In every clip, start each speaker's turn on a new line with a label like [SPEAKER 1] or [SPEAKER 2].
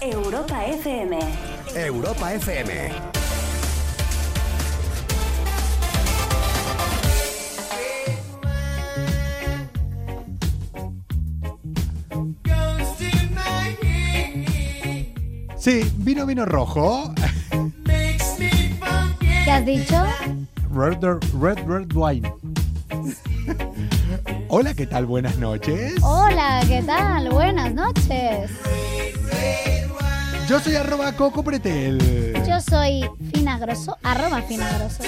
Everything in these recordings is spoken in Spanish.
[SPEAKER 1] Europa FM.
[SPEAKER 2] Europa FM. Sí, vino, vino rojo.
[SPEAKER 3] ¿Qué has dicho?
[SPEAKER 2] Red, red, red wine. Hola, ¿qué tal? Buenas noches.
[SPEAKER 3] Hola, ¿qué tal? Buenas noches.
[SPEAKER 2] Yo soy arroba Coco Pretel.
[SPEAKER 3] Yo soy Finagroso, arroba Finagroso.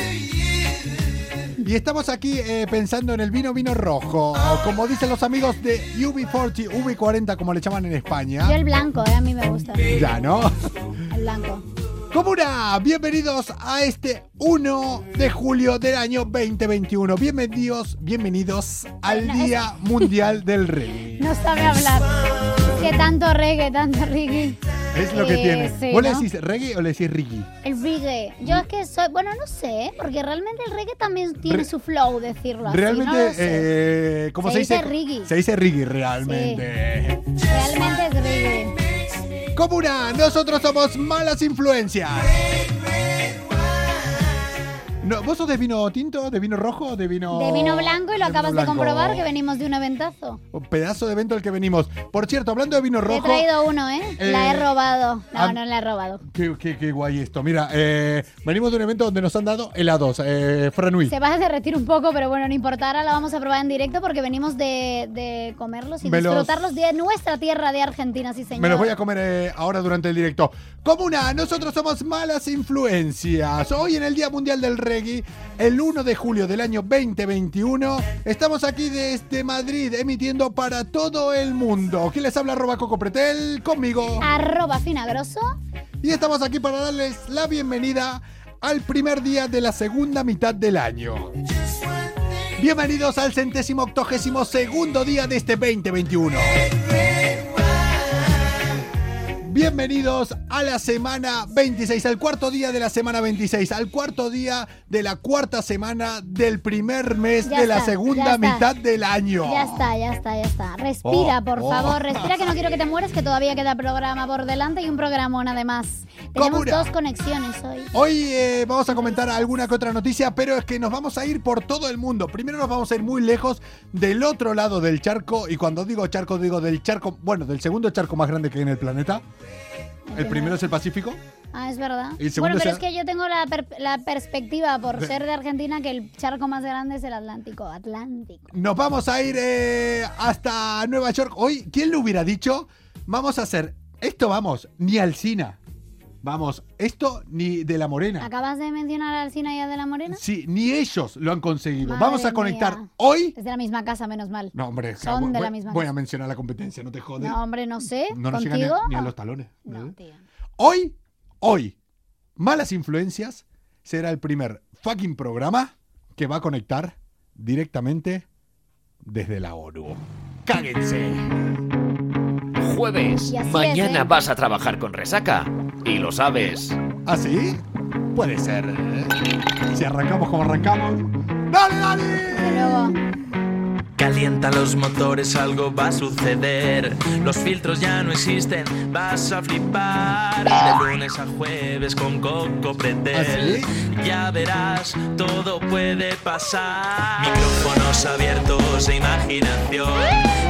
[SPEAKER 2] Y estamos aquí eh, pensando en el vino vino rojo, o como dicen los amigos de UB40, UB40 como le llaman en
[SPEAKER 3] Yo
[SPEAKER 2] España.
[SPEAKER 3] el blanco, eh, a mí me gusta. El
[SPEAKER 2] Ya, ¿no?
[SPEAKER 3] blanco.
[SPEAKER 2] Comuna, bienvenidos a este 1 de julio del año 2021. Bienvenidos, bienvenidos al
[SPEAKER 3] No, es-
[SPEAKER 2] Día Mundial del Rey.
[SPEAKER 3] No sabe hablar. Que tanto reggae, tanto reggae.
[SPEAKER 2] Es lo que
[SPEAKER 3] Eh,
[SPEAKER 2] tiene.
[SPEAKER 3] sí,
[SPEAKER 2] ¿Vos le
[SPEAKER 3] ¿no?
[SPEAKER 2] decís reggae o le decís Ricky?
[SPEAKER 3] El reggae. Yo es que soy, bueno, no sé, ¿eh? porque realmente el reggae también tiene
[SPEAKER 2] Re-
[SPEAKER 3] su flow, decirlo así.
[SPEAKER 2] Realmente,
[SPEAKER 3] no lo sé.
[SPEAKER 2] eh, ¿cómo se,
[SPEAKER 3] Se dice
[SPEAKER 2] dice?
[SPEAKER 3] Riggy.
[SPEAKER 2] Se dice Riggy, realmente.
[SPEAKER 3] Realmente es reggae.
[SPEAKER 2] Comuna, nosotros somos malas influencias. No, ¿Vos sos de vino tinto, de vino rojo, de vino...
[SPEAKER 3] De vino blanco y lo acabas de
[SPEAKER 2] Oh, blanco?
[SPEAKER 3] comprobar que venimos de un aventazo.
[SPEAKER 2] Un pedazo de evento al que venimos. Por cierto, hablando de vino
[SPEAKER 3] Te he
[SPEAKER 2] rojo...
[SPEAKER 3] traído uno, ¿eh? La
[SPEAKER 2] eh,
[SPEAKER 3] he robado. No,
[SPEAKER 2] a-
[SPEAKER 3] no la he robado.
[SPEAKER 2] Qué, qué- qué guay esto. Mira, eh, venimos de un evento donde nos han dado helados. Eh, Franui.
[SPEAKER 3] Se va a derretir un poco, pero bueno, no importa. Ahora la vamos a probar en directo porque venimos de, de comerlos y
[SPEAKER 2] Me los-
[SPEAKER 3] disfrutarlos de nuestra tierra de Argentina, sí, señor.
[SPEAKER 2] Me los voy a comer eh, ahora durante el directo. Comuna, nosotros somos malas influencias. Hoy en el Día Mundial del Reggae, el 1 de julio del año 2021, estamos aquí desde Madrid emitiendo para todo el mundo. ¿Quién les habla? Arroba Coco Pretel, conmigo.
[SPEAKER 3] Arroba finagroso.
[SPEAKER 2] Y estamos aquí para darles la bienvenida al primer día de la segunda mitad del año. Bienvenidos al centésimo octogésimo segundo día de este 2021. Bienvenidos a la semana 26, al cuarto día de la semana 26, al cuarto día de la cuarta semana del primer mes
[SPEAKER 3] Ya
[SPEAKER 2] de la
[SPEAKER 3] está, ya
[SPEAKER 2] segunda
[SPEAKER 3] está.
[SPEAKER 2] mitad del año.
[SPEAKER 3] Ya está, ya está, ya está. Respira,
[SPEAKER 2] Oh,
[SPEAKER 3] por
[SPEAKER 2] oh.
[SPEAKER 3] favor. Respira que no quiero que te mueras, que todavía queda programa por delante y un programón además. Tenemos
[SPEAKER 2] Comuna.
[SPEAKER 3] dos conexiones hoy.
[SPEAKER 2] Hoy eh, vamos a comentar alguna que otra noticia, pero es que nos vamos a ir por todo el mundo. Primero nos vamos a ir muy lejos del otro lado del charco, y cuando digo charco, digo del charco, bueno, del segundo charco más grande que hay en el planeta. El primero es el Pacífico.
[SPEAKER 3] Ah, es verdad.
[SPEAKER 2] Y el segundo
[SPEAKER 3] Bueno, pero
[SPEAKER 2] sea-
[SPEAKER 3] es que yo tengo la, per- la perspectiva, por ser de Argentina, que el charco más grande es el Atlántico. Atlántico.
[SPEAKER 2] Nos vamos a ir eh, hasta Nueva York. Hoy, ¿quién lo hubiera dicho? Vamos a hacer esto, vamos, ni Alcina. Vamos, esto ni de la Morena.
[SPEAKER 3] ¿Acabas de mencionar al Sina y a De la Morena?
[SPEAKER 2] Sí, ni ellos lo han conseguido.
[SPEAKER 3] Madre
[SPEAKER 2] vamos a conectar
[SPEAKER 3] mía.
[SPEAKER 2] hoy.
[SPEAKER 3] Es de la misma casa, menos mal.
[SPEAKER 2] No, hombre,
[SPEAKER 3] Son
[SPEAKER 2] voy-
[SPEAKER 3] de la
[SPEAKER 2] voy-
[SPEAKER 3] misma
[SPEAKER 2] voy a
[SPEAKER 3] casa.
[SPEAKER 2] mencionar la competencia, no te jodes.
[SPEAKER 3] No, hombre, no sé.
[SPEAKER 2] No nos
[SPEAKER 3] ¿Contigo? Ah.
[SPEAKER 2] llegan ni, a- ni a los talones.
[SPEAKER 3] No,
[SPEAKER 2] ¿eh?
[SPEAKER 3] tío.
[SPEAKER 2] Hoy, hoy, Malas Influencias será el primer fucking programa que va a conectar directamente desde la ONU. ¡Cáguense!
[SPEAKER 4] Jueves,
[SPEAKER 3] Y así
[SPEAKER 4] mañana
[SPEAKER 3] es, ¿eh?
[SPEAKER 4] vas a trabajar con resaca. Y lo sabes.
[SPEAKER 2] ¿Así? ¿Ah, Puede ser. ¿eh? Si arrancamos como arrancamos. ¡Dale, dale!
[SPEAKER 3] Desde luego.
[SPEAKER 5] Calienta los motores, algo va a suceder. Los filtros ya no existen, vas a flipar. De lunes a jueves con Coco Pretel.
[SPEAKER 2] ¿Ah,
[SPEAKER 5] Ya verás, todo puede pasar. Micrófonos abiertos e imaginación.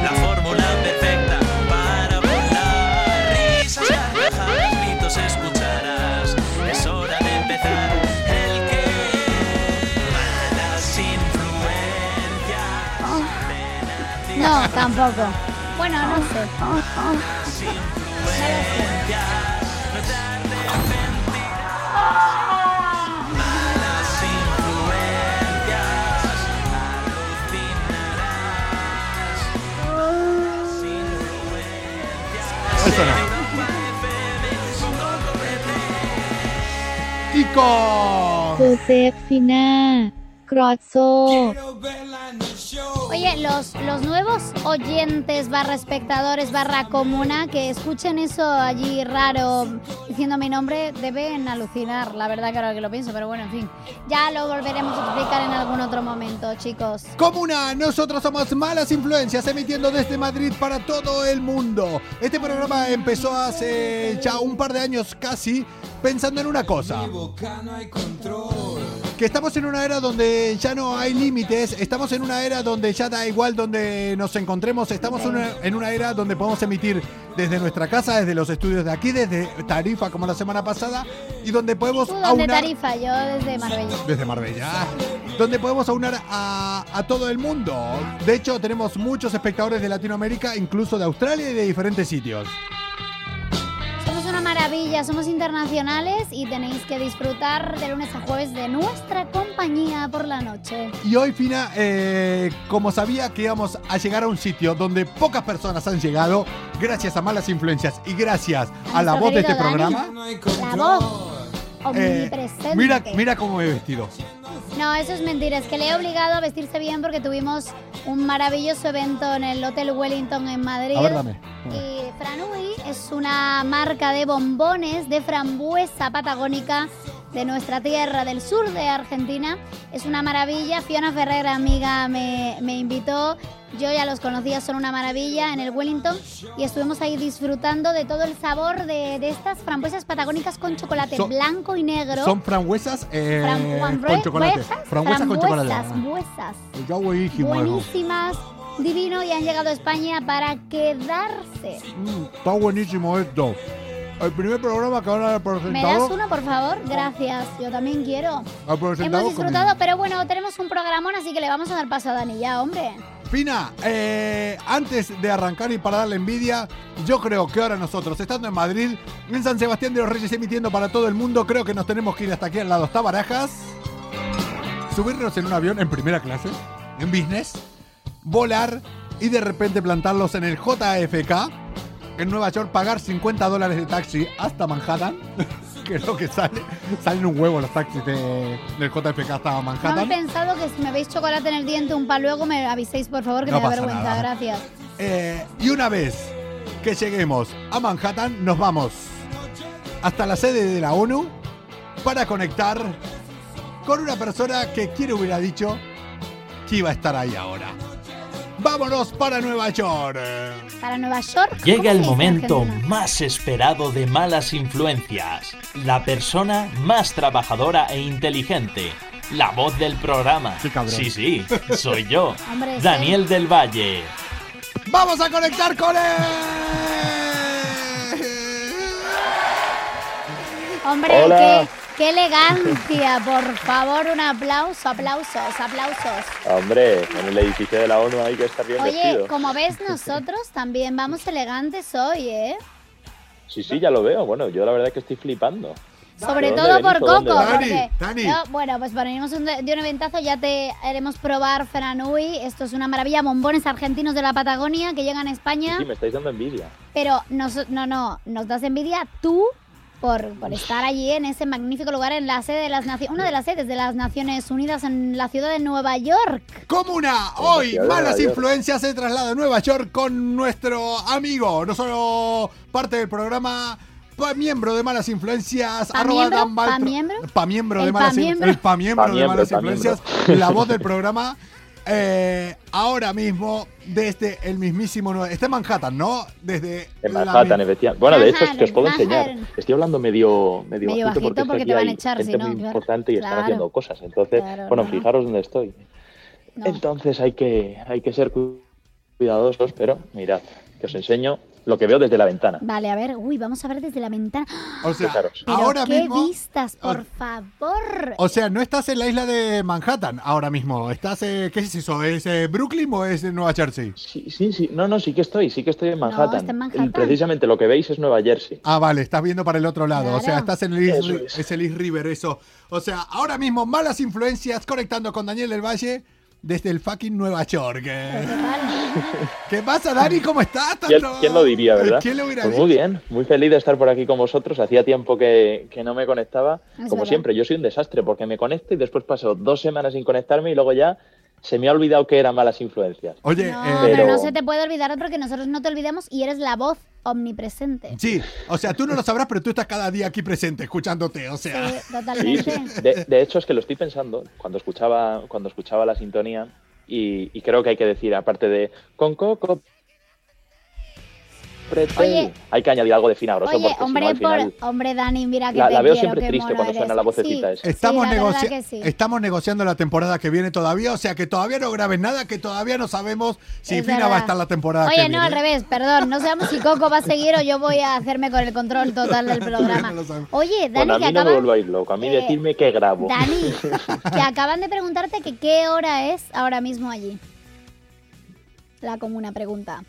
[SPEAKER 5] La fórmula perfecta para volar. Risas, carcajadas, gritos escucharás. Es hora de empezar el que malas influencias.
[SPEAKER 3] No, tampoco. Bueno, no sé. No lo sé.
[SPEAKER 2] Eso no. Y con...
[SPEAKER 6] โจเซฟฟิน่า กรอตโซ
[SPEAKER 3] Oye, los, los nuevos oyentes, barra espectadores, barra comuna, que escuchen eso allí raro diciendo mi nombre, deben alucinar. La verdad que ahora que lo pienso, pero bueno, en fin. Ya lo volveremos a explicar en algún otro momento, chicos.
[SPEAKER 2] Comuna, nosotros somos Malas Influencias, emitiendo desde Madrid para todo el mundo. Este programa empezó hace ya un par de años casi, pensando en una cosa. Que estamos en una era donde ya no hay límites, estamos en una era donde ya da igual donde nos encontremos, estamos en una- en una era donde podemos emitir desde nuestra casa, desde los estudios de aquí, desde Tarifa como la semana pasada, y donde podemos
[SPEAKER 3] Tú desde
[SPEAKER 2] aunar-
[SPEAKER 3] Tarifa, yo desde Marbella.
[SPEAKER 2] desde Marbella, donde podemos aunar a, a todo el mundo. De hecho, tenemos muchos espectadores de Latinoamérica, incluso de Australia y de diferentes sitios.
[SPEAKER 3] Somos una maravilla, somos internacionales y tenéis que disfrutar de lunes a jueves de nuestra compañía por la noche.
[SPEAKER 2] Y hoy, Fina, eh, como sabía que íbamos a llegar a un sitio donde pocas personas han llegado, gracias a malas influencias y gracias a,
[SPEAKER 3] A
[SPEAKER 2] la
[SPEAKER 3] nuestro
[SPEAKER 2] voz de este
[SPEAKER 3] querido Dani.
[SPEAKER 2] programa,
[SPEAKER 3] La voz
[SPEAKER 2] eh,
[SPEAKER 3] omnipresente.
[SPEAKER 2] mira, mira cómo me he vestido.
[SPEAKER 3] No, eso es mentira. Es que le he obligado a vestirse bien porque tuvimos un maravilloso evento en el Hotel Wellington en Madrid.
[SPEAKER 2] A ver, dame.
[SPEAKER 3] Y Franui es una marca de bombones de frambuesa patagónica de nuestra tierra, del sur de Argentina. Es una maravilla. Fiona Ferrer, amiga, me, me invitó. Yo ya los conocía, son una maravilla en el Wellington. Y estuvimos ahí disfrutando de todo el sabor de, de estas frambuesas patagónicas con chocolate
[SPEAKER 2] Son-
[SPEAKER 3] blanco y negro.
[SPEAKER 2] Son frambuesas eh,
[SPEAKER 3] Frambuesas,
[SPEAKER 2] con chocolate. Frambuesas con chocolate. Ah.
[SPEAKER 3] Buesas,
[SPEAKER 2] Ya buenísimo, hermano.
[SPEAKER 3] buenísimas, divino y han llegado a España para quedarse.
[SPEAKER 2] Mm, está buenísimo esto. El primer programa que ahora el
[SPEAKER 3] ¿Me das
[SPEAKER 2] presentador.
[SPEAKER 3] uno, por favor? Gracias, yo también quiero.
[SPEAKER 2] El
[SPEAKER 3] Hemos
[SPEAKER 2] presentador
[SPEAKER 3] disfrutado, pero bueno, tenemos un programón, así que le vamos a dar paso a Dani ya, hombre.
[SPEAKER 2] con- Fina, eh, antes de arrancar y para darle envidia, yo creo que ahora nosotros, estando en Madrid, en San Sebastián de los Reyes emitiendo para todo el mundo, creo que nos tenemos que ir hasta aquí al lado. Está Barajas. Subirnos en un avión en primera clase, en business, volar y de repente plantarlos en el JFK. En Nueva York pagar 50 dólares de taxi hasta Manhattan. que es lo que sale. Salen un huevo los taxis de- del JFK hasta
[SPEAKER 3] No han
[SPEAKER 2] Manhattan.
[SPEAKER 3] pensado que si me veis chocolate en el diente un pal luego me aviséis, por favor, que
[SPEAKER 2] No
[SPEAKER 3] me da
[SPEAKER 2] pasa
[SPEAKER 3] vergüenza.
[SPEAKER 2] nada.
[SPEAKER 3] Gracias.
[SPEAKER 2] Eh, y una vez que lleguemos a Manhattan, nos vamos hasta la sede de la ONU para conectar con una persona que quién hubiera dicho que iba a estar ahí ahora. Vámonos para Nueva York.
[SPEAKER 3] Para Nueva York. ¿cómo se
[SPEAKER 5] Llega el
[SPEAKER 3] dice en
[SPEAKER 5] momento
[SPEAKER 3] Argentina?
[SPEAKER 5] más esperado de malas influencias. La persona más trabajadora e inteligente. La voz del programa.
[SPEAKER 2] Qué cabrón.
[SPEAKER 5] Sí, sí, soy yo.
[SPEAKER 3] Hombre, sí.
[SPEAKER 5] Daniel del Valle.
[SPEAKER 2] Vamos a conectar con él.
[SPEAKER 3] Hombre,
[SPEAKER 1] Hola.
[SPEAKER 3] qué, qué elegancia. Por favor, un aplauso, aplausos, aplausos.
[SPEAKER 1] Hombre, en el edificio de la ONU hay que estar bien
[SPEAKER 3] Oye,
[SPEAKER 1] vestido.
[SPEAKER 3] como ves, nosotros también vamos elegantes hoy, ¿eh?
[SPEAKER 1] Sí, sí, ya lo veo. Bueno, yo la verdad es que estoy flipando.
[SPEAKER 3] Sobre
[SPEAKER 1] ¿De
[SPEAKER 3] todo
[SPEAKER 1] dónde
[SPEAKER 3] por
[SPEAKER 1] venís? ¿De dónde
[SPEAKER 3] Coco.
[SPEAKER 1] venís?
[SPEAKER 3] porque-
[SPEAKER 2] Dani, Dani.
[SPEAKER 3] No, bueno, pues venimos un de, de un eventazo, ya te haremos probar Franui. Esto es una maravilla, bombones argentinos de la Patagonia que llegan a
[SPEAKER 1] Sí,
[SPEAKER 3] España.
[SPEAKER 1] sí, me estáis dando envidia.
[SPEAKER 3] Pero nos- no, no, nos das envidia tú por, por estar allí en ese magnífico lugar, en la sede de las Naciones, una de las sedes de las Naciones Unidas en la ciudad de Nueva York.
[SPEAKER 2] Comuna, hoy
[SPEAKER 1] Demasiado
[SPEAKER 2] Malas
[SPEAKER 1] Nueva York.
[SPEAKER 2] Influencias se traslada a Nueva York con nuestro amigo, no solo parte del programa, pa miembro de Malas Influencias,
[SPEAKER 3] ¿Pa
[SPEAKER 2] arroba
[SPEAKER 3] miembro?
[SPEAKER 2] Dan Baltro-
[SPEAKER 3] ¿Pa miembro?
[SPEAKER 2] pa miembro de
[SPEAKER 3] ¿El
[SPEAKER 2] Malas
[SPEAKER 3] pa miembro?
[SPEAKER 2] Influencias, el pa miembro
[SPEAKER 1] Pa
[SPEAKER 2] de Malas
[SPEAKER 1] miembro, pa
[SPEAKER 2] Influencias, la voz del programa, eh, ahora mismo desde el mismísimo, Nue- está en Manhattan, ¿no? Desde
[SPEAKER 1] En
[SPEAKER 2] la
[SPEAKER 1] Manhattan,
[SPEAKER 2] mi-
[SPEAKER 1] efectivamente. Bueno, de hecho, es que os puedo
[SPEAKER 3] Manhattan,
[SPEAKER 1] enseñar.
[SPEAKER 3] Manhattan.
[SPEAKER 1] Estoy hablando medio, medio,
[SPEAKER 3] Medio bajito
[SPEAKER 1] porque, es que
[SPEAKER 3] porque
[SPEAKER 1] aquí
[SPEAKER 3] te van a
[SPEAKER 1] hay
[SPEAKER 3] echar,
[SPEAKER 1] gente
[SPEAKER 3] si no,
[SPEAKER 1] muy
[SPEAKER 3] claro.
[SPEAKER 1] importante y
[SPEAKER 3] Claro.
[SPEAKER 1] están haciendo cosas. Entonces,
[SPEAKER 3] Claro,
[SPEAKER 1] bueno,
[SPEAKER 3] no, no.
[SPEAKER 1] fijaros dónde estoy.
[SPEAKER 3] No.
[SPEAKER 1] Entonces hay que, hay que ser cu- cuidadosos, pero mirad, que os enseño lo que veo desde la ventana.
[SPEAKER 3] Vale, a ver, uy, vamos a ver desde la ventana.
[SPEAKER 2] O sea,
[SPEAKER 1] Fijaros.
[SPEAKER 3] Pero
[SPEAKER 2] ahora
[SPEAKER 3] qué
[SPEAKER 2] mismo,
[SPEAKER 3] vistas, por favor.
[SPEAKER 2] o sea, no estás en la isla de Manhattan ahora mismo, estás, eh, ¿qué es eso? ¿Es eh, Brooklyn o es en Nueva Jersey?
[SPEAKER 1] Sí, sí, sí. No, no, sí que estoy, sí que estoy en
[SPEAKER 3] No,
[SPEAKER 1] Manhattan.
[SPEAKER 3] está en Manhattan.
[SPEAKER 1] Precisamente lo que veis es Nueva Jersey.
[SPEAKER 2] Ah, vale, estás viendo para el otro lado. O sea,
[SPEAKER 3] Claro.
[SPEAKER 2] estás en el East,
[SPEAKER 1] Eso
[SPEAKER 2] Ri-
[SPEAKER 1] es.
[SPEAKER 2] es el East River, eso. O sea, ahora mismo malas influencias conectando con Daniel del Valle desde el fucking Nueva York.
[SPEAKER 3] Pero
[SPEAKER 2] eh.
[SPEAKER 3] qué tal.
[SPEAKER 2] ¿Qué pasa, Dani? ¿Cómo estás?
[SPEAKER 1] ¿Quién,
[SPEAKER 2] Tanto-
[SPEAKER 1] quién lo diría, verdad?
[SPEAKER 2] ¿Quién lo hubiera
[SPEAKER 1] Pues
[SPEAKER 2] dicho?
[SPEAKER 1] muy bien, muy feliz de estar por aquí con vosotros. Hacía tiempo que, que no me conectaba.
[SPEAKER 3] Es
[SPEAKER 1] Como
[SPEAKER 3] verdad.
[SPEAKER 1] siempre, yo soy un desastre porque me conecto y después paso dos semanas sin conectarme y luego ya se me ha olvidado que eran malas influencias.
[SPEAKER 2] Oye,
[SPEAKER 3] no,
[SPEAKER 2] eh,
[SPEAKER 3] pero...
[SPEAKER 1] pero-
[SPEAKER 3] no se te puede olvidar porque nosotros no te olvidamos y eres la voz omnipresente.
[SPEAKER 2] sí, o sea, tú no lo sabrás, pero tú estás cada día aquí presente, escuchándote, o
[SPEAKER 3] Sí,
[SPEAKER 2] sea.
[SPEAKER 1] Sí,
[SPEAKER 3] totalmente.
[SPEAKER 1] sí. De, de hecho, es que lo estoy pensando cuando escuchaba, cuando escuchaba la sintonía y, y creo que hay que decir, aparte de con coco, prete",
[SPEAKER 3] Oye.
[SPEAKER 1] hay que añadir algo de fina grosso
[SPEAKER 3] Oye,
[SPEAKER 1] porque si no,
[SPEAKER 3] hombre,
[SPEAKER 1] al final...
[SPEAKER 3] por- hombre, Dani, mira que
[SPEAKER 1] La,
[SPEAKER 3] te
[SPEAKER 1] la veo
[SPEAKER 3] quiero,
[SPEAKER 1] siempre
[SPEAKER 3] qué
[SPEAKER 1] triste
[SPEAKER 3] mono
[SPEAKER 1] cuando suena
[SPEAKER 3] eres.
[SPEAKER 1] la vocecita
[SPEAKER 3] Sí,
[SPEAKER 1] esa.
[SPEAKER 2] Estamos,
[SPEAKER 3] sí, la verdad
[SPEAKER 2] negocia-
[SPEAKER 3] que sí.
[SPEAKER 2] estamos negociando la temporada que viene todavía, o sea que todavía no graben nada, que todavía no sabemos si
[SPEAKER 3] Es
[SPEAKER 2] Fina va a
[SPEAKER 3] verdad.
[SPEAKER 2] estar la temporada que
[SPEAKER 3] Oye,
[SPEAKER 2] viene.
[SPEAKER 3] no, al revés, perdón. No sabemos si Coco va a seguir o yo voy a hacerme con el control total del programa.
[SPEAKER 2] No lo sabemos.
[SPEAKER 3] Oye, Dani,
[SPEAKER 1] Bueno, a
[SPEAKER 3] que
[SPEAKER 1] mí no me
[SPEAKER 3] acaban-
[SPEAKER 1] volváis loco, a mí
[SPEAKER 3] eh,
[SPEAKER 1] decirme que grabo.
[SPEAKER 3] Dani, que acaban de preguntarte que qué hora es ahora mismo allí. La comuna pregunta.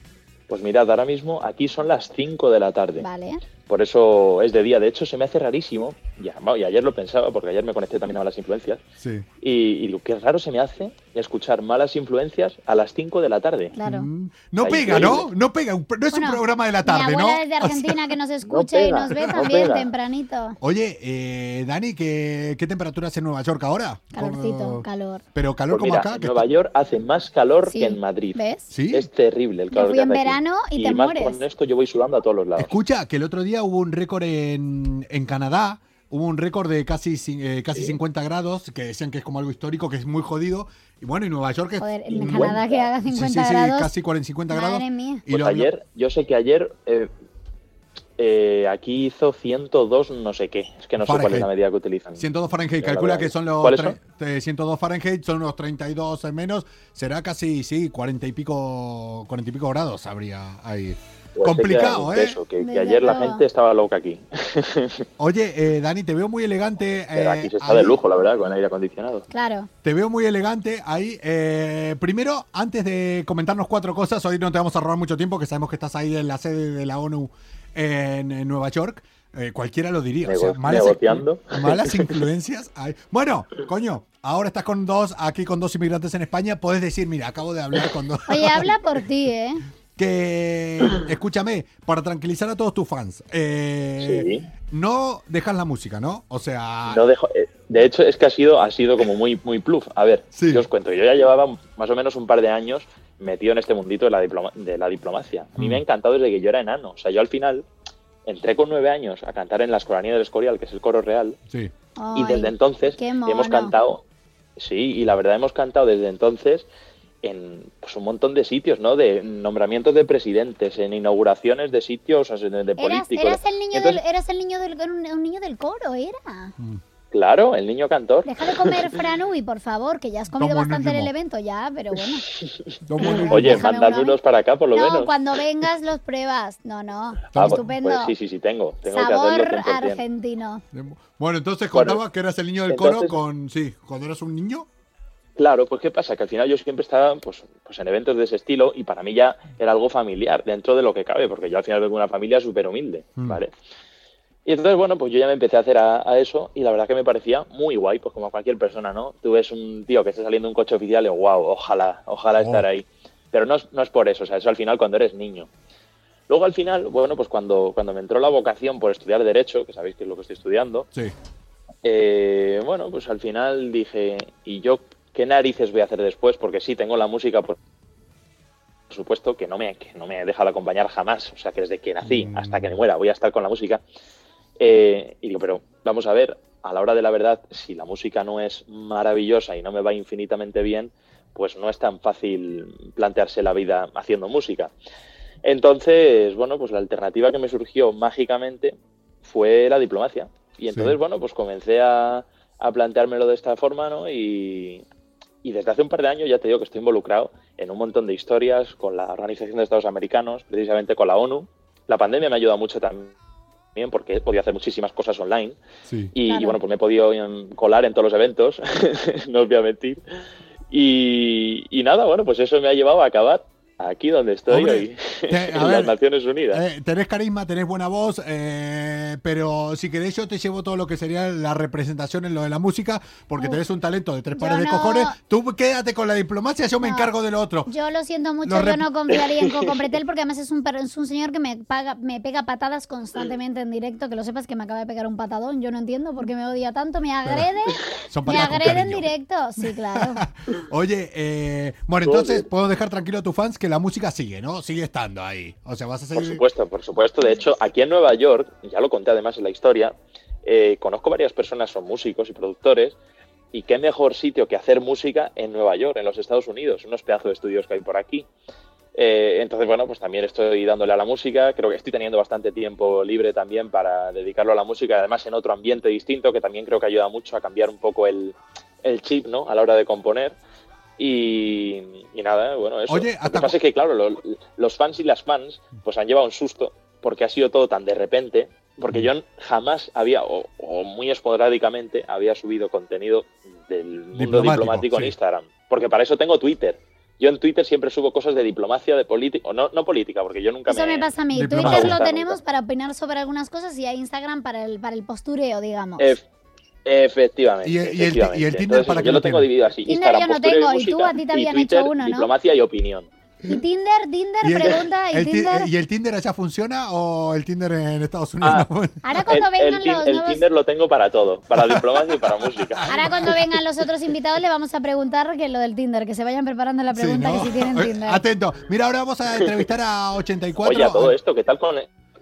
[SPEAKER 1] Pues mirad, ahora mismo aquí son las 5 de la tarde.
[SPEAKER 3] Vale.
[SPEAKER 1] Por eso es de día. De hecho, se me hace rarísimo. Y, además- y ayer lo pensaba, porque ayer me conecté también a las influencias.
[SPEAKER 2] Sí.
[SPEAKER 1] Y, y digo, qué raro se me hace escuchar malas influencias a las 5 de la tarde.
[SPEAKER 3] Claro.
[SPEAKER 2] Mm, No
[SPEAKER 1] Ahí
[SPEAKER 2] pega, ¿no?
[SPEAKER 1] increíble.
[SPEAKER 2] No pega, un- no es un
[SPEAKER 3] Bueno,
[SPEAKER 2] programa de la tarde,
[SPEAKER 3] Mi
[SPEAKER 2] ¿no?
[SPEAKER 3] abuela desde
[SPEAKER 2] O sea,
[SPEAKER 3] Argentina que nos escucha y
[SPEAKER 1] pega,
[SPEAKER 3] nos ve
[SPEAKER 1] no
[SPEAKER 3] también
[SPEAKER 1] pega.
[SPEAKER 3] tempranito.
[SPEAKER 2] Oye, eh, Dani, ¿qué, ¿qué temperatura hace en Nueva York ahora?
[SPEAKER 3] Calorcito,
[SPEAKER 2] Como-
[SPEAKER 3] calor.
[SPEAKER 2] Pero calor
[SPEAKER 1] Pues
[SPEAKER 2] como
[SPEAKER 1] mira,
[SPEAKER 2] acá.
[SPEAKER 1] en
[SPEAKER 2] que
[SPEAKER 1] Nueva
[SPEAKER 2] está-
[SPEAKER 1] York hace más calor
[SPEAKER 3] Sí,
[SPEAKER 1] que en Madrid.
[SPEAKER 3] ¿Ves?
[SPEAKER 2] ¿Sí?
[SPEAKER 1] Es terrible el
[SPEAKER 3] Yo
[SPEAKER 1] calor.
[SPEAKER 3] fui
[SPEAKER 1] que
[SPEAKER 3] en
[SPEAKER 1] hace aquí.
[SPEAKER 3] verano y te
[SPEAKER 1] más
[SPEAKER 3] mueres.
[SPEAKER 1] con esto yo voy sudando a todos los lados.
[SPEAKER 2] Escucha, que el otro día hubo un récord en, en Canadá, hubo un récord de casi, cin- eh, casi 50 grados, que decían que es como algo histórico, que es muy jodido. Y bueno, y Nueva York es...
[SPEAKER 3] Joder, en
[SPEAKER 1] 50.
[SPEAKER 3] Canadá que haga
[SPEAKER 2] Sí,
[SPEAKER 3] 50
[SPEAKER 2] sí, sí,
[SPEAKER 3] grados.
[SPEAKER 2] casi 40, 50
[SPEAKER 3] Madre
[SPEAKER 2] grados.
[SPEAKER 3] mía.
[SPEAKER 2] Y
[SPEAKER 1] Pues
[SPEAKER 2] lo había-
[SPEAKER 1] ayer, yo sé que ayer eh, eh, aquí hizo 102 no sé qué. Es que no sé cuál
[SPEAKER 2] Fahrenheit.
[SPEAKER 1] es la medida que utilizan.
[SPEAKER 2] 102 Fahrenheit,
[SPEAKER 1] Pero la
[SPEAKER 2] calcula
[SPEAKER 1] verdad
[SPEAKER 2] que
[SPEAKER 1] es-
[SPEAKER 2] son los
[SPEAKER 1] ¿cuáles
[SPEAKER 2] tre- eh, 102 Fahrenheit, son unos 32 en menos, será casi, sí, 40 y pico, 40 y pico grados habría ahí.
[SPEAKER 1] Pues sé que
[SPEAKER 2] Complicado,
[SPEAKER 1] era
[SPEAKER 2] ¿eh?
[SPEAKER 1] eso, que, que
[SPEAKER 3] Desde
[SPEAKER 1] ayer la
[SPEAKER 3] luego.
[SPEAKER 1] gente estaba loca aquí.
[SPEAKER 2] Oye, eh, Dani, te veo muy elegante.
[SPEAKER 1] Pero
[SPEAKER 2] eh,
[SPEAKER 1] aquí se está de
[SPEAKER 2] ahí.
[SPEAKER 1] lujo, la verdad, con aire acondicionado.
[SPEAKER 3] Claro.
[SPEAKER 2] Te veo muy elegante ahí. Eh, primero, antes de comentarnos cuatro cosas, hoy no te vamos a robar mucho tiempo, que sabemos que estás ahí en la sede de la ONU en, en Nueva York. Eh, cualquiera lo diría. o sea,
[SPEAKER 1] Nego- negociando.
[SPEAKER 2] malas influencias. hay. Bueno, coño, ahora estás con dos, aquí con dos inmigrantes en España. Podés decir, mira, acabo de hablar con dos.
[SPEAKER 3] Oye, habla por ti, ¿eh?
[SPEAKER 2] Que, escúchame, para tranquilizar a todos tus fans, eh,
[SPEAKER 1] Sí.
[SPEAKER 2] no dejas la música, ¿no? O sea,
[SPEAKER 1] No dejo- eh, de hecho, es que ha sido, ha sido como muy, muy pluf. A ver,
[SPEAKER 2] Sí.
[SPEAKER 1] yo os cuento, yo ya llevaba más o menos un par de años metido en este mundito de la, diploma- de la diplomacia. A mí
[SPEAKER 2] Mm.
[SPEAKER 1] me ha encantado desde que yo era enano. O sea, yo al final entré con nueve años a cantar en la Escolanía del Escorial, que es el coro real,
[SPEAKER 2] sí.
[SPEAKER 1] y desde
[SPEAKER 3] Ay,
[SPEAKER 1] entonces
[SPEAKER 3] qué mono.
[SPEAKER 1] hemos cantado, sí, y la verdad hemos cantado desde entonces en pues, un montón de sitios, ¿no? De nombramientos de presidentes, en inauguraciones de sitios, o sea, de, de
[SPEAKER 3] Eras,
[SPEAKER 1] políticos.
[SPEAKER 3] eras el niño
[SPEAKER 1] Entonces,
[SPEAKER 3] del, eras el niño del, era un, un niño del coro, era.
[SPEAKER 2] Mm.
[SPEAKER 1] Claro, el niño cantor.
[SPEAKER 3] Deja de comer franui, por favor, que ya has comido
[SPEAKER 2] Como
[SPEAKER 3] bastante en el
[SPEAKER 2] mínimo.
[SPEAKER 3] evento ya, pero bueno.
[SPEAKER 2] No, bueno,
[SPEAKER 1] Oye,
[SPEAKER 3] Déjame
[SPEAKER 1] mandad
[SPEAKER 3] una vez.
[SPEAKER 1] unos para acá por lo
[SPEAKER 3] no,
[SPEAKER 1] menos.
[SPEAKER 3] cuando vengas los pruebas. No, no.
[SPEAKER 1] Ah, pues-
[SPEAKER 3] Estupendo.
[SPEAKER 1] Pues, sí, sí, sí, tengo. Tengo que
[SPEAKER 3] Sabor
[SPEAKER 1] hacerlo 100%.
[SPEAKER 3] argentino.
[SPEAKER 2] Bueno, entonces
[SPEAKER 1] Bueno,
[SPEAKER 2] contaba que eras el niño del
[SPEAKER 1] entonces-
[SPEAKER 2] coro con. Sí, cuando eras un niño.
[SPEAKER 1] Claro, pues ¿qué pasa? Que al final yo siempre estaba pues, pues en eventos de ese estilo y para mí ya era algo familiar dentro de lo que cabe, porque yo al final vengo de una familia súper humilde,
[SPEAKER 2] Mm.
[SPEAKER 1] ¿vale? Y entonces, bueno, pues yo ya me empecé a hacer a, a eso y la verdad que me parecía muy guay, pues como a cualquier persona, ¿no? Tú ves un tío que está saliendo de un coche oficial y wow, ojalá, ojalá
[SPEAKER 2] Oh.
[SPEAKER 1] estar ahí. Pero no, es- no es por eso, o sea, eso al final cuando eres niño. Luego al final, bueno, pues cuando, cuando me entró la vocación por estudiar Derecho, que sabéis que es lo que estoy estudiando,
[SPEAKER 2] Sí.
[SPEAKER 1] eh, bueno, pues al final dije, ¿y yo qué narices voy a hacer después? Porque sí, tengo la música, por por supuesto, que no me, que no me deja de acompañar jamás. O sea, que desde que nací
[SPEAKER 2] Mm.
[SPEAKER 1] hasta que me muera voy a estar con la música. Eh, y digo, pero vamos a ver, a la hora de la verdad, si la música no es maravillosa y no me va infinitamente bien, pues no es tan fácil plantearse la vida haciendo música. Entonces, bueno, pues la alternativa que me surgió mágicamente fue la diplomacia. Y entonces,
[SPEAKER 2] Sí.
[SPEAKER 1] bueno, pues comencé a, a planteármelo de esta forma, ¿no? Y, y desde hace un par de años ya te digo que estoy involucrado en un montón de historias con la Organización de Estados Americanos, precisamente con la ONU. La pandemia me ha ayudado mucho también porque he podido hacer muchísimas cosas online.
[SPEAKER 2] Sí.
[SPEAKER 1] Y,
[SPEAKER 3] Claro.
[SPEAKER 1] y bueno, pues me he podido em, colar en todos los eventos, no os voy a mentir. Y, y nada, bueno, pues eso me ha llevado a acabar Aquí donde estoy
[SPEAKER 2] Hombre,
[SPEAKER 1] hoy,
[SPEAKER 2] te- a
[SPEAKER 1] en
[SPEAKER 2] ver,
[SPEAKER 1] las Naciones Unidas.
[SPEAKER 2] Eh, tenés carisma, tenés buena voz, eh, pero si querés yo te llevo todo lo que sería la representación en lo de la música, porque
[SPEAKER 3] Uf.
[SPEAKER 2] tenés un talento de tres
[SPEAKER 3] Yo
[SPEAKER 2] pares de
[SPEAKER 3] no.
[SPEAKER 2] cojones. Tú quédate con la diplomacia, yo me
[SPEAKER 3] No.
[SPEAKER 2] encargo de lo otro.
[SPEAKER 3] Yo lo siento mucho,
[SPEAKER 2] Lo
[SPEAKER 3] yo
[SPEAKER 2] rep-
[SPEAKER 3] no confiaría en Coco Pretel porque además es un, per- es un señor que me, paga, me pega patadas constantemente en directo. Que lo sepas que me acaba de pegar un patadón. Yo no entiendo por qué me odia tanto. Me agrede,
[SPEAKER 2] Son
[SPEAKER 3] me
[SPEAKER 2] patadas con
[SPEAKER 3] agrede en
[SPEAKER 2] cariño.
[SPEAKER 3] directo. Sí, claro.
[SPEAKER 2] Oye, eh, bueno, entonces
[SPEAKER 1] Joder.
[SPEAKER 2] puedo dejar tranquilo a tus fans que la música sigue, ¿no? Sigue estando ahí. O sea, vas a
[SPEAKER 1] Por
[SPEAKER 2] seguir...
[SPEAKER 1] supuesto, por supuesto. De hecho, aquí en Nueva York, ya lo conté además en la historia, eh, conozco varias personas, son músicos y productores, y qué mejor sitio que hacer música en Nueva York, en los Estados Unidos, unos pedazos de estudios que hay por aquí. Eh, entonces, bueno, pues también estoy dándole a la música, creo que estoy teniendo bastante tiempo libre también para dedicarlo a la música, además en otro ambiente distinto, que también creo que ayuda mucho a cambiar un poco el, el chip, ¿no? A la hora de componer. Y, y nada, bueno, eso.
[SPEAKER 2] Oye,
[SPEAKER 1] lo
[SPEAKER 2] hasta-
[SPEAKER 1] que pasa es que, claro, lo- los fans y las fans pues han llevado un susto porque ha sido todo tan de repente, porque yo jamás había, o, o muy esporádicamente, había subido contenido del mundo
[SPEAKER 2] Diplomático,
[SPEAKER 1] diplomático, en
[SPEAKER 2] sí.
[SPEAKER 1] Instagram. Porque para eso tengo Twitter. Yo en Twitter siempre subo cosas de diplomacia, de política, o no, no política, porque yo nunca
[SPEAKER 3] Eso me pasa a mí.
[SPEAKER 2] Diplomado.
[SPEAKER 3] Twitter lo
[SPEAKER 1] Nunca,
[SPEAKER 3] tenemos
[SPEAKER 1] nunca.
[SPEAKER 3] para opinar sobre algunas cosas y hay Instagram para el, para el postureo, digamos.
[SPEAKER 1] Ef- efectivamente.
[SPEAKER 2] ¿Y el- y el ti-
[SPEAKER 1] efectivamente.
[SPEAKER 2] y el Tinder
[SPEAKER 1] Entonces,
[SPEAKER 2] para
[SPEAKER 1] yo
[SPEAKER 2] qué
[SPEAKER 1] lo
[SPEAKER 2] lo
[SPEAKER 1] tengo
[SPEAKER 2] tienes?
[SPEAKER 1] dividido así.
[SPEAKER 3] Tinder
[SPEAKER 1] Instagram,
[SPEAKER 3] yo no
[SPEAKER 1] postura
[SPEAKER 3] tengo, y
[SPEAKER 1] música,
[SPEAKER 3] tú a ti te habían hecho
[SPEAKER 1] Twitter,
[SPEAKER 3] uno, ¿no?
[SPEAKER 1] diplomacia y opinión.
[SPEAKER 3] Y Tinder, Tinder,
[SPEAKER 2] ¿Y el-
[SPEAKER 3] pregunta, y
[SPEAKER 2] el ti- eh,
[SPEAKER 3] Tinder.
[SPEAKER 2] ¿Y el Tinder allá funciona o el Tinder en Estados Unidos?
[SPEAKER 1] Ah.
[SPEAKER 2] no?
[SPEAKER 3] Ahora
[SPEAKER 1] El,
[SPEAKER 3] cuando
[SPEAKER 1] el
[SPEAKER 3] vengan
[SPEAKER 1] Tin-
[SPEAKER 3] los
[SPEAKER 1] el
[SPEAKER 3] nuevos.
[SPEAKER 1] Tinder lo tengo para todo, para diplomacia y para música.
[SPEAKER 3] Ahora cuando vengan los otros invitados le vamos a preguntar que lo del Tinder, que se vayan preparando la
[SPEAKER 2] Sí,
[SPEAKER 3] pregunta
[SPEAKER 2] ¿no?
[SPEAKER 3] que si tienen
[SPEAKER 2] Oye,
[SPEAKER 3] Tinder.
[SPEAKER 2] Atento. Mira, ahora vamos a entrevistar a 84.
[SPEAKER 1] Oye, a todo esto, ¿qué tal con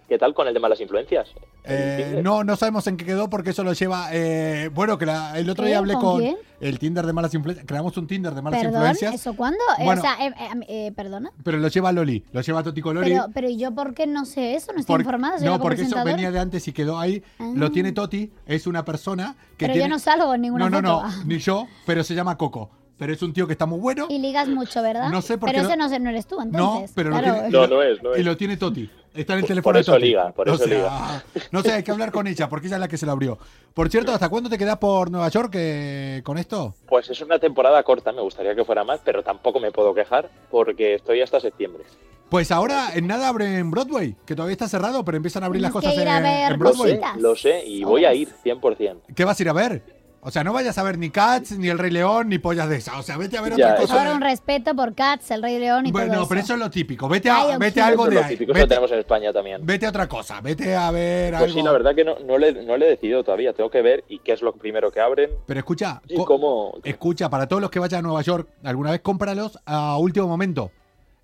[SPEAKER 1] qué tal con el de malas influencias? ¿El
[SPEAKER 2] Eh,
[SPEAKER 1] Tinder?
[SPEAKER 2] no, no sabemos en qué quedó porque eso lo lleva. eh, bueno, que la- el otro
[SPEAKER 3] ¿Qué?
[SPEAKER 2] día hablé
[SPEAKER 3] ¿Eh? ¿Con
[SPEAKER 2] con,
[SPEAKER 3] quién?
[SPEAKER 2] el Tinder de malas influencias. Creamos un Tinder de malas
[SPEAKER 3] Perdón,
[SPEAKER 2] influencias,
[SPEAKER 3] ¿eso cuándo? Eh,
[SPEAKER 2] Bueno.
[SPEAKER 3] o sea, eh, eh, eh, perdona.
[SPEAKER 2] pero lo lleva Loli, lo lleva Toti Colori.
[SPEAKER 3] Pero, pero ¿y yo por qué no sé eso? No estoy
[SPEAKER 2] Por-
[SPEAKER 3] informada, soy la
[SPEAKER 2] no, porque eso
[SPEAKER 3] copresentadora.
[SPEAKER 2] venía de antes y quedó ahí.
[SPEAKER 3] Ah.
[SPEAKER 2] Lo tiene Toti, es una persona que
[SPEAKER 3] Pero
[SPEAKER 2] tiene.
[SPEAKER 3] yo no salgo en ninguna
[SPEAKER 2] no, no,
[SPEAKER 3] foto.
[SPEAKER 2] no, ni yo, pero se llama Coco. Pero es un tío que está muy bueno.
[SPEAKER 3] Y ligas mucho, ¿verdad?
[SPEAKER 2] No sé por
[SPEAKER 3] Pero
[SPEAKER 2] qué
[SPEAKER 3] ese
[SPEAKER 2] no-
[SPEAKER 3] no, sé- no eres tú,
[SPEAKER 2] No,
[SPEAKER 3] entonces.
[SPEAKER 2] pero
[SPEAKER 3] claro.
[SPEAKER 2] lo tiene,
[SPEAKER 1] No, no es, no
[SPEAKER 2] Y
[SPEAKER 1] es.
[SPEAKER 2] lo tiene Toti. Está en el
[SPEAKER 1] Por-
[SPEAKER 2] teléfono
[SPEAKER 1] por eso
[SPEAKER 2] de Toti.
[SPEAKER 1] liga, por
[SPEAKER 2] O
[SPEAKER 1] eso
[SPEAKER 2] sea,
[SPEAKER 1] liga.
[SPEAKER 2] No sé, hay que hablar con ella, porque ella es la que se lo abrió. Por cierto, ¿hasta cuándo te quedas por Nueva York eh, con esto?
[SPEAKER 1] Pues es una temporada corta, me gustaría que fuera más, pero tampoco me puedo quejar porque estoy hasta septiembre.
[SPEAKER 2] Pues ahora en nada abren en Broadway, que todavía está cerrado, pero empiezan a abrir las
[SPEAKER 3] Tenemos
[SPEAKER 2] cosas
[SPEAKER 3] que ir
[SPEAKER 2] en,
[SPEAKER 3] a
[SPEAKER 2] en
[SPEAKER 3] ver
[SPEAKER 1] Lo
[SPEAKER 2] Broadway.
[SPEAKER 1] sé,
[SPEAKER 3] Cositas.
[SPEAKER 1] lo sé y voy a ir 100%.
[SPEAKER 2] ¿Qué vas a ir a ver? O sea, no vayas a ver ni Cats, ni El Rey León, ni pollas de esa. O sea, vete a ver otra
[SPEAKER 1] Ya, eso-
[SPEAKER 3] Por
[SPEAKER 2] cosa.
[SPEAKER 3] favor, un respeto por Cats, el Rey León y
[SPEAKER 2] bueno,
[SPEAKER 3] todo eso.
[SPEAKER 2] pero eso es lo típico. Vete a,
[SPEAKER 3] Lion
[SPEAKER 2] vete
[SPEAKER 3] King.
[SPEAKER 2] a algo
[SPEAKER 1] Eso es
[SPEAKER 2] de
[SPEAKER 1] lo
[SPEAKER 2] ahí.
[SPEAKER 1] típico, eso lo
[SPEAKER 2] Vete,
[SPEAKER 1] tenemos en España también.
[SPEAKER 2] vete a otra cosa. Vete a ver
[SPEAKER 1] Pues
[SPEAKER 2] algo.
[SPEAKER 1] sí, la verdad que no, no, le, no le he decidido todavía, tengo que ver y qué es lo primero que abren
[SPEAKER 2] Pero escucha,
[SPEAKER 1] y
[SPEAKER 2] co- eh,
[SPEAKER 1] cómo...
[SPEAKER 2] Escucha, para todos los que vayan a Nueva York, alguna vez cómpralos a último momento.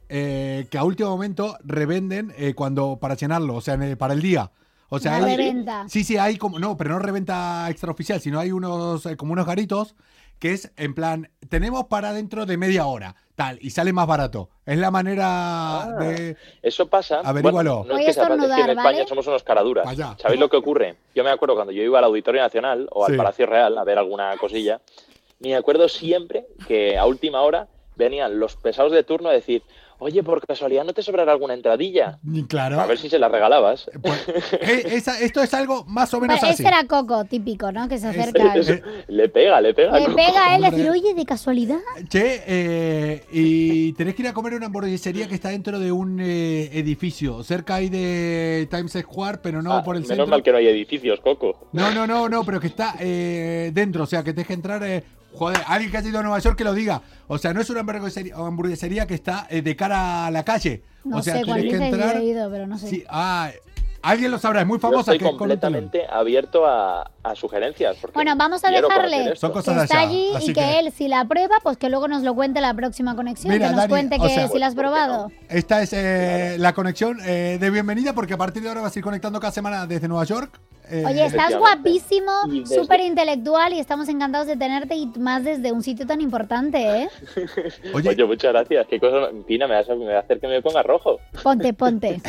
[SPEAKER 2] Eh, que a último momento revenden eh, cuando para llenarlo, o sea, en el- para el día. O sea,
[SPEAKER 3] Una
[SPEAKER 2] hay-
[SPEAKER 3] reventa.
[SPEAKER 2] sí, sí, hay como no, pero no reventa extraoficial, sino hay unos eh, como unos garitos que es en plan tenemos para dentro de media hora, tal y sale más barato. Es la manera
[SPEAKER 1] Ah.
[SPEAKER 2] de
[SPEAKER 1] Eso pasa.
[SPEAKER 2] Averígualo.
[SPEAKER 1] Bueno, no
[SPEAKER 3] Voy a
[SPEAKER 1] es que sea fácil, es que en
[SPEAKER 3] estornudar,
[SPEAKER 1] España
[SPEAKER 3] ¿vale?
[SPEAKER 1] somos unos caraduras.
[SPEAKER 2] Vaya.
[SPEAKER 1] ¿Sabéis lo que ocurre? Yo me acuerdo cuando yo iba al Auditorio Nacional o al
[SPEAKER 2] Sí.
[SPEAKER 1] Palacio Real a ver alguna cosilla, me acuerdo siempre que a última hora venían los pesados de turno a decir, oye, por casualidad no te sobrará alguna entradilla.
[SPEAKER 2] claro.
[SPEAKER 1] A ver si se la regalabas.
[SPEAKER 2] Pues, eh, esa- esto es algo más o menos
[SPEAKER 3] Pero
[SPEAKER 2] así.
[SPEAKER 3] ese era Coco, típico, ¿no? Que se
[SPEAKER 2] Ese-
[SPEAKER 3] acerca.
[SPEAKER 1] Eso-
[SPEAKER 2] eh.
[SPEAKER 1] le pega, le pega.
[SPEAKER 3] Le pega a él, le dice,
[SPEAKER 2] Hombre.
[SPEAKER 3] oye, de casualidad.
[SPEAKER 2] Che, eh, y tenés que ir a comer a una hamburguesería que está dentro de un eh, edificio, cerca ahí de Times Square, pero no
[SPEAKER 1] Ah,
[SPEAKER 2] por el
[SPEAKER 1] menos
[SPEAKER 2] centro.
[SPEAKER 1] mal que no hay edificios, Coco.
[SPEAKER 2] No, no, no, no, pero que está eh, dentro, o sea, que tenés que entrar, eh, joder, alguien que ha ido a Nueva York que lo diga. O sea, no es una hamburguesería, hamburguesería que está eh, de cara a la calle.
[SPEAKER 3] No
[SPEAKER 2] o sea,
[SPEAKER 3] sé cuál
[SPEAKER 2] tenés
[SPEAKER 3] dices,
[SPEAKER 2] que entrar.
[SPEAKER 3] yo he ido, pero no sé.
[SPEAKER 2] Sí, ah, alguien lo sabrá, es muy
[SPEAKER 1] Yo
[SPEAKER 2] famosa.
[SPEAKER 1] estoy
[SPEAKER 2] que es con un telón.
[SPEAKER 1] completamente abierto a, a sugerencias. porque
[SPEAKER 3] Bueno, vamos a
[SPEAKER 1] quiero
[SPEAKER 3] dejarle.
[SPEAKER 1] conocer esto.
[SPEAKER 2] Son cosas
[SPEAKER 3] que está
[SPEAKER 2] allá,
[SPEAKER 3] allí
[SPEAKER 2] así
[SPEAKER 3] y que,
[SPEAKER 2] que-
[SPEAKER 3] él, si la prueba, pues que luego nos lo cuente la próxima conexión,
[SPEAKER 2] Mira,
[SPEAKER 3] que nos
[SPEAKER 2] Dani,
[SPEAKER 3] cuente
[SPEAKER 2] o
[SPEAKER 3] que
[SPEAKER 2] sea-
[SPEAKER 3] si la has probado.
[SPEAKER 2] Esta es eh, la conexión eh, de bienvenida, porque a partir de ahora vas a ir conectando cada semana desde Nueva York. eh,
[SPEAKER 3] Oye, estás
[SPEAKER 1] Efectivamente.
[SPEAKER 3] guapísimo,
[SPEAKER 1] Y desde-
[SPEAKER 3] súper intelectual y estamos encantados de tenerte y más desde un sitio tan importante, ¿eh?
[SPEAKER 2] Oye,
[SPEAKER 1] Oye, muchas gracias. Qué cosa, Pina, me vas a- me va a hacer que me ponga rojo.
[SPEAKER 3] Ponte, ponte.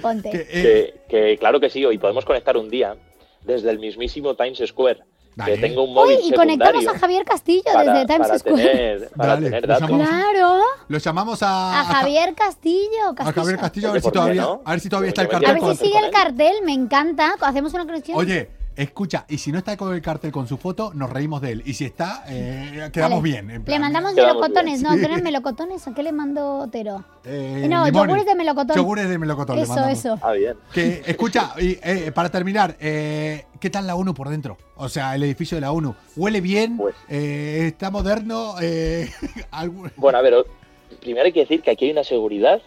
[SPEAKER 3] Ponte.
[SPEAKER 2] que, eh,
[SPEAKER 1] que, que claro que sí, hoy podemos conectar un día desde el mismísimo Times Square.
[SPEAKER 2] Dale.
[SPEAKER 1] Que tengo un
[SPEAKER 3] Uy,
[SPEAKER 1] móvil
[SPEAKER 3] y conectamos
[SPEAKER 1] secundario
[SPEAKER 3] a Javier Castillo
[SPEAKER 1] para,
[SPEAKER 3] desde Times
[SPEAKER 1] para
[SPEAKER 3] Square.
[SPEAKER 1] Tener, para
[SPEAKER 2] Dale,
[SPEAKER 1] tener
[SPEAKER 2] lo
[SPEAKER 1] datos.
[SPEAKER 2] llamamos.
[SPEAKER 3] Claro,
[SPEAKER 2] Lo llamamos a,
[SPEAKER 3] a Javier Castillo. Castillo.
[SPEAKER 2] Ah. a Javier Castillo a ver si
[SPEAKER 1] Oye, ¿por qué
[SPEAKER 2] todavía,
[SPEAKER 1] no?
[SPEAKER 2] a ver si todavía está el
[SPEAKER 1] Yo me
[SPEAKER 3] A
[SPEAKER 2] cartel
[SPEAKER 1] quiero
[SPEAKER 3] ver si
[SPEAKER 2] con.
[SPEAKER 1] conocer
[SPEAKER 3] sigue
[SPEAKER 1] con
[SPEAKER 3] el
[SPEAKER 1] él.
[SPEAKER 3] cartel, me encanta. Hacemos una conexión.
[SPEAKER 2] Oye, Escucha, y si no está con el cartel con su foto, nos reímos de él. Y si está, eh, quedamos
[SPEAKER 3] Vale.
[SPEAKER 2] bien. en
[SPEAKER 3] Le
[SPEAKER 2] plan.
[SPEAKER 3] mandamos
[SPEAKER 1] Quedamos
[SPEAKER 3] melocotones. No,
[SPEAKER 2] Sí.
[SPEAKER 3] ¿qué eran melocotones? ¿A qué le mandó Otero?
[SPEAKER 2] Eh,
[SPEAKER 3] No,
[SPEAKER 2] limones.
[SPEAKER 3] yogures de melocotón.
[SPEAKER 2] Yogures de melocotón. le
[SPEAKER 3] eso,
[SPEAKER 2] mandamos.
[SPEAKER 3] eso.
[SPEAKER 1] Ah, bien.
[SPEAKER 2] Que, escucha, y, eh, para terminar, eh, ¿qué tal la ONU por dentro? O sea, el edificio de la ONU. ¿Huele bien?
[SPEAKER 1] Pues.
[SPEAKER 2] Eh, ¿Está moderno? Eh, algún-
[SPEAKER 1] Bueno, a ver, o- primero hay que decir que aquí hay una seguridad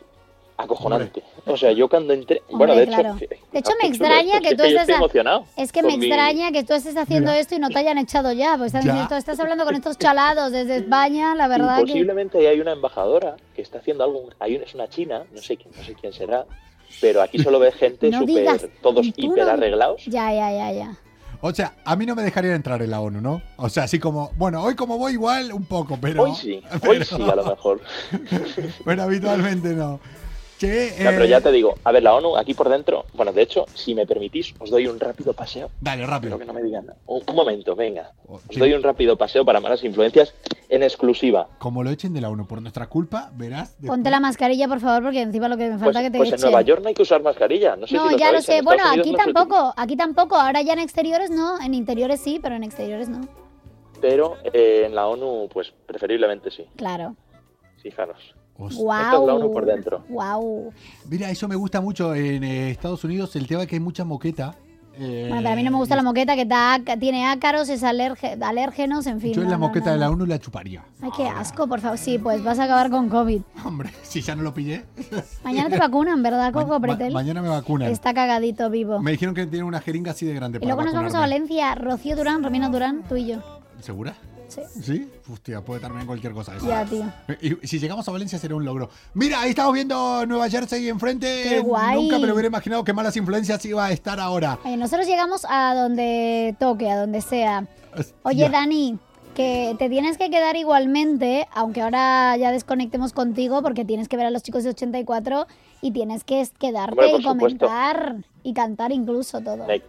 [SPEAKER 1] acojonante. O sea, yo cuando entré.
[SPEAKER 3] Hombre,
[SPEAKER 1] bueno, de
[SPEAKER 3] claro.
[SPEAKER 1] hecho.
[SPEAKER 3] De hecho, me
[SPEAKER 1] qué chulo
[SPEAKER 3] extraña
[SPEAKER 1] esto,
[SPEAKER 3] que
[SPEAKER 1] es
[SPEAKER 3] tú
[SPEAKER 1] yo
[SPEAKER 3] estés
[SPEAKER 1] estoy
[SPEAKER 3] a-
[SPEAKER 1] emocionado.
[SPEAKER 3] Es que me
[SPEAKER 1] con mi-
[SPEAKER 3] extraña que tú estés haciendo
[SPEAKER 2] Mira.
[SPEAKER 3] esto y no te hayan echado ya. Pues estás,
[SPEAKER 2] Ya.
[SPEAKER 3] diciendo, estás hablando con estos chalados desde España, la verdad
[SPEAKER 1] y
[SPEAKER 3] que.
[SPEAKER 1] posiblemente hay una embajadora que está haciendo algo. Hay una, es una china, no sé, quién- no sé quién será. Pero aquí solo ves gente
[SPEAKER 3] No
[SPEAKER 1] súper.
[SPEAKER 3] digas,
[SPEAKER 1] Todos
[SPEAKER 3] tú no
[SPEAKER 1] hiper arreglados.
[SPEAKER 3] Ya, ya, ya, ya.
[SPEAKER 2] O sea, a mí no me dejarían entrar en la ONU, ¿no? O sea, así como, bueno, hoy como voy igual, un poco, pero.
[SPEAKER 1] Hoy sí, hoy sí, a lo mejor.
[SPEAKER 2] Pero habitualmente no. Che,
[SPEAKER 1] No, pero
[SPEAKER 2] eh,
[SPEAKER 1] ya te digo, a ver, la ONU aquí por dentro, bueno, de hecho, si me permitís, os doy un rápido paseo.
[SPEAKER 2] Dale, rápido.
[SPEAKER 1] Espero que no me digan nada. Un, un momento, venga.
[SPEAKER 2] Oh,
[SPEAKER 1] Os
[SPEAKER 2] sí.
[SPEAKER 1] doy un rápido paseo para malas influencias en exclusiva.
[SPEAKER 2] Como lo echen de la ONU por nuestra culpa, verás. después-
[SPEAKER 3] Ponte la mascarilla, por favor, porque encima lo que me
[SPEAKER 1] Pues,
[SPEAKER 3] falta que te
[SPEAKER 1] pues en
[SPEAKER 3] echen.
[SPEAKER 1] Nueva York no hay que usar mascarilla. No, sé
[SPEAKER 3] no,
[SPEAKER 1] si lo
[SPEAKER 3] ya lo
[SPEAKER 1] sabéis, en
[SPEAKER 3] sé. Bueno,
[SPEAKER 1] Estados
[SPEAKER 3] aquí
[SPEAKER 1] Unidos no se
[SPEAKER 3] tampoco, aquí tampoco. Ahora ya en exteriores no, en interiores sí, pero en exteriores no.
[SPEAKER 1] utiliza. Pero eh, en la ONU, pues preferiblemente sí.
[SPEAKER 3] Claro.
[SPEAKER 1] Fijaros.
[SPEAKER 2] Hostia.
[SPEAKER 3] Guau.
[SPEAKER 1] es la ONU por dentro.
[SPEAKER 3] Guau.
[SPEAKER 2] Mira, eso me gusta mucho en eh, Estados Unidos, el tema es que hay mucha moqueta. eh,
[SPEAKER 3] Bueno, pero a mí no me gusta la moqueta que da, aca- tiene ácaros, es alerge- alérgenos, en fin.
[SPEAKER 2] Yo en
[SPEAKER 3] no,
[SPEAKER 2] la
[SPEAKER 3] no,
[SPEAKER 2] moqueta
[SPEAKER 3] no,
[SPEAKER 2] de la
[SPEAKER 3] no.
[SPEAKER 2] ONU la chuparía.
[SPEAKER 3] Ay, qué
[SPEAKER 2] Ahora.
[SPEAKER 3] asco, por favor. Sí, pues vas a acabar con COVID.
[SPEAKER 2] Hombre, si ya no lo pillé.
[SPEAKER 3] Mañana te vacunan, ¿verdad, Coco
[SPEAKER 2] Ma-
[SPEAKER 3] Pretel?
[SPEAKER 2] mañana me vacunan.
[SPEAKER 3] Está cagadito vivo.
[SPEAKER 2] Me dijeron que tienen una jeringa así de grande.
[SPEAKER 3] Y
[SPEAKER 2] Para
[SPEAKER 3] luego nos vamos a
[SPEAKER 2] vacunarme.
[SPEAKER 3] Valencia. Rocío Durán, Romina Durán, tú y yo.
[SPEAKER 2] ¿Segura?
[SPEAKER 3] Sí.
[SPEAKER 2] ¿Sí? Hostia, puede estar bien cualquier cosa eso.
[SPEAKER 3] Ya, tío.
[SPEAKER 2] Y si llegamos a Valencia será un logro. Mira, ahí estamos viendo Nueva Jersey enfrente.
[SPEAKER 3] Qué guay.
[SPEAKER 2] Nunca me lo hubiera imaginado que malas influencias iba a estar ahora.
[SPEAKER 3] Oye, Eh, nosotros llegamos a donde toque, a donde sea. Oye,
[SPEAKER 2] Ya.
[SPEAKER 3] Dani, que te tienes que quedar igualmente, aunque ahora ya desconectemos contigo, porque tienes que ver a los chicos de 84 y tienes que es- quedarte
[SPEAKER 1] Hombre, por
[SPEAKER 3] y
[SPEAKER 1] supuesto.
[SPEAKER 3] comentar y cantar incluso todo.
[SPEAKER 1] Me-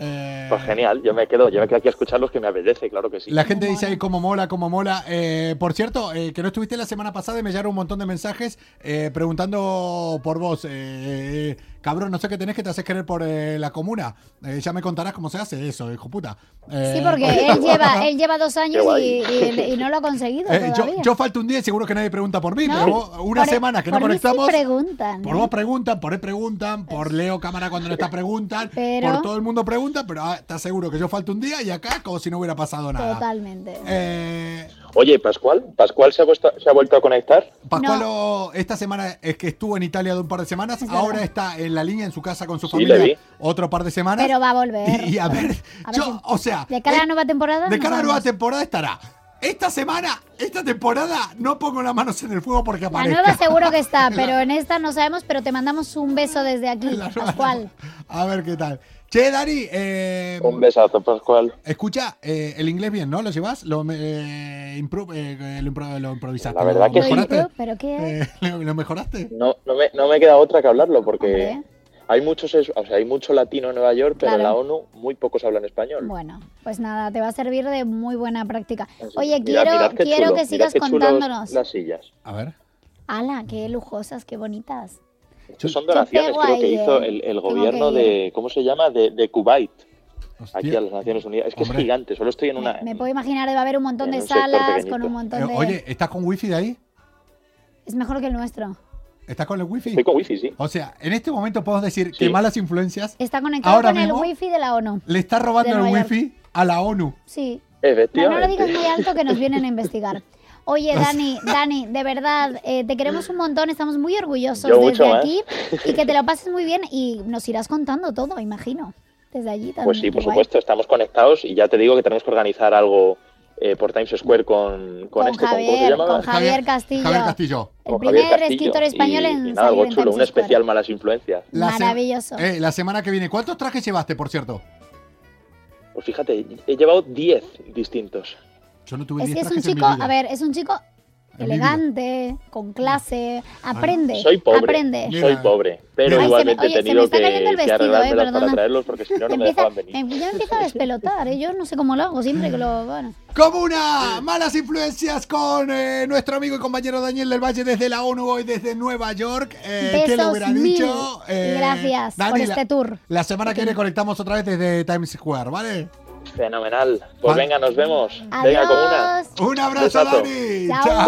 [SPEAKER 2] Eh,
[SPEAKER 1] pues genial, yo me quedo, yo me quedo aquí a escuchar los que me apetece, claro que sí.
[SPEAKER 2] La gente dice ahí cómo mola, cómo mola. Eh, por cierto, eh, que no estuviste la semana pasada y me llegaron un montón de mensajes eh, preguntando por vos. Eh, cabrón, no sé qué tenés que te haces querer por eh, la comuna. Eh, ya me contarás cómo se hace eso, hijo puta. Eh,
[SPEAKER 3] Sí, porque él lleva, él lleva dos años y,
[SPEAKER 1] guay.
[SPEAKER 3] y- y no lo ha conseguido
[SPEAKER 2] eh, yo,
[SPEAKER 3] todavía.
[SPEAKER 2] yo falto un día y seguro que nadie pregunta por mí,
[SPEAKER 3] No,
[SPEAKER 2] pero vos, una
[SPEAKER 3] por- e-
[SPEAKER 2] semana que no
[SPEAKER 3] por mí sí
[SPEAKER 2] conectamos.
[SPEAKER 3] preguntan,
[SPEAKER 2] Por
[SPEAKER 3] ¿eh?
[SPEAKER 2] vos preguntan, por él preguntan, por Leo Cámara cuando no está preguntan,
[SPEAKER 3] Pero-
[SPEAKER 2] por todo el mundo pregunta, pero ah, estás seguro que yo falto un día y acá como si no hubiera pasado nada.
[SPEAKER 3] Totalmente.
[SPEAKER 2] Eh,
[SPEAKER 1] Oye, Pascual, ¿Pascual se ha, vuesto- se ha vuelto a conectar?
[SPEAKER 2] Pascualo, esta semana es que estuvo en Italia de un par de semanas,
[SPEAKER 3] Es
[SPEAKER 2] ahora
[SPEAKER 3] verdad.
[SPEAKER 2] está en la línea en su casa con su
[SPEAKER 1] Sí, le
[SPEAKER 2] familia
[SPEAKER 1] vi.
[SPEAKER 2] otro par de semanas.
[SPEAKER 3] Pero va a volver.
[SPEAKER 2] Y, y a ver,
[SPEAKER 3] A ver
[SPEAKER 2] yo,
[SPEAKER 3] si-
[SPEAKER 2] o sea,
[SPEAKER 3] ¿De cara a la
[SPEAKER 2] eh,
[SPEAKER 3] nueva temporada?
[SPEAKER 2] de
[SPEAKER 3] No
[SPEAKER 2] cara a la nueva
[SPEAKER 3] sabemos.
[SPEAKER 2] temporada estará. Esta semana, esta temporada, no pongo las manos en el fuego porque
[SPEAKER 3] La
[SPEAKER 2] aparezca.
[SPEAKER 3] nueva seguro que está, pero en esta no sabemos, pero te mandamos un beso desde aquí,
[SPEAKER 2] La nueva
[SPEAKER 3] Pascual.
[SPEAKER 2] temporada. A ver qué tal. Che, Dari, eh,
[SPEAKER 1] Un besazo, Pascual.
[SPEAKER 2] escucha, eh, el inglés bien, ¿no? ¿Lo llevas? ¿Lo, eh, impro- eh, lo impro- lo improvisaste?
[SPEAKER 1] La verdad
[SPEAKER 2] ¿Lo
[SPEAKER 1] que
[SPEAKER 3] Lo
[SPEAKER 1] sí.
[SPEAKER 2] mejoraste?
[SPEAKER 3] impro- ¿Pero qué?
[SPEAKER 2] Eh, ¿Lo lo mejoraste?
[SPEAKER 1] No, no, me, no me queda otra que hablarlo porque
[SPEAKER 3] Hombre.
[SPEAKER 1] hay muchos, es- o sea, hay mucho latino en Nueva York, pero en
[SPEAKER 3] Claro.
[SPEAKER 1] la ONU muy pocos hablan español.
[SPEAKER 3] Bueno, pues nada, te va a servir de muy buena práctica.
[SPEAKER 1] Así que
[SPEAKER 3] Oye,
[SPEAKER 1] mirad-
[SPEAKER 3] quiero,
[SPEAKER 1] mirad qué
[SPEAKER 3] quiero que
[SPEAKER 1] chulo, mirad
[SPEAKER 3] sigas
[SPEAKER 1] qué chulos
[SPEAKER 3] contándonos.
[SPEAKER 1] Las sillas.
[SPEAKER 2] A ver.
[SPEAKER 3] Ala, qué lujosas, qué bonitas.
[SPEAKER 1] Estos son
[SPEAKER 3] Yo
[SPEAKER 1] donaciones,
[SPEAKER 3] pego
[SPEAKER 1] creo que
[SPEAKER 3] ahí,
[SPEAKER 1] hizo
[SPEAKER 3] eh.
[SPEAKER 1] el, el
[SPEAKER 3] Tengo
[SPEAKER 1] gobierno
[SPEAKER 3] que ir.
[SPEAKER 1] de, ¿cómo se llama? De, de Kuwait, aquí
[SPEAKER 2] Hostia.
[SPEAKER 1] a las Naciones Unidas. Es que
[SPEAKER 2] Hombre.
[SPEAKER 1] es gigante, solo estoy en una...
[SPEAKER 3] Me, me puedo imaginar, debe haber un montón
[SPEAKER 1] en
[SPEAKER 3] de
[SPEAKER 1] un sector
[SPEAKER 3] salas
[SPEAKER 1] pequeñito.
[SPEAKER 3] con un montón
[SPEAKER 2] Eh,
[SPEAKER 3] de...
[SPEAKER 2] Oye, ¿estás con wifi de ahí?
[SPEAKER 3] Es mejor que el nuestro.
[SPEAKER 2] ¿Estás con el wifi?
[SPEAKER 1] Estoy con wifi, sí.
[SPEAKER 2] O sea, en este momento podemos decir
[SPEAKER 1] Sí.
[SPEAKER 2] que malas influencias
[SPEAKER 3] Está conectado
[SPEAKER 2] Ahora
[SPEAKER 3] con
[SPEAKER 2] mismo-
[SPEAKER 3] el wifi de la ONU.
[SPEAKER 2] le está robando
[SPEAKER 3] Eh, De
[SPEAKER 2] el
[SPEAKER 3] Nueva York.
[SPEAKER 2] wifi a la ONU.
[SPEAKER 3] Sí. No, no lo
[SPEAKER 1] Efectivamente.
[SPEAKER 3] digas muy alto que nos vienen a investigar. Oye, Dani, Dani, de verdad, eh, te queremos un montón, estamos muy orgullosos
[SPEAKER 1] Yo mucho
[SPEAKER 3] desde
[SPEAKER 1] más.
[SPEAKER 3] aquí y que te lo pases muy bien y nos irás contando todo, imagino, desde allí también.
[SPEAKER 1] Pues sí, por
[SPEAKER 3] Guay.
[SPEAKER 1] supuesto, estamos conectados y ya te digo que tenemos que organizar algo eh, por Times Square con, con,
[SPEAKER 3] Con
[SPEAKER 1] este, con- ¿cómo se
[SPEAKER 3] Javier,
[SPEAKER 1] llamaba?
[SPEAKER 3] con Javier Castillo.
[SPEAKER 2] Javier Castillo.
[SPEAKER 3] El
[SPEAKER 1] Con Javier
[SPEAKER 3] primer
[SPEAKER 1] Castillo.
[SPEAKER 3] escritor español
[SPEAKER 1] Y-
[SPEAKER 3] en
[SPEAKER 1] y nada, algo
[SPEAKER 3] salir en
[SPEAKER 1] chulo,
[SPEAKER 3] Times
[SPEAKER 1] un
[SPEAKER 3] Square.
[SPEAKER 1] especial malas influencias.
[SPEAKER 2] se-
[SPEAKER 3] Maravilloso.
[SPEAKER 2] eh, la semana que viene. ¿Cuántos trajes llevaste, por cierto?
[SPEAKER 1] Pues fíjate, he llevado 10 distintos.
[SPEAKER 2] Yo no tuve
[SPEAKER 3] Es
[SPEAKER 2] 10
[SPEAKER 3] que es
[SPEAKER 2] trajes
[SPEAKER 3] un
[SPEAKER 2] en mi
[SPEAKER 3] chico,
[SPEAKER 2] vida.
[SPEAKER 3] a ver, es un chico elegante, con clase.
[SPEAKER 2] Ah,
[SPEAKER 3] Aprende,
[SPEAKER 1] Soy pobre,
[SPEAKER 3] aprende.
[SPEAKER 2] Mira.
[SPEAKER 1] soy pobre,
[SPEAKER 2] Mira. Ay,
[SPEAKER 1] pero
[SPEAKER 2] se me-
[SPEAKER 1] igualmente
[SPEAKER 3] oye, se
[SPEAKER 1] he
[SPEAKER 3] me
[SPEAKER 1] tenido
[SPEAKER 3] está
[SPEAKER 1] que,
[SPEAKER 3] cayendo el
[SPEAKER 1] que
[SPEAKER 3] vestido, eh,
[SPEAKER 1] arreglármelas para
[SPEAKER 3] perdona.
[SPEAKER 1] traerlos porque si no,
[SPEAKER 3] Me
[SPEAKER 1] no me
[SPEAKER 3] empieza,
[SPEAKER 1] dejaban
[SPEAKER 3] me
[SPEAKER 1] venir.
[SPEAKER 3] me empieza a despelotar, ¿eh? yo no sé cómo lo hago siempre que lo... Bueno.
[SPEAKER 2] Comuna, malas influencias con eh, nuestro amigo y compañero Daniel del Valle desde la ONU hoy desde Nueva York. Eh, ¿Qué le
[SPEAKER 3] Besos
[SPEAKER 2] hubiera
[SPEAKER 3] mil.
[SPEAKER 2] dicho? Eh,
[SPEAKER 3] Y gracias por
[SPEAKER 2] Dani,
[SPEAKER 3] este
[SPEAKER 2] la-
[SPEAKER 3] tour.
[SPEAKER 2] La semana que viene conectamos otra vez desde Times Square, ¿vale?
[SPEAKER 1] Fenomenal. Pues
[SPEAKER 2] Vale.
[SPEAKER 1] venga, nos vemos. Venga, comuna.
[SPEAKER 3] Adiós.
[SPEAKER 2] Un abrazo,
[SPEAKER 1] Besazo.
[SPEAKER 2] Dani.
[SPEAKER 3] Chao.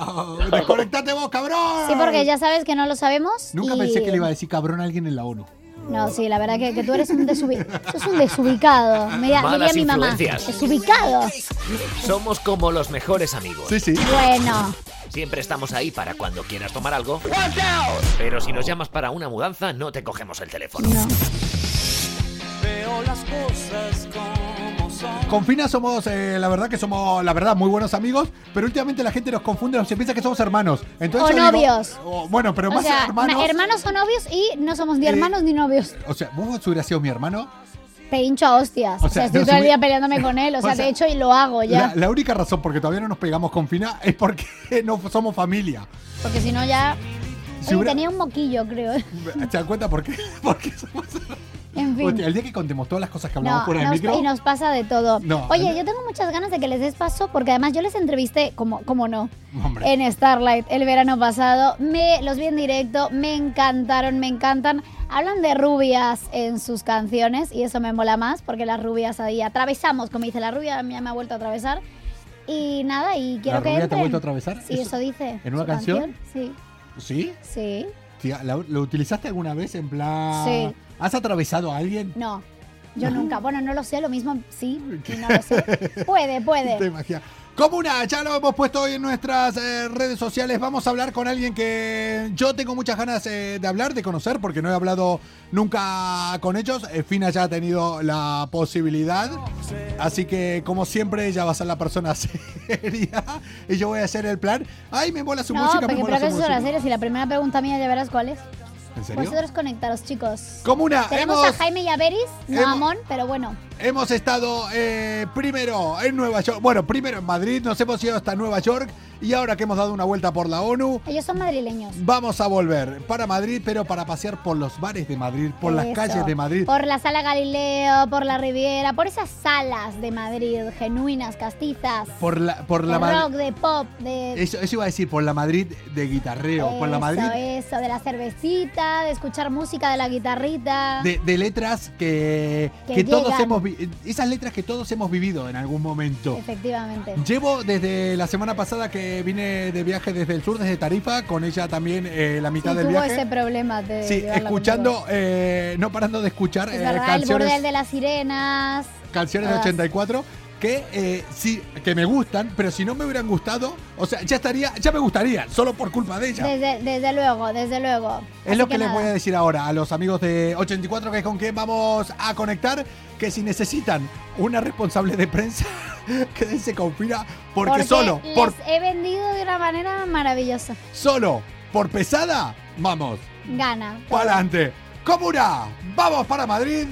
[SPEAKER 2] Chao. Desconectate vos, cabrón.
[SPEAKER 3] Sí, porque ya sabes que no lo sabemos.
[SPEAKER 2] Nunca
[SPEAKER 3] y-
[SPEAKER 2] pensé que le iba a decir cabrón a alguien en la ONU.
[SPEAKER 3] No, sí, la verdad que, que tú eres un, desubi- sos un desubicado. Mira,
[SPEAKER 4] Malas
[SPEAKER 3] diría mi mamá.
[SPEAKER 4] influencias.
[SPEAKER 3] Desubicado.
[SPEAKER 4] Somos como los mejores amigos.
[SPEAKER 2] Sí, sí.
[SPEAKER 3] Bueno,
[SPEAKER 4] Siempre estamos ahí para cuando quieras tomar algo. Pero si nos llamas para una mudanza, no te cogemos el teléfono.
[SPEAKER 3] no.
[SPEAKER 5] Veo las cosas como son.
[SPEAKER 2] Con Fina somos, eh, la verdad que somos, la verdad, muy buenos amigos, pero últimamente la gente nos confunde, se piensa que somos hermanos. Entonces
[SPEAKER 3] O
[SPEAKER 2] yo digo-
[SPEAKER 3] novios.
[SPEAKER 2] o- bueno, pero
[SPEAKER 3] O
[SPEAKER 2] más
[SPEAKER 3] sea,
[SPEAKER 2] hermanos.
[SPEAKER 3] hermanos... o novios y no somos ni
[SPEAKER 2] Eh,
[SPEAKER 3] hermanos ni novios.
[SPEAKER 2] O sea, vos hubieras sido mi hermano.
[SPEAKER 3] Te hincho a hostias.
[SPEAKER 2] o
[SPEAKER 3] O sea,
[SPEAKER 2] sea,
[SPEAKER 3] estoy
[SPEAKER 2] no
[SPEAKER 3] todo el
[SPEAKER 2] subi-
[SPEAKER 3] día peleándome con él. O sea,
[SPEAKER 2] O sea,
[SPEAKER 3] de hecho, y lo hago ya.
[SPEAKER 2] La, la única razón por que todavía no nos pegamos con Fina es porque no somos familia.
[SPEAKER 3] Porque si no ya...
[SPEAKER 2] Si
[SPEAKER 3] Oye,
[SPEAKER 2] hubiera-
[SPEAKER 3] tenía un moquillo, creo.
[SPEAKER 2] ¿Se dan cuenta por qué? Porque somos-
[SPEAKER 3] En fin.
[SPEAKER 2] Hostia, el día que contemos todas las cosas que hablamos
[SPEAKER 3] No,
[SPEAKER 2] fuera del
[SPEAKER 3] nos-
[SPEAKER 2] micro.
[SPEAKER 3] y nos pasa de todo.
[SPEAKER 2] No,
[SPEAKER 3] Oye,
[SPEAKER 2] no.
[SPEAKER 3] yo tengo muchas ganas de que les des paso porque además yo les entrevisté, como, como no,
[SPEAKER 2] Hombre.
[SPEAKER 3] en Starlight el verano pasado. Me los vi en directo, me encantaron, me encantan. Hablan de rubias en sus canciones y eso me mola más porque las rubias ahí atravesamos, como dice la rubia, ya me ha vuelto a atravesar. Y nada, y quiero
[SPEAKER 2] ¿La
[SPEAKER 3] que
[SPEAKER 2] rubia te ha
[SPEAKER 3] entren.
[SPEAKER 2] vuelto a atravesar?
[SPEAKER 3] Sí, eso dice.
[SPEAKER 2] ¿En una
[SPEAKER 3] su
[SPEAKER 2] canción?
[SPEAKER 3] Sí,
[SPEAKER 2] ¿Sí?
[SPEAKER 3] sí.
[SPEAKER 2] Tía, ¿la- ¿Lo utilizaste alguna vez en plan.
[SPEAKER 3] Sí.
[SPEAKER 2] ¿Has atravesado a alguien?
[SPEAKER 3] No, yo nunca. Bueno, no lo sé, lo mismo sí, y no lo sé. Puede, puede.
[SPEAKER 2] Te imaginas. Comuna, ya lo hemos puesto hoy en nuestras eh, redes sociales. Vamos a hablar con alguien que yo tengo muchas ganas eh, de hablar, de conocer, porque no he hablado nunca con ellos. Eh, Fina ya ha tenido la posibilidad. Así que, como siempre, ella va a ser la persona seria y yo voy a hacer el plan. Ay, me mola su
[SPEAKER 3] No,
[SPEAKER 2] música, me
[SPEAKER 3] porque
[SPEAKER 2] mola
[SPEAKER 3] creo
[SPEAKER 2] su
[SPEAKER 3] que eso es
[SPEAKER 2] música.
[SPEAKER 3] la serie. Si la primera pregunta mía ya verás cuál es.
[SPEAKER 2] ¿En serio?
[SPEAKER 3] Vosotros conectaros, chicos.
[SPEAKER 2] Comuna,
[SPEAKER 3] Tenemos a
[SPEAKER 2] hemos,
[SPEAKER 3] Jaime y a Beris, no
[SPEAKER 2] hemos-
[SPEAKER 3] a Mon, pero bueno.
[SPEAKER 2] hemos estado eh, primero en Nueva York. Bueno, primero en Madrid, nos hemos ido hasta Nueva York y ahora que hemos dado una vuelta por la ONU,
[SPEAKER 3] Ellos son madrileños.
[SPEAKER 2] Vamos a volver para Madrid, pero para pasear por los bares de Madrid, por las
[SPEAKER 3] Eso.
[SPEAKER 2] calles de Madrid.
[SPEAKER 3] Por la Sala Galileo, por la Riviera, por esas salas de Madrid, genuinas, castizas.
[SPEAKER 2] Por la, por
[SPEAKER 3] de
[SPEAKER 2] la Madrid-
[SPEAKER 3] rock, de pop, de.
[SPEAKER 2] Eso, eso iba a decir, por la Madrid de guitarreo, por la
[SPEAKER 3] eso,
[SPEAKER 2] Madrid
[SPEAKER 3] Eso, de la cervecita, de escuchar música, de la guitarrita.
[SPEAKER 2] de, de letras que,
[SPEAKER 3] Que
[SPEAKER 2] que todos
[SPEAKER 3] llegan.
[SPEAKER 2] hemos vi- esas letras que todos hemos vivido en algún momento.
[SPEAKER 3] Efectivamente.
[SPEAKER 2] Llevo desde la semana pasada que vine de viaje desde el sur, desde Tarifa, con ella también eh, la
[SPEAKER 3] Sí,
[SPEAKER 2] mitad
[SPEAKER 3] tuvo
[SPEAKER 2] del viaje.
[SPEAKER 3] ese problema de.
[SPEAKER 2] sí,
[SPEAKER 3] llevarla
[SPEAKER 2] escuchando,
[SPEAKER 3] contigo.
[SPEAKER 2] eh, no parando de escuchar
[SPEAKER 3] Es
[SPEAKER 2] eh,
[SPEAKER 3] verdad, el
[SPEAKER 2] canciones
[SPEAKER 3] bordel de las sirenas.
[SPEAKER 2] canciones de
[SPEAKER 3] Todas.
[SPEAKER 2] 84 que eh, sí que me gustan, pero si no me hubieran gustado, o sea, ya estaría, ya me gustaría, solo por culpa de ella.
[SPEAKER 3] Desde, desde luego, desde luego.
[SPEAKER 2] es
[SPEAKER 3] Así
[SPEAKER 2] lo que, les
[SPEAKER 3] nada.
[SPEAKER 2] voy a decir ahora a los amigos de 84, que es con quien vamos a conectar, que si necesitan una responsable de prensa, quédense con Fira, porque, solo,
[SPEAKER 3] les
[SPEAKER 2] por,
[SPEAKER 3] he vendido de una manera maravillosa.
[SPEAKER 2] solo, por pesada, vamos,
[SPEAKER 3] Gana.
[SPEAKER 2] para adelante. Comuna, vamos para Madrid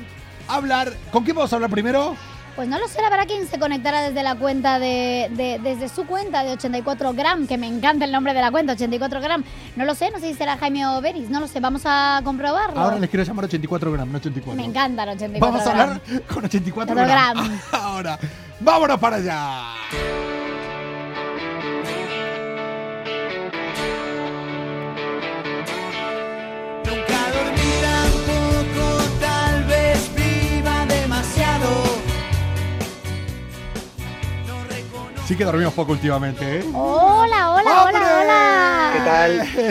[SPEAKER 2] a hablar. ¿Con quién vamos a hablar primero?
[SPEAKER 3] Pues no lo sé, habrá quien se conectará desde la cuenta de, de- desde su cuenta de 84 gram, que me encanta el nombre de la cuenta, 84 gram. No lo sé, no sé si será Jaime o Beris, no lo sé, vamos a comprobarlo.
[SPEAKER 2] Ahora les quiero llamar 84 gramos, no 84.
[SPEAKER 3] Me encanta el 84
[SPEAKER 2] Vamos a
[SPEAKER 3] gram.
[SPEAKER 2] hablar con 84
[SPEAKER 3] Otro
[SPEAKER 2] gramos.
[SPEAKER 3] gram.
[SPEAKER 2] Ahora, vámonos para allá.
[SPEAKER 6] Nunca dormida un poco, tal vez viva demasiado. No reconozco.
[SPEAKER 2] Sí que dormimos poco últimamente, ¿eh?
[SPEAKER 3] Hola, hola,
[SPEAKER 2] ¡Hombre!
[SPEAKER 3] hola, hola.
[SPEAKER 7] ¿Qué
[SPEAKER 3] Ah.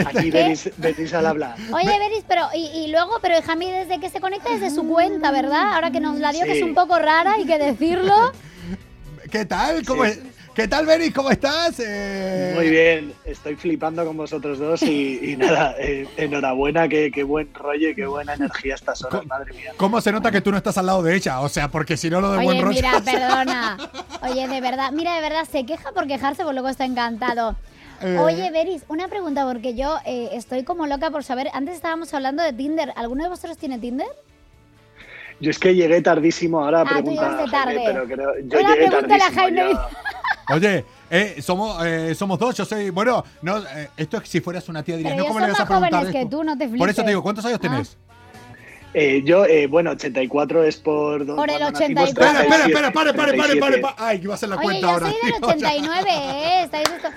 [SPEAKER 7] tal? Aquí venís, venís al hablar.
[SPEAKER 3] Oye, Beris, pero y, y luego, pero Jaime desde que se conecta desde su cuenta, ¿verdad? Ahora que nos la dio, que es
[SPEAKER 7] Sí.
[SPEAKER 3] un poco rara, hay que decirlo.
[SPEAKER 2] ¿Qué tal? ¿Cómo
[SPEAKER 7] Sí.
[SPEAKER 2] es- ¿Qué tal, Beris? ¿Cómo estás? Eh,
[SPEAKER 7] Muy bien, estoy flipando con vosotros dos y, y nada, eh, enhorabuena, qué, qué buen rollo y qué buena energía estas horas, madre mía.
[SPEAKER 2] ¿Cómo se nota que tú no estás al lado de ella? O sea, porque si no lo de buen
[SPEAKER 3] Oye,
[SPEAKER 2] rollo.
[SPEAKER 3] mira, perdona. Oye, de verdad, mira, de verdad, se queja por quejarse, pues luego está encantado.
[SPEAKER 2] Eh.
[SPEAKER 3] Oye, Beris, una pregunta, porque yo eh, estoy como loca por saber. Antes estábamos hablando de Tinder. ¿Alguno de vosotros tiene Tinder?
[SPEAKER 7] Yo es que llegué tardísimo ahora a
[SPEAKER 3] Ah, tú
[SPEAKER 7] preguntar,
[SPEAKER 3] llegaste
[SPEAKER 7] a Jaime,
[SPEAKER 3] tarde.
[SPEAKER 7] pero creo, yo
[SPEAKER 3] Hola,
[SPEAKER 7] llegué
[SPEAKER 3] pregúntale a
[SPEAKER 7] tardísimo.
[SPEAKER 3] Jaime.
[SPEAKER 7] yo-
[SPEAKER 2] Oye, Eh, somos, eh, somos dos, yo soy. Bueno, no, eh, esto es si fueras una tía diría,
[SPEAKER 3] Pero
[SPEAKER 2] no,
[SPEAKER 3] ellos
[SPEAKER 2] ¿cómo le
[SPEAKER 3] son
[SPEAKER 2] vas a
[SPEAKER 3] más jóvenes
[SPEAKER 2] preguntar?
[SPEAKER 3] que
[SPEAKER 2] esto?
[SPEAKER 3] tú, no te flipes.
[SPEAKER 2] Por eso te digo, ¿cuántos años
[SPEAKER 3] Ah.
[SPEAKER 2] tenés?
[SPEAKER 7] Eh, yo, eh, bueno, 84 es por... do-
[SPEAKER 3] Por el
[SPEAKER 7] cuando
[SPEAKER 3] 84.
[SPEAKER 7] nacimos,
[SPEAKER 2] Espera, espera,
[SPEAKER 7] 37,
[SPEAKER 2] espera, pare, pare, pare, pare,
[SPEAKER 7] 37.
[SPEAKER 2] pare. Ay, que iba a hacer la
[SPEAKER 3] Oye,
[SPEAKER 2] cuenta
[SPEAKER 3] yo
[SPEAKER 2] ahora.
[SPEAKER 3] soy del
[SPEAKER 2] tío, ya.
[SPEAKER 3] 89, ¿eh? ¿Estáis esto?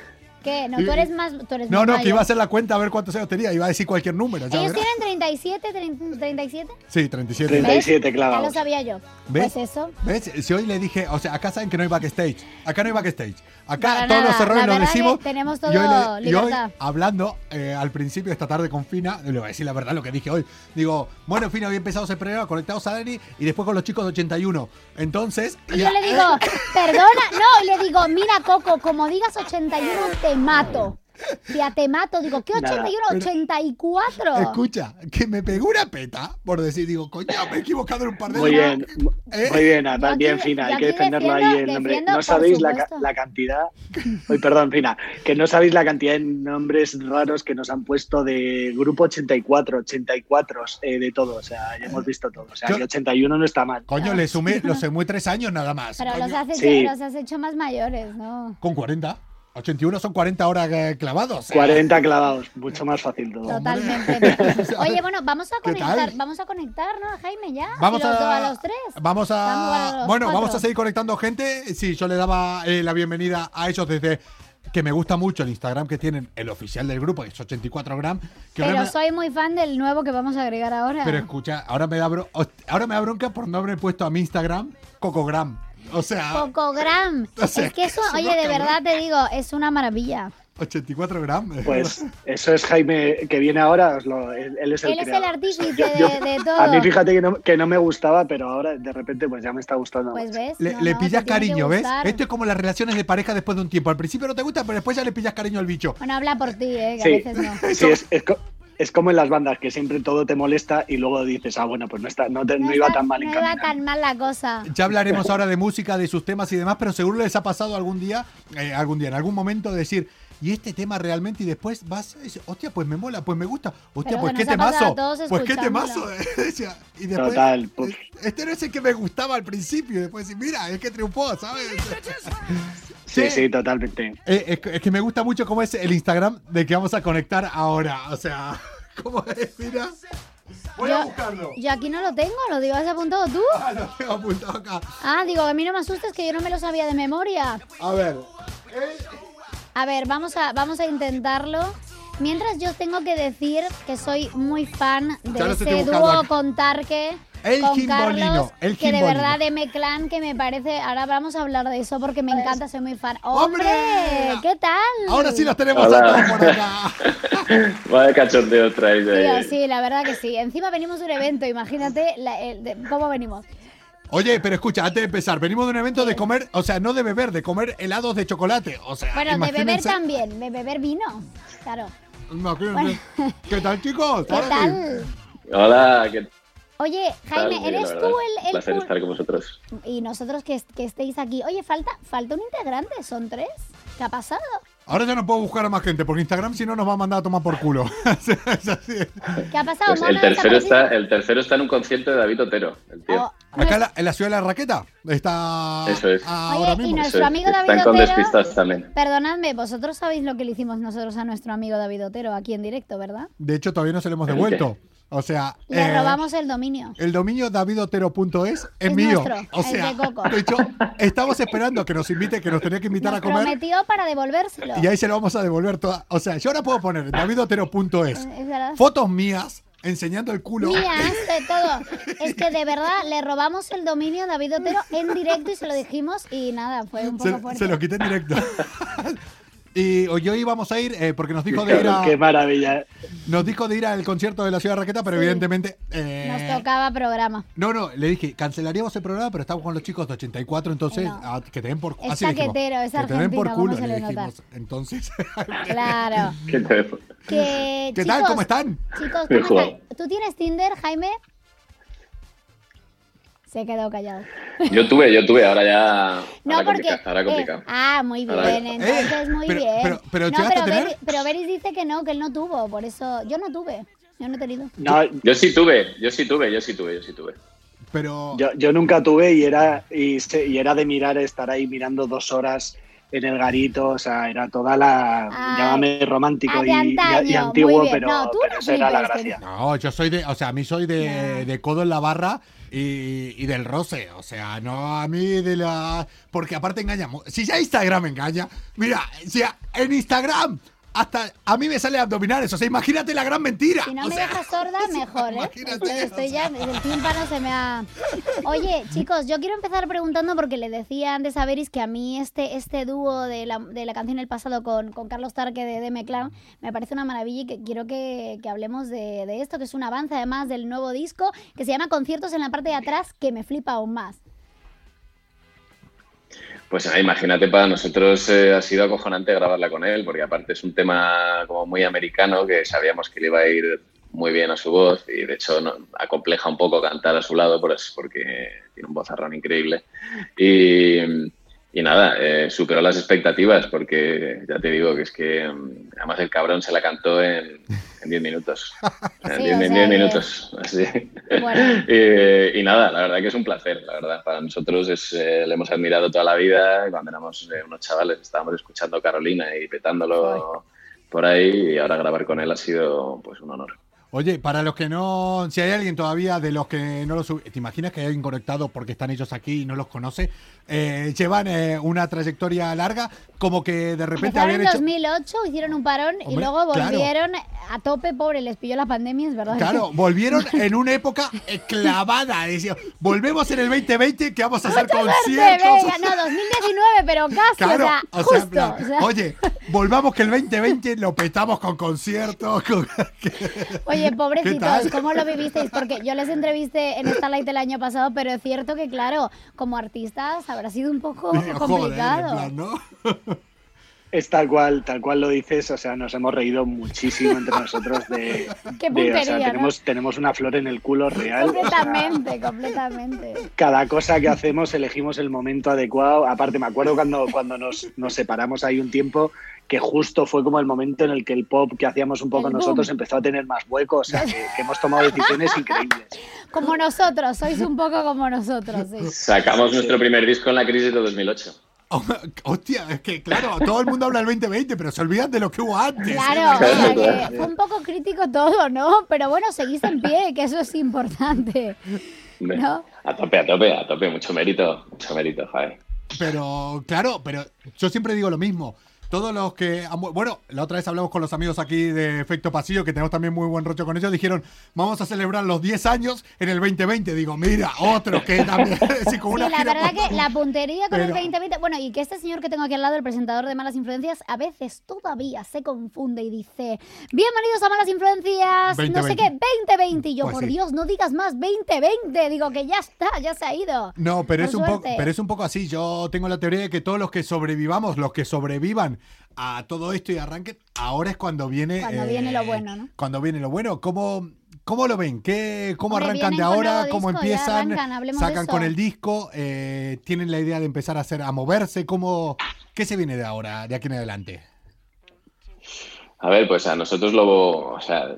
[SPEAKER 3] ¿Qué? No, tú eres más. Tú eres
[SPEAKER 2] No,
[SPEAKER 3] más
[SPEAKER 2] no, que
[SPEAKER 3] mayor.
[SPEAKER 2] iba a hacer la cuenta a ver cuántos años tenía. Iba a decir cualquier número. Ya
[SPEAKER 3] ¿Ellos
[SPEAKER 2] verás.
[SPEAKER 3] tienen 37, 30, 37?
[SPEAKER 2] Sí, 37.
[SPEAKER 7] Treinta y-
[SPEAKER 2] ¿Ves?
[SPEAKER 3] claro. Ya
[SPEAKER 7] 37, clavados.
[SPEAKER 3] lo sabía yo.
[SPEAKER 2] ¿Ves?
[SPEAKER 3] Pues eso.
[SPEAKER 2] ¿Ves? Si hoy le dije, o sea, acá saben que no hay backstage. Acá no hay backstage. Acá
[SPEAKER 3] Para
[SPEAKER 2] todos
[SPEAKER 3] nada.
[SPEAKER 2] los errores
[SPEAKER 3] La
[SPEAKER 2] los
[SPEAKER 3] verdad que
[SPEAKER 2] decimos.
[SPEAKER 3] tenemos
[SPEAKER 2] Y
[SPEAKER 3] todo
[SPEAKER 2] hoy le- y hoy,
[SPEAKER 3] libertad.
[SPEAKER 2] hablando eh, al principio esta tarde con Fina, le voy a decir la verdad lo que dije hoy. Digo, bueno, Fina, hoy empezamos el programa, conectados a Dani y después con los chicos de 81. Entonces.
[SPEAKER 3] Y
[SPEAKER 2] ya-
[SPEAKER 3] yo le digo, perdona, no, y le digo, mira Coco, como digas 81 te mato. Ya te mato, digo, ¿qué
[SPEAKER 7] Nada,
[SPEAKER 3] 81?
[SPEAKER 2] pero-
[SPEAKER 3] 84.
[SPEAKER 2] Escucha, que me pegó una peta por decir, digo, coño, me he equivocado en un par de
[SPEAKER 7] Muy
[SPEAKER 2] días.
[SPEAKER 7] bien,
[SPEAKER 3] Eh,
[SPEAKER 7] muy bien, Natal,
[SPEAKER 3] Yo
[SPEAKER 7] bien,
[SPEAKER 3] aquí-
[SPEAKER 7] Fina,
[SPEAKER 3] yo
[SPEAKER 7] hay que
[SPEAKER 3] aquí
[SPEAKER 7] defenderlo
[SPEAKER 3] defiendo-
[SPEAKER 7] ahí el nombre.
[SPEAKER 3] defiendo,
[SPEAKER 7] No
[SPEAKER 3] por
[SPEAKER 7] sabéis la, ca-
[SPEAKER 3] supuesto.
[SPEAKER 7] la cantidad, uy, perdón, Fina, que no sabéis la cantidad de nombres raros que nos han puesto de grupo 84, 84, eh, de todo, o sea, ya hemos visto todo, o sea,
[SPEAKER 2] Yo-
[SPEAKER 7] que 81 no está mal.
[SPEAKER 2] Coño, le sumé, lo sumé tres años nada más.
[SPEAKER 3] Pero
[SPEAKER 2] Coño.
[SPEAKER 3] los has, hecho,
[SPEAKER 7] Sí.
[SPEAKER 3] los has hecho más mayores, ¿no?
[SPEAKER 2] Con 40. 81 son 40 horas eh, clavados.
[SPEAKER 7] 40 clavados, mucho más fácil todo.
[SPEAKER 3] Totalmente. Oye, bueno, vamos a
[SPEAKER 2] ¿Qué tal?
[SPEAKER 3] conectar, vamos a conectar, ¿no, Jaime? Ya.
[SPEAKER 2] Vamos
[SPEAKER 3] los
[SPEAKER 2] a,
[SPEAKER 3] dos, a los tres.
[SPEAKER 2] Vamos a.
[SPEAKER 3] Vamos a los
[SPEAKER 2] bueno, vamos
[SPEAKER 3] cuatro.
[SPEAKER 2] a seguir conectando gente. Sí, yo le daba eh, la bienvenida a ellos desde. Que me gusta mucho el Instagram que tienen, el oficial del grupo, que es 84gram. Que ahora
[SPEAKER 3] Pero
[SPEAKER 2] me-
[SPEAKER 3] soy muy fan del nuevo que vamos a agregar ahora.
[SPEAKER 2] pero escucha, ahora me, da bro- ahora me da bronca por no haber puesto a mi Instagram Cocogram. O sea,
[SPEAKER 3] Pocogram.
[SPEAKER 2] O sea,
[SPEAKER 3] es que eso,
[SPEAKER 2] es una
[SPEAKER 3] oye, de
[SPEAKER 2] cabrón.
[SPEAKER 3] verdad te digo, es una maravilla.
[SPEAKER 2] 84gram.
[SPEAKER 7] Pues eso es Jaime que viene ahora, os lo- él, él es el
[SPEAKER 3] Él es el
[SPEAKER 7] creador.
[SPEAKER 3] artífice
[SPEAKER 7] Yo- yo-
[SPEAKER 3] de, de todo.
[SPEAKER 7] A mí fíjate que no, que no me gustaba, pero ahora de repente pues ya me está gustando.
[SPEAKER 3] Pues
[SPEAKER 7] mucho.
[SPEAKER 3] ves.
[SPEAKER 2] Le,
[SPEAKER 3] no,
[SPEAKER 2] le
[SPEAKER 3] no,
[SPEAKER 2] pillas
[SPEAKER 3] te tiene que
[SPEAKER 2] cariño, ¿ves?
[SPEAKER 3] gustar.
[SPEAKER 2] Esto es como las relaciones de pareja después de un tiempo. Al principio no te gusta, pero después ya le pillas cariño al bicho.
[SPEAKER 3] Bueno, habla por ti, ¿eh? Que
[SPEAKER 7] Sí.
[SPEAKER 3] a veces no.
[SPEAKER 7] Sí, es, es, co- es como en las bandas, que siempre todo te molesta y luego dices, ah, bueno, pues no, está, no, te- no iba
[SPEAKER 3] está-
[SPEAKER 7] tan mal
[SPEAKER 3] no
[SPEAKER 7] en
[SPEAKER 3] iba tan mal la cosa.
[SPEAKER 2] Ya hablaremos ahora de música, de sus temas y demás, pero seguro les ha pasado algún día, eh, algún día, en algún momento decir, y este tema realmente, y después vas, y dices, hostia, pues me mola, pues me gusta, hostia,
[SPEAKER 3] Pero
[SPEAKER 2] pues
[SPEAKER 3] que
[SPEAKER 2] qué
[SPEAKER 3] nos ha pasado
[SPEAKER 2] temazo,
[SPEAKER 3] a todos
[SPEAKER 2] pues qué temazo.
[SPEAKER 3] escuchándolo.
[SPEAKER 2] Decía, y después,
[SPEAKER 7] Total, puf.
[SPEAKER 2] este no es el que me gustaba al principio, y después decir, mira, es que triunfó, ¿sabes?
[SPEAKER 7] Sí, sí, totalmente.
[SPEAKER 2] Eh, es, que- es que me gusta mucho cómo es el Instagram de que vamos a conectar ahora, o sea, ¿cómo es? Mira, voy a
[SPEAKER 3] Yo-
[SPEAKER 2] buscarlo.
[SPEAKER 3] Yo aquí no lo tengo, lo digo, ¿has apuntado tú?
[SPEAKER 2] Ah, lo tengo apuntado acá.
[SPEAKER 3] Ah, digo, a mí no me asustes que yo no me lo sabía de memoria.
[SPEAKER 2] A ver. eh,
[SPEAKER 3] A ver, vamos a, vamos a intentarlo. Mientras yo tengo que decir que soy muy fan
[SPEAKER 2] Ya
[SPEAKER 3] de
[SPEAKER 2] lo estoy
[SPEAKER 3] ese
[SPEAKER 2] buscando
[SPEAKER 3] dúo
[SPEAKER 2] aquí.
[SPEAKER 3] con Tarque,
[SPEAKER 2] El
[SPEAKER 3] con
[SPEAKER 2] Gimbolino,
[SPEAKER 3] Carlos,
[SPEAKER 2] el
[SPEAKER 3] que de
[SPEAKER 2] Gimbolino.
[SPEAKER 3] verdad de M-Clan, que me parece... Ahora vamos a hablar de eso porque me encanta, soy muy fan.
[SPEAKER 2] ¡Hombre!
[SPEAKER 3] ¡Hombre! ¿Qué tal?
[SPEAKER 2] Ahora sí los tenemos
[SPEAKER 8] Hola.
[SPEAKER 2] a todos por acá.
[SPEAKER 8] Vaya cachondeo traes
[SPEAKER 3] Tío,
[SPEAKER 8] ahí.
[SPEAKER 3] sí, la verdad que sí. Encima venimos de un evento, imagínate la- el de- cómo venimos.
[SPEAKER 2] Oye, pero escucha, antes de empezar, venimos de un evento de comer, o sea, no de beber, de comer helados de chocolate. O sea,
[SPEAKER 3] Bueno, de beber
[SPEAKER 2] imagínense-
[SPEAKER 3] también, de beber vino, claro.
[SPEAKER 2] imagínense. ¿Qué tal, chicos?
[SPEAKER 3] ¿Qué tal?
[SPEAKER 8] Hola, ¿qué tal?
[SPEAKER 3] Oye, Jaime,
[SPEAKER 8] Miguel? La
[SPEAKER 3] ¿eres tú
[SPEAKER 8] verdad, un
[SPEAKER 3] el, el
[SPEAKER 8] placer
[SPEAKER 3] cul-
[SPEAKER 8] estar con vosotros.
[SPEAKER 3] Y nosotros que, est- que estéis aquí. Oye, falta, falta un integrante, son tres. ¿Qué ha pasado?
[SPEAKER 2] Ahora ya no puedo buscar a más gente, porque Instagram si no nos va a mandar a tomar por culo. Es así.
[SPEAKER 3] ¿Qué ha pasado?
[SPEAKER 8] Pues
[SPEAKER 3] Mono
[SPEAKER 8] el, tercero
[SPEAKER 3] desaparecido.
[SPEAKER 8] está, el tercero está en un concierto de David Otero, el tío.
[SPEAKER 3] Oh,
[SPEAKER 2] Acá en la, en la ciudad de la raqueta está
[SPEAKER 8] Eso es.
[SPEAKER 2] ahora
[SPEAKER 3] Oye, y
[SPEAKER 2] mismo.
[SPEAKER 3] nos-
[SPEAKER 6] Pues,
[SPEAKER 8] Eso
[SPEAKER 6] eh,
[SPEAKER 3] nuestro amigo David
[SPEAKER 8] Están con
[SPEAKER 3] Otero.
[SPEAKER 8] despistas también.
[SPEAKER 3] Perdonadme, vosotros sabéis lo que le hicimos nosotros a nuestro amigo David Otero aquí en directo, ¿verdad?
[SPEAKER 2] De hecho, todavía no se lo hemos
[SPEAKER 8] ¿El
[SPEAKER 2] devuelto. O sea,
[SPEAKER 3] Le
[SPEAKER 2] eh,
[SPEAKER 3] robamos el dominio.
[SPEAKER 2] El dominio davidotero.es es,
[SPEAKER 3] Es
[SPEAKER 2] mío.
[SPEAKER 3] nuestro,
[SPEAKER 2] o
[SPEAKER 3] es
[SPEAKER 2] sea,
[SPEAKER 3] de Coco.
[SPEAKER 2] de hecho, estamos esperando que nos invite, que nos tenía que invitar
[SPEAKER 3] Nos
[SPEAKER 2] a comer.
[SPEAKER 3] prometió para devolvérselo.
[SPEAKER 2] Y ahí se lo vamos a devolver toda. O sea, yo ahora puedo poner en davidotero.es
[SPEAKER 3] Es- es verdad.
[SPEAKER 2] fotos mías enseñando el culo.
[SPEAKER 3] Mías, de todo. Es que de verdad le robamos el dominio a David Otero en directo y se lo dijimos y nada, fue un poco
[SPEAKER 2] Se,
[SPEAKER 3] fuerte.
[SPEAKER 2] se lo quité en directo. y hoy hoy íbamos a ir, eh, porque nos dijo de ir a,
[SPEAKER 7] Qué maravilla.
[SPEAKER 2] nos dijo de ir al concierto de la ciudad de Raqueta, pero
[SPEAKER 3] Sí.
[SPEAKER 2] evidentemente. eh,
[SPEAKER 3] Nos tocaba programa.
[SPEAKER 2] No, no, le dije, cancelaríamos el programa, pero estamos con los chicos de 84, entonces
[SPEAKER 3] No.
[SPEAKER 2] ah, que te den por
[SPEAKER 3] Es
[SPEAKER 2] así le dijimos,
[SPEAKER 3] chaquetero, es
[SPEAKER 2] Que te den por
[SPEAKER 3] argentino,
[SPEAKER 2] culo,
[SPEAKER 3] ¿cómo se
[SPEAKER 2] le
[SPEAKER 3] le nota?
[SPEAKER 2] dijimos. Entonces,
[SPEAKER 3] Claro.
[SPEAKER 8] ¿Qué tal?
[SPEAKER 3] Que,
[SPEAKER 2] ¿qué tal?
[SPEAKER 3] chicos,
[SPEAKER 2] ¿Cómo están?
[SPEAKER 3] Chicos,
[SPEAKER 8] Me
[SPEAKER 3] ¿cómo
[SPEAKER 8] jodo.
[SPEAKER 3] están? ¿tú tienes Tinder, Jaime? Se quedó callado.
[SPEAKER 8] Yo tuve, yo tuve, ahora ya.
[SPEAKER 3] No,
[SPEAKER 8] ahora
[SPEAKER 3] porque.
[SPEAKER 8] complicado, ahora
[SPEAKER 3] eh,
[SPEAKER 8] complicado.
[SPEAKER 3] ah, muy bien,
[SPEAKER 8] Ahora-
[SPEAKER 3] entonces muy
[SPEAKER 2] Eh, pero-
[SPEAKER 3] bien.
[SPEAKER 2] pero- pero
[SPEAKER 3] no,
[SPEAKER 2] ¿llegaste
[SPEAKER 3] pero,
[SPEAKER 2] a tener?
[SPEAKER 3] Beris, pero Beris dice que no, que él no tuvo, por eso. Yo no tuve, yo no he tenido.
[SPEAKER 7] No,
[SPEAKER 8] Yo sí tuve, yo sí tuve, yo sí tuve, yo sí tuve.
[SPEAKER 2] Pero
[SPEAKER 7] yo, yo nunca tuve y era, y, se- y era de mirar, estar ahí mirando dos horas en el garito, o sea, era toda la,
[SPEAKER 3] Ay.
[SPEAKER 7] llámame romántico
[SPEAKER 3] Ah,
[SPEAKER 7] y,
[SPEAKER 3] de antaño,
[SPEAKER 7] y- y
[SPEAKER 3] muy
[SPEAKER 7] antiguo,
[SPEAKER 3] bien.
[SPEAKER 7] pero,
[SPEAKER 3] No, tú
[SPEAKER 7] pero
[SPEAKER 3] no
[SPEAKER 7] esa era la
[SPEAKER 3] flipes, que-
[SPEAKER 7] gracia.
[SPEAKER 2] No, yo soy de, o sea, a mí soy de, de codo en la barra y, y del roce, o sea, no a mí de la... Porque aparte engaña, mu- si ya Instagram engaña, mira, si a- en Instagram hasta a mí me sale abdominales, o sea, imagínate la gran mentira.
[SPEAKER 3] Si no
[SPEAKER 2] o
[SPEAKER 3] me
[SPEAKER 2] sea,
[SPEAKER 3] dejas sorda, mejor, ¿eh?
[SPEAKER 2] imagínate,
[SPEAKER 3] Estoy, estoy
[SPEAKER 2] o
[SPEAKER 3] ya, el tímpano se me ha... Oye, chicos, yo quiero empezar preguntando porque le decía antes a Beris que a mí este, este dúo de la, de la canción El Pasado con, con Carlos Tarque de DM Clan me parece una maravilla y que quiero que, que hablemos de, de esto, que es un avance además del nuevo disco que se llama Conciertos en la parte de atrás, que me flipa aún más.
[SPEAKER 6] Pues ah, imagínate, para nosotros eh, ha sido acojonante grabarla con él, porque aparte es un tema como muy americano, que sabíamos que le iba a ir muy bien a su voz, y de hecho no- acompleja un poco cantar a su lado, pues, porque tiene un vozarrón increíble. Y, y nada, eh, superó las expectativas, porque ya te digo que es que mm, además el cabrón se la cantó en en 10 minutos.
[SPEAKER 3] Sí,
[SPEAKER 6] En 10
[SPEAKER 3] o sea
[SPEAKER 6] en 10
[SPEAKER 3] que-
[SPEAKER 6] minutos, así.
[SPEAKER 3] Bueno.
[SPEAKER 6] Eh, y nada, la verdad que es un placer, la verdad. Para nosotros es, eh, le hemos admirado toda la vida. y Cuando éramos eh, unos chavales estábamos escuchando Carolina y petándolo por ahí y ahora grabar con él ha sido pues un honor.
[SPEAKER 2] Oye, para los que no, si hay alguien todavía de los que no los, sub- te imaginas que hay alguien conectado porque están ellos aquí y no los conoce, Eh, llevan eh, una trayectoria larga, como que de repente
[SPEAKER 3] Empezaron
[SPEAKER 2] habían
[SPEAKER 3] en
[SPEAKER 2] hecho,
[SPEAKER 3] 2008, hicieron un parón y
[SPEAKER 2] Hombre,
[SPEAKER 3] luego
[SPEAKER 2] claro.
[SPEAKER 3] volvieron a tope, pobre, les pilló la pandemia, es verdad.
[SPEAKER 2] claro, volvieron en una época eh, clavada, es decir, volvemos en el 2020 que vamos a hacer
[SPEAKER 3] Suerte,
[SPEAKER 2] conciertos.
[SPEAKER 3] venga, no, 2019, pero casi, o
[SPEAKER 2] Claro,
[SPEAKER 3] sea,
[SPEAKER 2] o sea,
[SPEAKER 3] justo.
[SPEAKER 2] en plan,
[SPEAKER 3] o sea.
[SPEAKER 2] oye, volvamos que el 2020 lo petamos con conciertos. con-
[SPEAKER 3] Oye,
[SPEAKER 2] ¿Qué
[SPEAKER 3] pobrecitos,
[SPEAKER 2] tal?
[SPEAKER 3] ¿cómo lo vivisteis? Porque yo les entrevisté en Starlight el año pasado, pero es cierto que, claro, como artistas habrá sido un poco
[SPEAKER 2] Joder, en
[SPEAKER 3] complicado.
[SPEAKER 2] plan, ¿no?
[SPEAKER 7] Es tal cual, tal cual lo dices, o sea, nos hemos reído muchísimo entre nosotros de,
[SPEAKER 3] Qué
[SPEAKER 7] de-
[SPEAKER 3] puntería,
[SPEAKER 7] o sea,
[SPEAKER 3] ¿no?
[SPEAKER 7] tenemos, tenemos una flor en el culo real. o sea,
[SPEAKER 3] completamente, completamente.
[SPEAKER 7] cada cosa que hacemos elegimos el momento adecuado. Aparte, me acuerdo cuando, cuando nos, nos separamos ahí un tiempo que justo fue como el momento en el que el pop que hacíamos un poco
[SPEAKER 3] El boom.
[SPEAKER 7] nosotros empezó a tener más hueco. O sea, que, que hemos tomado decisiones increíbles.
[SPEAKER 3] Como nosotros, sois un poco como nosotros, sí.
[SPEAKER 6] Sacamos nuestro primer disco en la crisis de 2008.
[SPEAKER 2] Hostia, es que claro, todo el mundo habla del 2020, pero se olvidan de lo que hubo antes.
[SPEAKER 3] Claro, o
[SPEAKER 2] ¿eh?
[SPEAKER 3] sea
[SPEAKER 6] claro.
[SPEAKER 3] que fue un poco crítico todo, ¿no? Pero bueno, seguís en pie, que eso es importante.
[SPEAKER 6] Hombre,
[SPEAKER 3] ¿No?
[SPEAKER 6] A tope, a tope, a tope, mucho mérito, mucho mérito, Javi.
[SPEAKER 2] Pero claro, pero yo siempre digo lo mismo. Todos los que. han mu- Bueno, la otra vez hablamos con los amigos aquí de Efecto Pasillo, que tenemos también muy buen rocho con ellos. Dijeron, vamos a celebrar los 10 años en el 2020. Digo, mira, otro que también. sí, con
[SPEAKER 3] Sí,
[SPEAKER 2] una
[SPEAKER 3] la
[SPEAKER 2] gira
[SPEAKER 3] verdad
[SPEAKER 2] por-
[SPEAKER 3] que la puntería con el
[SPEAKER 2] Pero-
[SPEAKER 3] 2020. Bueno, y que este señor que tengo aquí al lado, el presentador de Malas Influencias, a veces todavía se confunde y dice: Bienvenidos a Malas Influencias, no sé
[SPEAKER 2] 2020.
[SPEAKER 3] qué, 2020. Y yo,
[SPEAKER 2] Pues
[SPEAKER 3] por
[SPEAKER 2] sí.
[SPEAKER 3] Dios, no digas más 2020. Digo que ya está, ya se ha ido.
[SPEAKER 2] No, pero
[SPEAKER 3] Por
[SPEAKER 2] es, un poco,
[SPEAKER 3] suerte.
[SPEAKER 2] pero es un poco así. Yo tengo la teoría de que todos los que sobrevivamos, los que sobrevivan a todo esto y arranquen, ahora es cuando viene. eh,
[SPEAKER 3] Cuando viene lo bueno, ¿no?
[SPEAKER 2] Cuando viene lo bueno. ¿Cómo, cómo lo ven? ¿Qué, ¿Cómo
[SPEAKER 3] Hombre,
[SPEAKER 2] arrancan de
[SPEAKER 3] vienen con
[SPEAKER 2] ahora?
[SPEAKER 3] nuevo
[SPEAKER 2] ¿Cómo
[SPEAKER 3] disco, ya
[SPEAKER 2] empiezan?
[SPEAKER 3] arrancan, hablemos de
[SPEAKER 2] ¿Sacan
[SPEAKER 3] eso.
[SPEAKER 2] con el disco? Eh, ¿Tienen la idea de empezar a hacer, a moverse? ¿Cómo, ¿Qué se viene de ahora, de aquí en adelante?
[SPEAKER 6] A ver, pues a nosotros lo, o sea,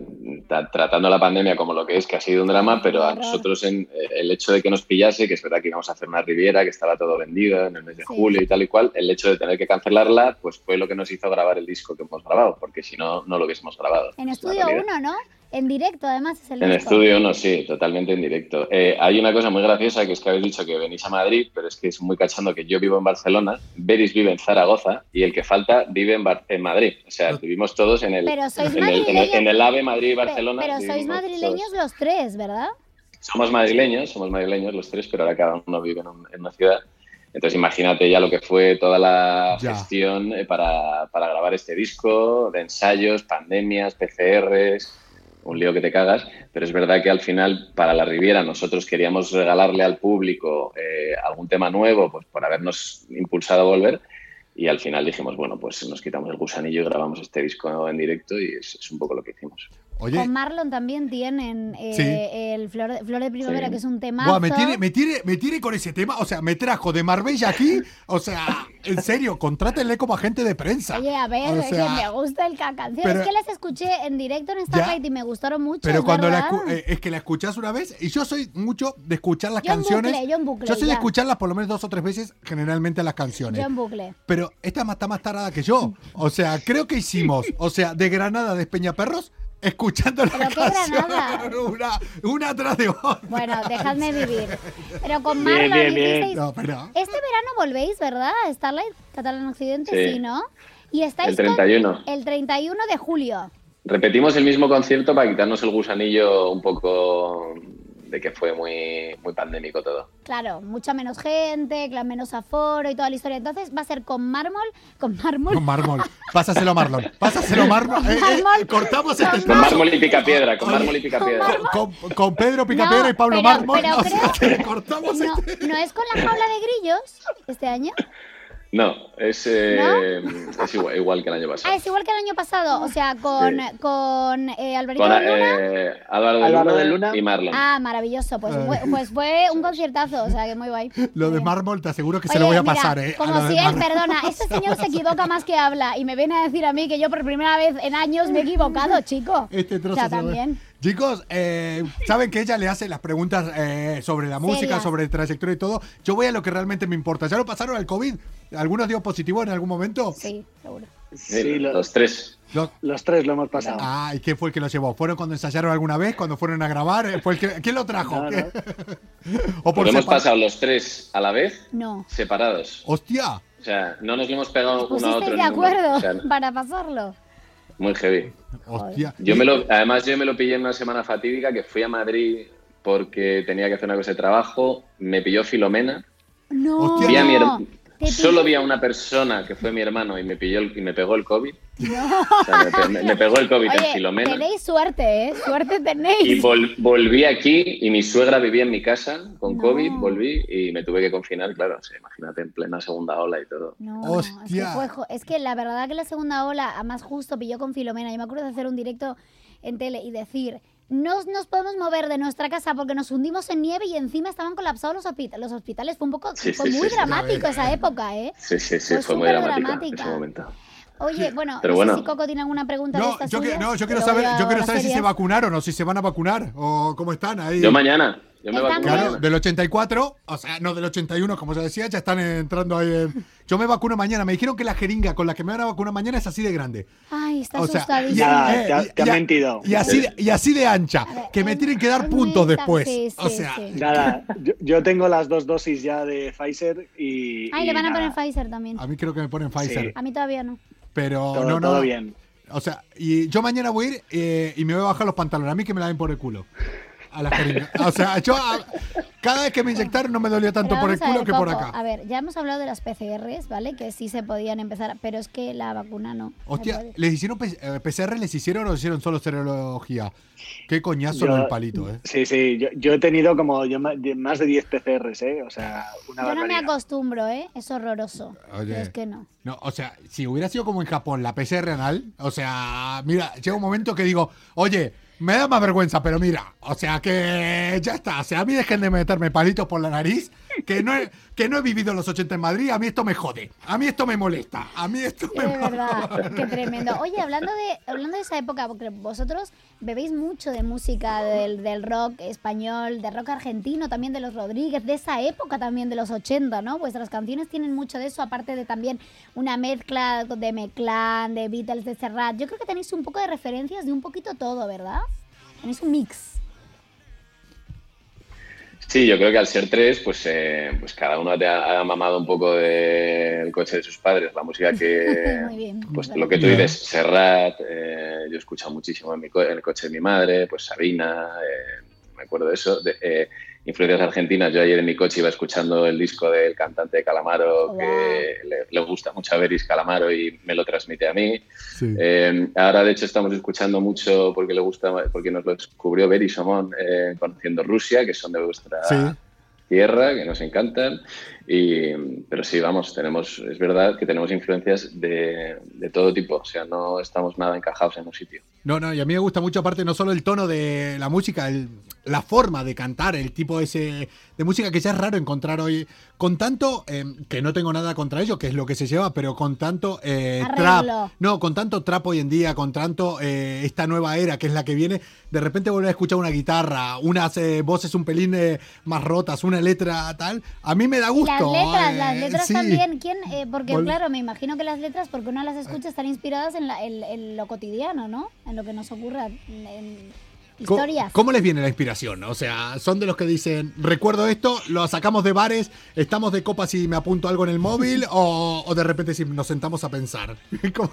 [SPEAKER 6] ta- tratando la pandemia como lo que es, que ha sido un drama, Ah, pero a
[SPEAKER 3] Horror.
[SPEAKER 6] nosotros en, eh, el hecho de que nos pillase, que es verdad que íbamos a hacer una Riviera, que estaba todo vendido en el mes de
[SPEAKER 3] Sí.
[SPEAKER 6] julio y tal y cual, el hecho de tener que cancelarla, pues fue lo que nos hizo grabar el disco que hemos grabado, porque si no, no lo hubiésemos grabado.
[SPEAKER 3] En
[SPEAKER 6] Es la
[SPEAKER 3] estudio
[SPEAKER 6] realidad.
[SPEAKER 3] 1, ¿no? En directo, además, es el
[SPEAKER 6] En
[SPEAKER 3] disco.
[SPEAKER 6] estudio no, sí, totalmente en directo. Eh, hay una cosa muy graciosa que es que habéis dicho que venís a Madrid, pero es que es muy cachando que yo vivo en Barcelona, Beris vive en Zaragoza y el que falta vive en, Bar- en Madrid. O sea, vivimos todos en el,
[SPEAKER 3] Pero sois
[SPEAKER 6] en el, en el- en el AVE Madrid y
[SPEAKER 3] Pe-
[SPEAKER 6] Barcelona.
[SPEAKER 3] pero sois
[SPEAKER 6] vivimos
[SPEAKER 3] madrileños
[SPEAKER 6] todos.
[SPEAKER 3] los tres, ¿verdad?
[SPEAKER 6] Somos madrileños, somos madrileños los tres, pero ahora cada uno vive en, un- en una ciudad. Entonces imagínate ya lo que fue toda la
[SPEAKER 2] Ya.
[SPEAKER 6] gestión eh, para, para grabar este disco, de ensayos, pandemias, PCRs, un lío que te cagas. Pero es verdad que al final para la Riviera nosotros queríamos regalarle al público eh, algún tema nuevo, pues por habernos impulsado a volver. Y al final dijimos, bueno, pues nos quitamos el gusanillo y grabamos este disco en directo y es- es un poco lo que hicimos.
[SPEAKER 2] Oye,
[SPEAKER 3] Con Marlon también tienen eh,
[SPEAKER 2] Sí.
[SPEAKER 3] el Flor de, Flor de Primavera,
[SPEAKER 8] Sí.
[SPEAKER 3] que es un tema.
[SPEAKER 2] buah, me, tiene, me, tiene, me tiene con ese tema. O sea, me trajo de Marbella aquí. O sea, en serio, contrátenle como agente de prensa.
[SPEAKER 3] Oye, a ver,
[SPEAKER 2] O
[SPEAKER 3] es que
[SPEAKER 2] sea,
[SPEAKER 3] me gusta el ca- canción.
[SPEAKER 2] pero-
[SPEAKER 3] es que las escuché en directo en Starlight y me gustaron mucho.
[SPEAKER 2] Pero
[SPEAKER 3] es
[SPEAKER 2] cuando la
[SPEAKER 3] verdad.
[SPEAKER 2] escu- eh, es que la escuchás una vez, y yo soy mucho de escuchar las
[SPEAKER 3] Yo en
[SPEAKER 2] canciones.
[SPEAKER 3] bucle, yo en bucle,
[SPEAKER 2] soy de
[SPEAKER 3] ya.
[SPEAKER 2] escucharlas por lo menos dos o tres veces, generalmente las canciones.
[SPEAKER 3] Yo en bucle.
[SPEAKER 2] Pero esta más- está más tarada que yo. O sea, creo que hicimos, o sea, de Granada de Peñaperros, escuchando la
[SPEAKER 3] Pero qué
[SPEAKER 2] canción
[SPEAKER 3] Granada.
[SPEAKER 2] una, una atrás de otra.
[SPEAKER 3] Bueno, dejadme vivir. Pero con
[SPEAKER 7] Bien,
[SPEAKER 3] Marlon
[SPEAKER 7] bien, bien.
[SPEAKER 3] dijisteis,
[SPEAKER 2] No, pero-
[SPEAKER 3] Este verano volvéis, ¿verdad? A Starlight Catalán Occidente, sí,
[SPEAKER 8] Sí.
[SPEAKER 3] ¿no? Y estáis
[SPEAKER 8] El 31.
[SPEAKER 3] con el 31 de julio.
[SPEAKER 8] Repetimos el mismo concierto para quitarnos el gusanillo un poco de que fue muy, Eh, muy pandémico todo.
[SPEAKER 3] Claro, mucha menos gente, cla- menos aforo y toda la historia. Entonces va a ser con mármol, con mármol.
[SPEAKER 2] Con mármol. Pásaselo a Marlon. Pásaselo a Marlon. Eh, eh,
[SPEAKER 3] mármol.
[SPEAKER 2] cortamos este
[SPEAKER 3] Con
[SPEAKER 8] Con
[SPEAKER 2] espacio.
[SPEAKER 8] mármol y picapiedra, con
[SPEAKER 2] Oye,
[SPEAKER 8] mármol y picapiedra.
[SPEAKER 2] Con, con Pedro Picapiedra
[SPEAKER 3] No,
[SPEAKER 2] y Pablo
[SPEAKER 3] pero-
[SPEAKER 2] Mármol.
[SPEAKER 3] pero
[SPEAKER 2] o sea,
[SPEAKER 3] creo-
[SPEAKER 2] cortamos
[SPEAKER 3] No,
[SPEAKER 2] este-
[SPEAKER 3] no es con la jaula de grillos este año.
[SPEAKER 8] No, es, eh, es igual, igual que el año
[SPEAKER 3] Ah,
[SPEAKER 8] pasado.
[SPEAKER 3] es igual que el año pasado, o sea, con,
[SPEAKER 8] Sí.
[SPEAKER 3] con eh, Alberito
[SPEAKER 8] Con
[SPEAKER 3] Luna.
[SPEAKER 8] eh, Álvaro, de,
[SPEAKER 7] Álvaro
[SPEAKER 8] Luna
[SPEAKER 7] de Luna.
[SPEAKER 8] y Marlon.
[SPEAKER 3] Ah, maravilloso. Pues,
[SPEAKER 2] Ah.
[SPEAKER 3] fue- pues fue un conciertazo, o sea, que muy guay.
[SPEAKER 2] Lo de
[SPEAKER 3] Eh,
[SPEAKER 2] mármol, te aseguro que se
[SPEAKER 3] oye,
[SPEAKER 2] lo voy a
[SPEAKER 3] mira,
[SPEAKER 2] pasar, ¿eh? a lo
[SPEAKER 3] Como
[SPEAKER 2] de
[SPEAKER 3] si él,
[SPEAKER 2] mármol.
[SPEAKER 3] perdona, este señor se equivoca más que habla y me viene a decir a mí que yo por primera vez en años me he equivocado, chico.
[SPEAKER 2] Este trozo
[SPEAKER 3] o sea,
[SPEAKER 2] se lo voy a-
[SPEAKER 3] también.
[SPEAKER 2] Chicos, eh, saben que ella le hace las preguntas eh, sobre la música,
[SPEAKER 3] Serias.
[SPEAKER 2] sobre trayectoria y todo. Yo voy a lo que realmente me importa. Ya lo pasaron al COVID. ¿Algunos dio positivo en algún momento?
[SPEAKER 3] Sí, seguro.
[SPEAKER 8] Sí,
[SPEAKER 7] Sí, lo-
[SPEAKER 8] Los tres.
[SPEAKER 2] Los-
[SPEAKER 7] los tres lo hemos pasado.
[SPEAKER 2] Ah, ¿y quién fue el que lo llevó? ¿Fueron cuando ensayaron alguna vez? ¿Cuando fueron a grabar? Eh, ¿Fue el que- ¿Quién lo trajo?
[SPEAKER 7] No, no.
[SPEAKER 2] ¿O
[SPEAKER 8] Porque hemos
[SPEAKER 2] separ-
[SPEAKER 8] pasado los tres a la vez,
[SPEAKER 3] No.
[SPEAKER 8] separados.
[SPEAKER 2] ¡Hostia!
[SPEAKER 8] O sea, no nos lo hemos pegado uno a otro.
[SPEAKER 3] Pusisteis de
[SPEAKER 8] ninguno.
[SPEAKER 3] acuerdo
[SPEAKER 8] O sea,
[SPEAKER 3] para pasarlo.
[SPEAKER 8] muy heavy.
[SPEAKER 2] ¡Hostia!
[SPEAKER 8] Yo me lo, además, yo me lo pillé en una semana fatídica que fui a Madrid porque tenía que hacer una cosa de trabajo. Me pilló Filomena.
[SPEAKER 3] No.
[SPEAKER 2] Hostia.
[SPEAKER 8] Vi a mi her-
[SPEAKER 3] Te
[SPEAKER 8] Solo
[SPEAKER 3] pilló-
[SPEAKER 8] vi a una persona que fue mi hermano y me pilló el- y me pegó el COVID. O sea, me, pe- me- me pegó el COVID en
[SPEAKER 3] Oye,
[SPEAKER 8] Filomena.
[SPEAKER 3] tenéis suerte, ¿eh? Suerte tenéis.
[SPEAKER 8] Y vol- volví aquí y mi suegra vivía en mi casa con
[SPEAKER 3] No.
[SPEAKER 8] COVID, volví y me tuve que confinar, claro, o sea, imagínate, en plena segunda ola y todo.
[SPEAKER 3] No,
[SPEAKER 2] Hostia.
[SPEAKER 3] Es que, fue jo- es que la verdad que la segunda ola, además justo pilló con Filomena. Yo me acuerdo de hacer un directo en tele y decir, no nos podemos mover de nuestra casa porque nos hundimos en nieve y encima estaban colapsados los, hospi- los hospitales. Fue un poco,
[SPEAKER 8] Sí,
[SPEAKER 3] fue
[SPEAKER 8] sí,
[SPEAKER 3] muy
[SPEAKER 8] sí, sí.
[SPEAKER 3] dramático esa época, ¿eh?
[SPEAKER 8] Sí, sí, sí,
[SPEAKER 3] Fue
[SPEAKER 8] fue muy
[SPEAKER 3] súper
[SPEAKER 8] dramática,
[SPEAKER 3] dramática.
[SPEAKER 8] ese momento.
[SPEAKER 3] Oye, bueno,
[SPEAKER 8] Pero
[SPEAKER 3] no
[SPEAKER 8] bueno.
[SPEAKER 3] sé si Coco tiene alguna pregunta de
[SPEAKER 2] No,
[SPEAKER 3] estas
[SPEAKER 2] yo, que-
[SPEAKER 3] suyas,
[SPEAKER 2] no, yo quiero
[SPEAKER 3] pero
[SPEAKER 2] saber,
[SPEAKER 3] voy a
[SPEAKER 2] yo quiero
[SPEAKER 3] las
[SPEAKER 2] saber si se
[SPEAKER 3] serias.
[SPEAKER 2] vacunaron o si se van a vacunar o cómo están ahí.
[SPEAKER 8] Yo mañana, yo me
[SPEAKER 3] Él
[SPEAKER 8] vacuno
[SPEAKER 3] también.
[SPEAKER 2] Claro,
[SPEAKER 8] mañana.
[SPEAKER 2] del 84, o sea, no del 81, como ya decía, ya están entrando ahí en... Yo me vacuno mañana, me dijeron que la jeringa con la que me van a vacunar mañana es así de grande.
[SPEAKER 3] Ay, está
[SPEAKER 2] O sea, eh,
[SPEAKER 3] asustadísimo.
[SPEAKER 7] Ya, Ah, te ha- te ha
[SPEAKER 2] y- y-
[SPEAKER 7] mentido.
[SPEAKER 2] Y así, de- y así de ancha,
[SPEAKER 3] ver,
[SPEAKER 2] que me
[SPEAKER 3] es-
[SPEAKER 2] tienen que dar
[SPEAKER 3] es
[SPEAKER 2] puntos
[SPEAKER 3] muy-
[SPEAKER 2] después.
[SPEAKER 3] sí,
[SPEAKER 2] o
[SPEAKER 3] sí,
[SPEAKER 2] sea,
[SPEAKER 3] sí.
[SPEAKER 7] Nada, yo, yo tengo las dos dosis ya de Pfizer y.
[SPEAKER 3] Ay,
[SPEAKER 7] y
[SPEAKER 3] le van a
[SPEAKER 7] nada.
[SPEAKER 3] poner Pfizer también.
[SPEAKER 2] a mí creo que me ponen Pfizer,
[SPEAKER 3] A mí todavía no.
[SPEAKER 2] pero
[SPEAKER 7] Todo,
[SPEAKER 2] no, no.
[SPEAKER 7] todo bien.
[SPEAKER 2] O sea, y yo mañana voy a ir eh, y me voy a bajar los pantalones, a mí que me la den por el culo. A la jeringa. O sea, yo a- cada vez que me inyectaron no me dolió tanto
[SPEAKER 3] Pero
[SPEAKER 2] por el
[SPEAKER 3] vamos a
[SPEAKER 2] culo
[SPEAKER 3] ver,
[SPEAKER 2] que por
[SPEAKER 3] Coco,
[SPEAKER 2] acá.
[SPEAKER 3] A ver, ya hemos hablado de las PCRs, ¿vale? Que sí se podían empezar, pero es que la vacuna no. se
[SPEAKER 2] Hostia,
[SPEAKER 3] puede.
[SPEAKER 2] ¿les hicieron P- eh, PCR? ¿Les hicieron o hicieron solo serología? Qué coñazo
[SPEAKER 7] Yo-
[SPEAKER 2] el palito, ¿eh?
[SPEAKER 7] Sí, sí, yo, yo he tenido como yo ma- de- más de 10 PCRs, ¿eh? O sea, una
[SPEAKER 3] Yo no me
[SPEAKER 7] barbaridad.
[SPEAKER 3] acostumbro, ¿eh? Es horroroso.
[SPEAKER 2] Oye.
[SPEAKER 3] Pero es que no.
[SPEAKER 2] No, o sea, si hubiera sido como en Japón, la PCR anal, o sea, mira, llega un momento que digo, oye, me da más vergüenza, pero mira, o sea, que ya está, o sea, a mí dejen de meterme palitos por la nariz, que no he, que no he vivido los 80 en Madrid, a mí esto me jode, a mí esto me molesta, a mí esto me
[SPEAKER 3] De
[SPEAKER 2] molesta.
[SPEAKER 3] verdad, qué tremendo. Oye, hablando de, hablando de esa época, porque vosotros bebéis mucho de música del, del rock español, de rock argentino, también de los Rodríguez, de esa época también de los 80, ¿no? Vuestras canciones tienen mucho de eso, aparte de también una mezcla de Meclán, de Beatles, de Serrat. Yo creo que tenéis un poco de referencias de un poquito todo, ¿verdad? Tenéis un mix.
[SPEAKER 8] Sí, yo creo que al ser tres, pues, eh, pues cada uno te ha, ha mamado un poco del coche de sus padres, la música que...
[SPEAKER 3] Muy bien.
[SPEAKER 8] Pues lo que tú
[SPEAKER 2] Ya.
[SPEAKER 8] dices, Serrat, eh, yo he escuchado muchísimo en, mi co- en el coche de mi madre, pues Sabina, eh, me acuerdo de eso, de, eh, influencias argentinas. Yo ayer en mi coche iba escuchando el disco del cantante de Calamaro,
[SPEAKER 3] Wow.
[SPEAKER 8] que le, le gusta mucho a Beris Calamaro y me lo transmite a mí.
[SPEAKER 2] Sí.
[SPEAKER 8] Eh, ahora, de hecho, estamos escuchando mucho porque le gusta, porque nos lo descubrió Beris Somón, eh, conociendo Rusia, que son de vuestra
[SPEAKER 2] Sí.
[SPEAKER 8] tierra, que nos encantan. Y, pero sí, vamos, tenemos, es verdad que tenemos influencias de, de todo tipo, o sea, no estamos nada encajados en un sitio.
[SPEAKER 2] No, no, y a mí me gusta mucho, aparte, no solo el tono de la música, el- la forma de cantar, el tipo ese de música que ya es raro encontrar hoy. Con tanto, eh, que no tengo nada contra ello, que es lo que se lleva, pero con tanto eh, trap.
[SPEAKER 3] Arreglo.
[SPEAKER 2] No, con tanto trap hoy en día, con tanto eh, esta nueva era que es la que viene, de repente volver a escuchar una guitarra, unas eh, voces un pelín eh, más rotas, una letra tal. A mí me da gusto.
[SPEAKER 3] Las letras,
[SPEAKER 2] eh,
[SPEAKER 3] las letras
[SPEAKER 2] sí.
[SPEAKER 3] también. ¿Quién? Eh, porque
[SPEAKER 2] Vol-
[SPEAKER 3] claro, me imagino que las letras, porque uno las escucha, están inspiradas en, la- en- en lo cotidiano, ¿no? En lo que nos ocurra, en, en
[SPEAKER 2] Co-
[SPEAKER 3] historias.
[SPEAKER 2] ¿Cómo les viene la inspiración? O sea, son de los que dicen, recuerdo esto, lo sacamos de bares, estamos de copas y me apunto algo en el móvil, o, o de repente si nos sentamos a pensar. ¿Cómo?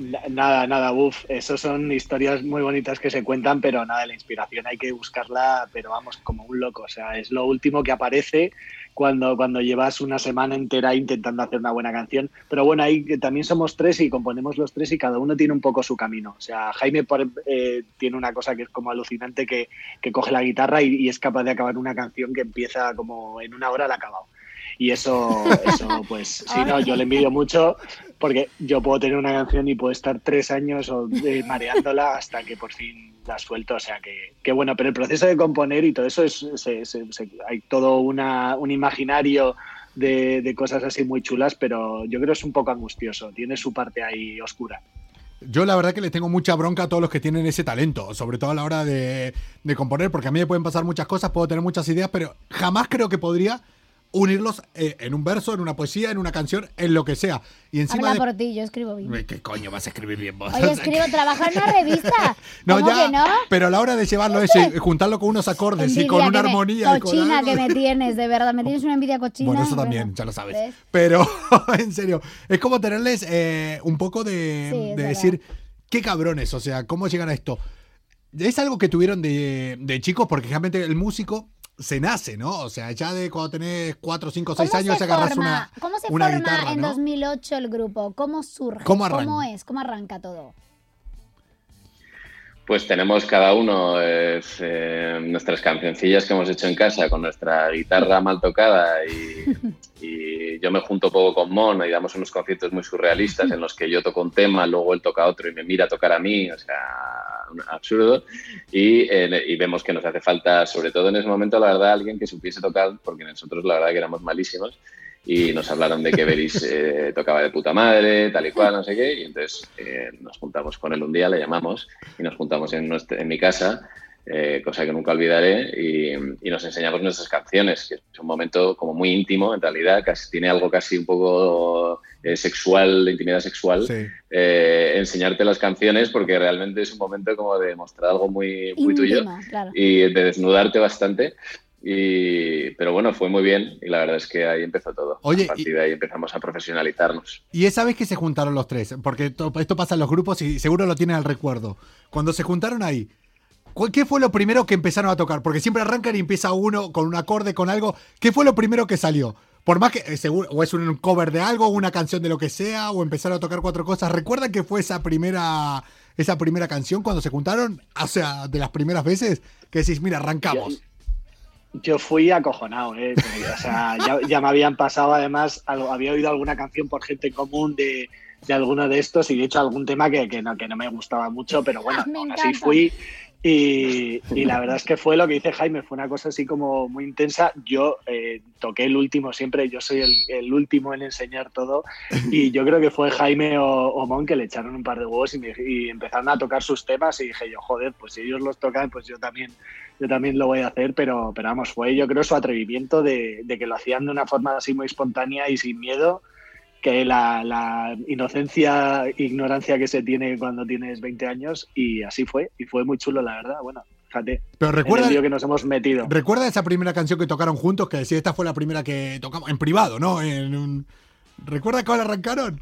[SPEAKER 7] Na- Nada, nada, uff, eso son historias muy bonitas que se cuentan, pero nada, la inspiración hay que buscarla, pero vamos, como un loco, o sea, es lo último que aparece cuando, cuando llevas una semana entera intentando hacer una buena canción, pero bueno, ahí que también somos tres y componemos los tres y cada uno tiene un poco su camino, o sea, Jaime por- eh, tiene una cosa que es como alucinante que, que coge la guitarra y, y es capaz de acabar una canción que empieza como en una hora la ha acabado. Y eso, eso pues, sí, no, yo le envidio mucho, porque yo puedo tener una canción y puedo estar tres años o, eh, mareándola hasta que por fin la suelto. O sea que, que bueno, pero el proceso de componer y todo eso es. se- se- se- hay todo una, un imaginario de, de cosas así muy chulas, pero yo creo que es un poco angustioso. Tiene su parte ahí oscura.
[SPEAKER 2] Yo la verdad que les tengo mucha bronca a todos los que tienen ese talento, sobre todo a la hora de, de componer, porque a mí me pueden pasar muchas cosas, puedo tener muchas ideas, pero jamás creo que podría unirlos eh, en un verso, en una poesía, en una canción, en lo que sea. Y encima...
[SPEAKER 3] Habla
[SPEAKER 2] de-
[SPEAKER 3] por ti, yo escribo bien.
[SPEAKER 2] ¿Qué coño vas a escribir bien vos?
[SPEAKER 3] Oye, escribo, trabajo en una revista. ¿Cómo que no?
[SPEAKER 2] pero a la hora de llevarlo eso y juntarlo con unos acordes y con una
[SPEAKER 3] Envidia que me-
[SPEAKER 2] armonía y con
[SPEAKER 3] cochina
[SPEAKER 2] algo.
[SPEAKER 3] que me tienes, de verdad, me tienes una envidia cochina.
[SPEAKER 2] Bueno, eso también,
[SPEAKER 3] bueno.
[SPEAKER 2] ya lo sabes.
[SPEAKER 3] ¿Ves?
[SPEAKER 2] Pero, en serio, es como tenerles eh, un poco de,
[SPEAKER 3] Sí, es
[SPEAKER 2] de
[SPEAKER 3] verdad.
[SPEAKER 2] decir, qué cabrones, o sea, cómo llegan a esto. Es algo que tuvieron de, de chicos, porque realmente el músico se nace, ¿no? O sea, ya de cuando tenés 4, 5, 6
[SPEAKER 3] ¿Cómo
[SPEAKER 2] años
[SPEAKER 3] se
[SPEAKER 2] agarras
[SPEAKER 3] forma-
[SPEAKER 2] una,
[SPEAKER 3] ¿Cómo se
[SPEAKER 2] una
[SPEAKER 3] forma
[SPEAKER 2] guitarra,
[SPEAKER 3] en
[SPEAKER 2] ¿no?
[SPEAKER 3] 2008 el grupo? ¿Cómo surge?
[SPEAKER 2] ¿Cómo arranca?
[SPEAKER 3] es? ¿Cómo arranca todo?
[SPEAKER 8] Pues tenemos cada uno eh, eh, nuestras cancioncillas que hemos hecho en casa con nuestra guitarra mal tocada y, y yo me junto poco con Mono y damos unos conciertos muy surrealistas en los que yo toco un tema, luego él toca otro y me mira a tocar a mí, o sea, un absurdo. Y, eh, y vemos que nos hace falta, sobre todo en ese momento, la verdad, alguien que supiese tocar, porque nosotros la verdad que éramos malísimos. Y nos hablaron de que Beris eh, tocaba de puta madre, tal y cual, no sé qué. Y entonces eh, nos juntamos con él un día, le llamamos y nos juntamos en, nuestra- en mi casa, eh, cosa que nunca olvidaré, y, y nos enseñamos nuestras canciones, que es un momento como muy íntimo en realidad, casi, tiene algo casi un poco eh, sexual, de intimidad sexual,
[SPEAKER 2] Sí.
[SPEAKER 8] eh, enseñarte las canciones porque realmente es un momento como de mostrar algo Eh, muy, muy tuyo Eh,
[SPEAKER 3] Íntima, claro.
[SPEAKER 8] y de desnudarte bastante. Y, pero bueno, fue muy bien y la verdad es que ahí empezó todo.
[SPEAKER 2] Oye,
[SPEAKER 8] a partir de ahí empezamos a profesionalizarnos.
[SPEAKER 2] Y esa vez que se juntaron los tres, porque to- esto pasa en los grupos y seguro lo tienen al recuerdo. Cuando se juntaron ahí, ¿cu- ¿qué fue lo primero que empezaron a tocar? Porque siempre arrancan y empieza uno con un acorde, con algo. ¿Qué fue lo primero que salió? Por más que eh, seguro, o es un cover de algo, o una canción de lo que sea, o empezaron a tocar cuatro cosas. ¿Recuerdan que fue esa primera, esa primera canción cuando se juntaron? O sea, de las primeras veces que decís, mira, arrancamos.
[SPEAKER 7] Yo fui acojonado, ¿eh? O sea, ya, ya me habían pasado además, algo- había oído alguna canción por gente en común de, de alguno de estos y de hecho algún tema que, que no, que no me gustaba mucho, pero bueno,
[SPEAKER 3] Ah, Me
[SPEAKER 7] aún así
[SPEAKER 3] encanta.
[SPEAKER 7] fui y, y la verdad es que fue lo que dice Jaime, fue una cosa así como muy intensa. Yo eh, toqué el último siempre, yo soy el, el último en enseñar todo y yo creo que fue Jaime o, o Mon que le echaron un par de huevos y, me- y empezaron a tocar sus temas y dije yo, joder, pues si ellos los tocan, pues yo también yo también lo voy a hacer, pero, pero vamos, fue yo creo su atrevimiento de, de que lo hacían de una forma así muy espontánea y sin miedo, que la, la inocencia, ignorancia que se tiene cuando tienes 20 años, y así fue, y fue muy chulo, la verdad, bueno, fíjate,
[SPEAKER 2] Pero
[SPEAKER 7] en
[SPEAKER 2] recuerdan,
[SPEAKER 7] el lío que nos hemos metido.
[SPEAKER 2] ¿Recuerda esa primera canción que tocaron juntos? Que decía, esta fue la primera que tocamos en privado, ¿no? En un... ¿Recuerda cómo la arrancaron?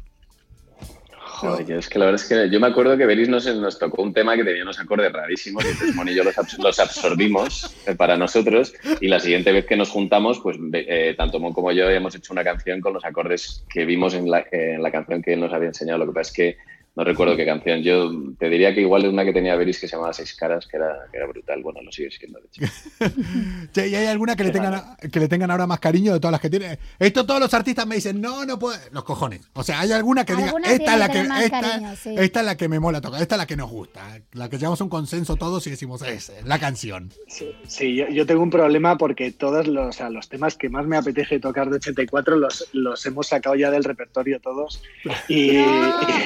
[SPEAKER 8] Joder, yo es que la verdad es que yo me acuerdo que Beris nos, nos tocó un tema que tenía unos acordes rarísimos y entonces Moni y yo los, abs- los absorbimos eh, para nosotros y la siguiente vez que nos juntamos, pues ve- eh, tanto Mon como yo hemos hecho una canción con los acordes que vimos en la, eh, en la canción que él nos había enseñado. Lo que pasa es que No recuerdo qué canción. Yo te diría que igual una que tenía Beris que se llamaba Seis Caras, que era, que era brutal. Bueno, lo sigue siendo, de hecho.
[SPEAKER 2] Che, ¿y hay alguna que le, tengan, que le tengan ahora más cariño de todas las que tiene? Esto todos los artistas me dicen, no, no puedo. Los cojones. O sea, hay alguna que diga,
[SPEAKER 3] Alguna
[SPEAKER 2] esta
[SPEAKER 3] tiene
[SPEAKER 2] es la
[SPEAKER 3] que
[SPEAKER 2] que,
[SPEAKER 3] tener más
[SPEAKER 2] esta,
[SPEAKER 3] cariño, sí.
[SPEAKER 2] esta es la que me mola tocar, esta es la que nos gusta. La que llevamos un consenso todos y decimos, esa es la canción.
[SPEAKER 7] Sí, sí, yo, yo tengo un problema porque todos los, o sea, los temas que más me apetece tocar de 84 los, los hemos sacado ya del repertorio todos. Y, y-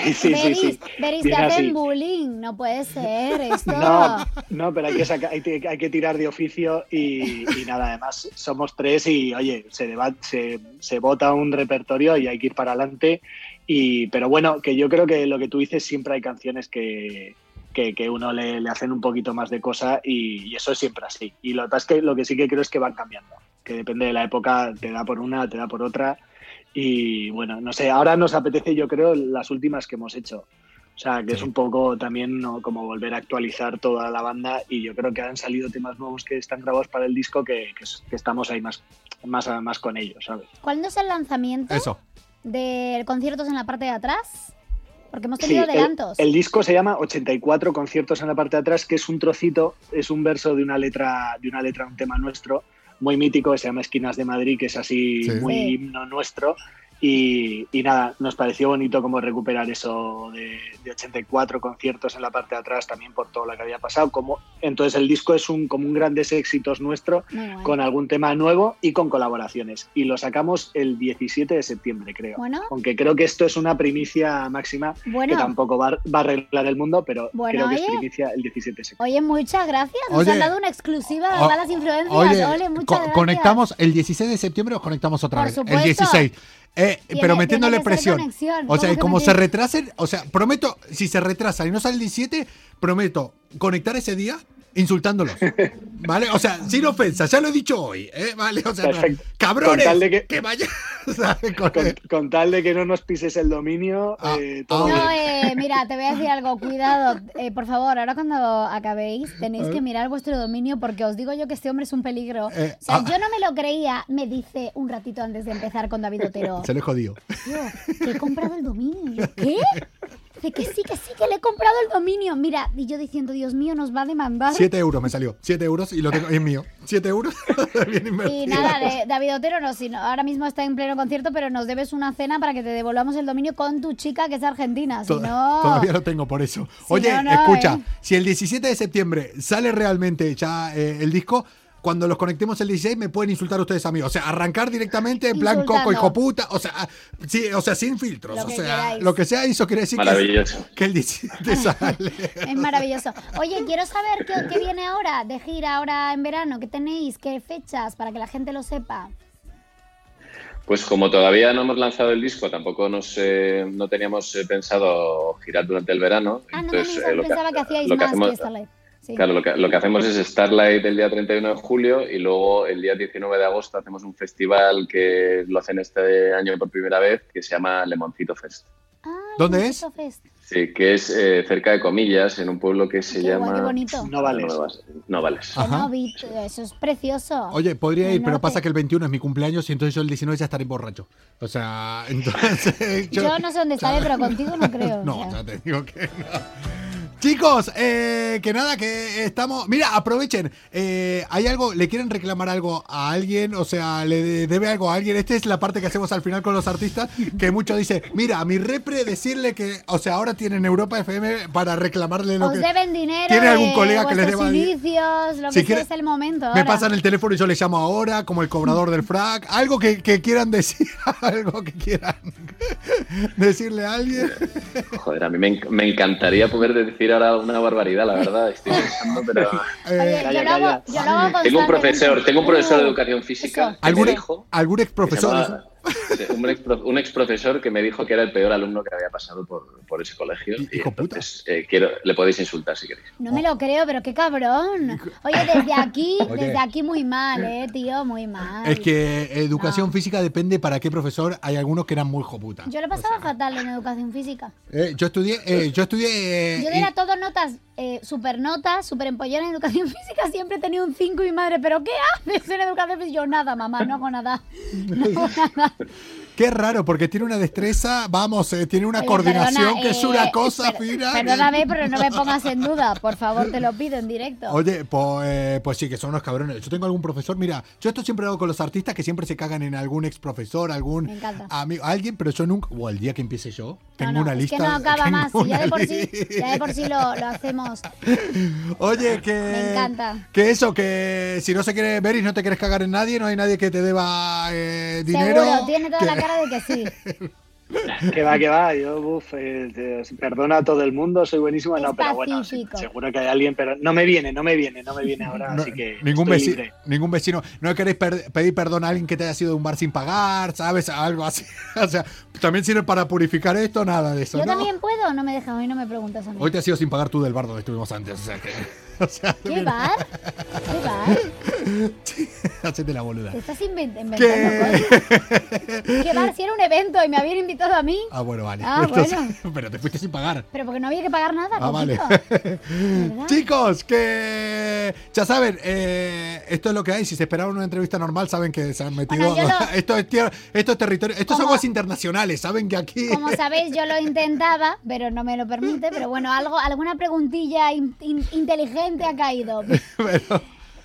[SPEAKER 7] sí, sí, sí.
[SPEAKER 3] Veris, te
[SPEAKER 7] Viene
[SPEAKER 3] hacen
[SPEAKER 7] así.
[SPEAKER 3] bullying, no puede ser esto.
[SPEAKER 7] No, no, pero hay que, saca- hay, que- hay que tirar de oficio y, y nada, además somos tres y oye, se debate, se, se vota un repertorio y hay que ir para adelante. Y, pero bueno, que yo creo que lo que tú dices siempre hay canciones que, que, que uno le, le hacen un poquito más de cosa y, y eso es siempre así. Y lo que pasa es que lo que sí que creo es que van cambiando, que depende de la época, te da por una, te da por otra. Y bueno, no sé, ahora nos apetece yo creo las últimas que hemos hecho. O sea, que es un poco también ¿no? como volver a actualizar toda la banda y yo creo que han salido temas nuevos que están grabados para el disco que, que es- que estamos ahí más, más, más con ellos, ¿sabes?
[SPEAKER 3] ¿Cuándo es el lanzamiento
[SPEAKER 2] Eso.
[SPEAKER 3] de conciertos en la parte de atrás? Porque hemos
[SPEAKER 7] Sí,
[SPEAKER 3] tenido
[SPEAKER 7] el-
[SPEAKER 3] adelantos.
[SPEAKER 7] El, disco se llama 84 conciertos en la parte de atrás, que es un trocito, es un verso de una letra, de una letra, un tema nuestro, muy mítico, que se llama Esquinas de Madrid, que es así
[SPEAKER 2] Sí.
[SPEAKER 7] muy
[SPEAKER 3] Sí.
[SPEAKER 7] himno nuestro. Y, y nada, nos pareció bonito como recuperar eso de, de 84 conciertos en la parte de atrás también por todo lo que había pasado. Como, entonces el disco es un, como un grandes éxitos nuestro
[SPEAKER 3] Muy guay.
[SPEAKER 7] con algún tema nuevo y con colaboraciones. Y lo sacamos el 17 de septiembre, creo.
[SPEAKER 3] Bueno,
[SPEAKER 7] Aunque creo que esto es una primicia máxima que
[SPEAKER 3] bueno.
[SPEAKER 7] tampoco va, va a arreglar el mundo, pero
[SPEAKER 3] Bueno, ¿eh?
[SPEAKER 7] creo que
[SPEAKER 3] oye.
[SPEAKER 7] es primicia el 17 de septiembre.
[SPEAKER 3] Oye, muchas gracias. Nos
[SPEAKER 2] Oye,
[SPEAKER 3] han dado una exclusiva de
[SPEAKER 2] o-
[SPEAKER 3] malas influencias.
[SPEAKER 2] Oye,
[SPEAKER 3] Ole, muchas
[SPEAKER 2] co-
[SPEAKER 3] gracias.
[SPEAKER 2] conectamos el 16 de septiembre, os conectamos otra
[SPEAKER 3] Por
[SPEAKER 2] vez.
[SPEAKER 3] supuesto.
[SPEAKER 2] El 16. Eh, pero
[SPEAKER 3] Tiene- tiene
[SPEAKER 2] metiéndole
[SPEAKER 3] que ser
[SPEAKER 2] presión.
[SPEAKER 3] conexión.
[SPEAKER 2] O sea,
[SPEAKER 3] ¿Cómo
[SPEAKER 2] y
[SPEAKER 3] que
[SPEAKER 2] como
[SPEAKER 3] meti-
[SPEAKER 2] se retrasen, o sea, prometo, si se retrasan y no sale el 17, prometo conectar ese día insultándolos. ¿Vale? O sea, sin ofensa, ya lo he dicho hoy. ¿eh? ¿Vale? O sea, no-
[SPEAKER 7] Perfecto.
[SPEAKER 2] cabrones,
[SPEAKER 7] Con tal de que-
[SPEAKER 2] que vayan. o sea, con-
[SPEAKER 7] Con, con tal de que no nos pises el dominio,
[SPEAKER 2] Eh. Ah,
[SPEAKER 7] eh, todo
[SPEAKER 2] ah.
[SPEAKER 7] bien.
[SPEAKER 3] No, eh, mira, te voy a decir algo, cuidado. Eh, por favor, ahora cuando acabéis, tenéis que mirar vuestro dominio porque os digo yo que este hombre es un peligro.
[SPEAKER 2] Eh,
[SPEAKER 3] o sea,
[SPEAKER 2] ah.
[SPEAKER 3] yo no me lo creía, me dice un ratito antes de empezar con David Otero.
[SPEAKER 2] Se lo he jodido.
[SPEAKER 3] Tío, que he comprado el dominio. Y yo, ¿Qué? Dice que sí, que sí, que le he comprado el dominio. Mira, y yo diciendo, Dios mío, nos va a
[SPEAKER 7] Ah.
[SPEAKER 3] demandar.
[SPEAKER 2] 7 euros me salió. 7 euros y lo tengo, es mío. 7 euros. Bien invertido.
[SPEAKER 3] Y nada, de- David Otero no, sino ahora mismo está en pleno concierto, pero nos debes una cena para que te devolvamos el dominio con tu chica que es argentina. Si
[SPEAKER 2] To-
[SPEAKER 3] no,
[SPEAKER 2] Todavía lo tengo por eso.
[SPEAKER 3] Si
[SPEAKER 2] Oye,
[SPEAKER 3] no, no,
[SPEAKER 2] escucha,
[SPEAKER 3] eh.
[SPEAKER 2] si el 17 de septiembre sale realmente ya eh, el disco, cuando los conectemos el 16 me pueden insultar ustedes a mí. O sea, arrancar directamente en plan
[SPEAKER 3] Insultando.
[SPEAKER 2] coco, hijo puta. O sea, ah, sí, o sea, sin filtros.
[SPEAKER 3] Lo
[SPEAKER 2] o
[SPEAKER 3] que
[SPEAKER 2] sea,
[SPEAKER 3] queráis.
[SPEAKER 2] lo que sea, eso quiere decir que-
[SPEAKER 8] Maravilloso.
[SPEAKER 2] Que, el 17 sale.
[SPEAKER 3] es maravilloso. Oye, quiero saber qué, qué viene ahora de gira ahora en verano, qué tenéis, qué fechas, para que la gente lo sepa.
[SPEAKER 8] Pues como todavía no hemos lanzado el disco, tampoco nos, eh, no teníamos eh, pensado girar durante el verano.
[SPEAKER 3] Ah, no,
[SPEAKER 8] entonces,
[SPEAKER 3] no,
[SPEAKER 8] eh, lo que-
[SPEAKER 3] pensaba que, hacíais
[SPEAKER 8] lo que
[SPEAKER 3] más
[SPEAKER 8] hacemos-
[SPEAKER 3] que Starlight. Sí.
[SPEAKER 8] Claro, lo que, lo que hacemos es Starlight el día 31 de julio y luego el día 19 de agosto hacemos un festival que lo hacen este año por primera vez que se llama Lemoncito Fest.
[SPEAKER 3] Ah,
[SPEAKER 2] ¿Dónde
[SPEAKER 3] Lemoncito
[SPEAKER 2] es?
[SPEAKER 3] Fest.
[SPEAKER 8] Sí, que es eh, cerca de Comillas, en un pueblo que
[SPEAKER 3] Qué
[SPEAKER 8] se
[SPEAKER 3] guay,
[SPEAKER 8] llama...
[SPEAKER 3] qué bonito.
[SPEAKER 7] No vale eso.
[SPEAKER 8] Novales. Novales.
[SPEAKER 3] Que
[SPEAKER 2] Ajá.
[SPEAKER 3] no vi- eso es precioso.
[SPEAKER 2] Oye, podría ir,
[SPEAKER 3] No,
[SPEAKER 2] pero
[SPEAKER 3] no
[SPEAKER 2] pasa
[SPEAKER 3] te-
[SPEAKER 2] que el 21 es mi cumpleaños y entonces yo el 19 ya estaré borracho. O sea, entonces.
[SPEAKER 3] yo, no sé dónde sale, pero contigo no creo. o
[SPEAKER 2] No,
[SPEAKER 3] sea.
[SPEAKER 2] ya te digo que no. Chicos, eh, que nada, que estamos. Mira, aprovechen. Eh, ¿Hay algo? ¿Le quieren reclamar algo a alguien? O sea, ¿le de- debe algo a alguien? Esta es la parte que hacemos al final con los artistas. Que muchos dicen, mira, a mi repre decirle que. O sea, ahora tienen Europa FM para reclamarle lo
[SPEAKER 3] Os
[SPEAKER 2] que.
[SPEAKER 3] deben dinero.
[SPEAKER 2] ¿Tiene algún
[SPEAKER 3] de
[SPEAKER 2] colega que les deba
[SPEAKER 3] vuestros
[SPEAKER 2] di-
[SPEAKER 3] inicios, lo
[SPEAKER 2] Si
[SPEAKER 3] que sea,
[SPEAKER 2] quiere-
[SPEAKER 3] es el momento.
[SPEAKER 2] Me
[SPEAKER 3] ahora.
[SPEAKER 2] pasan eh, el teléfono y yo le llamo ahora, como el cobrador del frac. Algo que, que quieran decir, algo que quieran decirle a alguien.
[SPEAKER 8] Joder, a mí me, enc- me encantaría poder decir ahora una barbaridad, la verdad. Estoy pensando, pero...
[SPEAKER 3] Oye,
[SPEAKER 2] Eh,
[SPEAKER 7] Calla,
[SPEAKER 3] yo lo hago,
[SPEAKER 7] calla.
[SPEAKER 3] yo lo hago
[SPEAKER 8] Tengo un
[SPEAKER 3] constantemente.
[SPEAKER 8] profesor, tengo un profesor de
[SPEAKER 3] Uh,
[SPEAKER 8] educación física
[SPEAKER 3] eso.
[SPEAKER 8] que me
[SPEAKER 2] ¿Algún,
[SPEAKER 8] dijo...
[SPEAKER 2] algún ex
[SPEAKER 8] que se
[SPEAKER 2] profesor?
[SPEAKER 8] llamaba- sí, un, ex, un ex profesor que me dijo que era el peor alumno que había pasado por, por ese colegio. Y
[SPEAKER 2] Hijo puta.
[SPEAKER 8] entonces, eh, quiero, le podéis insultar si queréis.
[SPEAKER 2] Oh.
[SPEAKER 3] No me lo creo, pero qué cabrón. Oye, desde aquí,
[SPEAKER 2] Oye.
[SPEAKER 3] desde aquí muy mal, eh, tío, muy mal.
[SPEAKER 2] Es
[SPEAKER 3] Ah.
[SPEAKER 2] que educación
[SPEAKER 3] No.
[SPEAKER 2] física depende para qué profesor. Hay algunos que eran muy joputa.
[SPEAKER 3] Yo lo pasaba fatal en educación física.
[SPEAKER 2] Eh, yo estudié, eh, yo estudié. eh,
[SPEAKER 3] Yo
[SPEAKER 2] y-
[SPEAKER 3] era todo notas, eh, super notas, super empollona en educación física. Siempre he tenido un 5 y madre, ¿pero qué haces en educación física? Yo nada, mamá, no hago nada. No hago nada.
[SPEAKER 2] Qué raro, porque tiene una destreza, vamos, eh, tiene una
[SPEAKER 3] Oye,
[SPEAKER 2] coordinación
[SPEAKER 3] perdona,
[SPEAKER 2] que es
[SPEAKER 3] eh,
[SPEAKER 2] una cosa
[SPEAKER 3] per-
[SPEAKER 2] fina. que-
[SPEAKER 3] Perdóname, pero no me pongas en duda. Por favor, te lo pido en directo.
[SPEAKER 2] Oye, pues, eh, pues sí, que son unos cabrones. Yo tengo algún profesor, mira, yo esto siempre lo hago con los artistas que siempre se cagan en algún ex profesor, algún
[SPEAKER 3] Me encanta.
[SPEAKER 2] amigo, alguien, pero yo nunca, o al día que empiece yo, tengo
[SPEAKER 3] no, no,
[SPEAKER 2] una
[SPEAKER 3] es
[SPEAKER 2] lista.
[SPEAKER 3] que no acaba
[SPEAKER 2] tengo
[SPEAKER 3] más. y ya
[SPEAKER 2] una
[SPEAKER 3] de por sí,
[SPEAKER 2] lista.
[SPEAKER 3] ya de por sí lo, lo hacemos.
[SPEAKER 2] Oye, que.
[SPEAKER 3] Me encanta.
[SPEAKER 2] Que eso, que si no se quiere ver y no te quieres cagar en nadie, no hay nadie que te deba eh, dinero.
[SPEAKER 3] Seguro, tiene toda
[SPEAKER 2] que-
[SPEAKER 3] la cara de que sí.
[SPEAKER 7] Que va, que va, yo, buf, eh, eh, perdona a todo el mundo, soy buenísimo,
[SPEAKER 3] Es
[SPEAKER 7] no, pero bueno, sí,
[SPEAKER 3] pacífico.
[SPEAKER 7] seguro que hay alguien, pero no me viene, no me viene, no me viene ahora,
[SPEAKER 2] No,
[SPEAKER 7] así que
[SPEAKER 2] ningún,
[SPEAKER 7] estoy
[SPEAKER 2] vecino,
[SPEAKER 7] libre.
[SPEAKER 2] ningún vecino. No queréis per- pedir perdón a alguien que te haya sido de un bar sin pagar, ¿sabes? Algo así. O sea, también sirve para purificar esto, nada de eso.
[SPEAKER 3] Yo
[SPEAKER 2] ¿no?
[SPEAKER 3] también puedo, no me dejas, hoy no me preguntas a mí.
[SPEAKER 2] Hoy te has ido sin pagar tú del bar donde estuvimos antes. O sea, que, o sea,
[SPEAKER 3] ¿Qué
[SPEAKER 2] mira,
[SPEAKER 3] bar? ¿Qué bar?
[SPEAKER 2] hacete la boluda.
[SPEAKER 3] Te estás invent- inventando
[SPEAKER 2] ¿Qué?
[SPEAKER 3] cosas. ¿Qué bar? Si era un evento y me habían invitado a mí.
[SPEAKER 2] Ah, bueno, vale.
[SPEAKER 3] Ah,
[SPEAKER 2] Entonces-
[SPEAKER 3] bueno.
[SPEAKER 2] Pero te fuiste sin pagar.
[SPEAKER 3] Pero porque no había que pagar nada,
[SPEAKER 2] Ah, vale.
[SPEAKER 3] poquito. ¿Verdad?
[SPEAKER 2] Chicos, que ya saben, eh, esto es lo que hay. Si se esperaban una entrevista normal, saben que se han metido.
[SPEAKER 3] Bueno, yo
[SPEAKER 2] a-
[SPEAKER 3] no-
[SPEAKER 2] Esto es tierra, esto es territorio, estos son
[SPEAKER 3] Como-
[SPEAKER 2] aguas internacionales. Saben que aquí.
[SPEAKER 3] Como sabéis, yo lo intentaba, pero no me lo permite. Pero bueno, algo, alguna preguntilla in- in- inteligente ha caído.
[SPEAKER 2] Pero-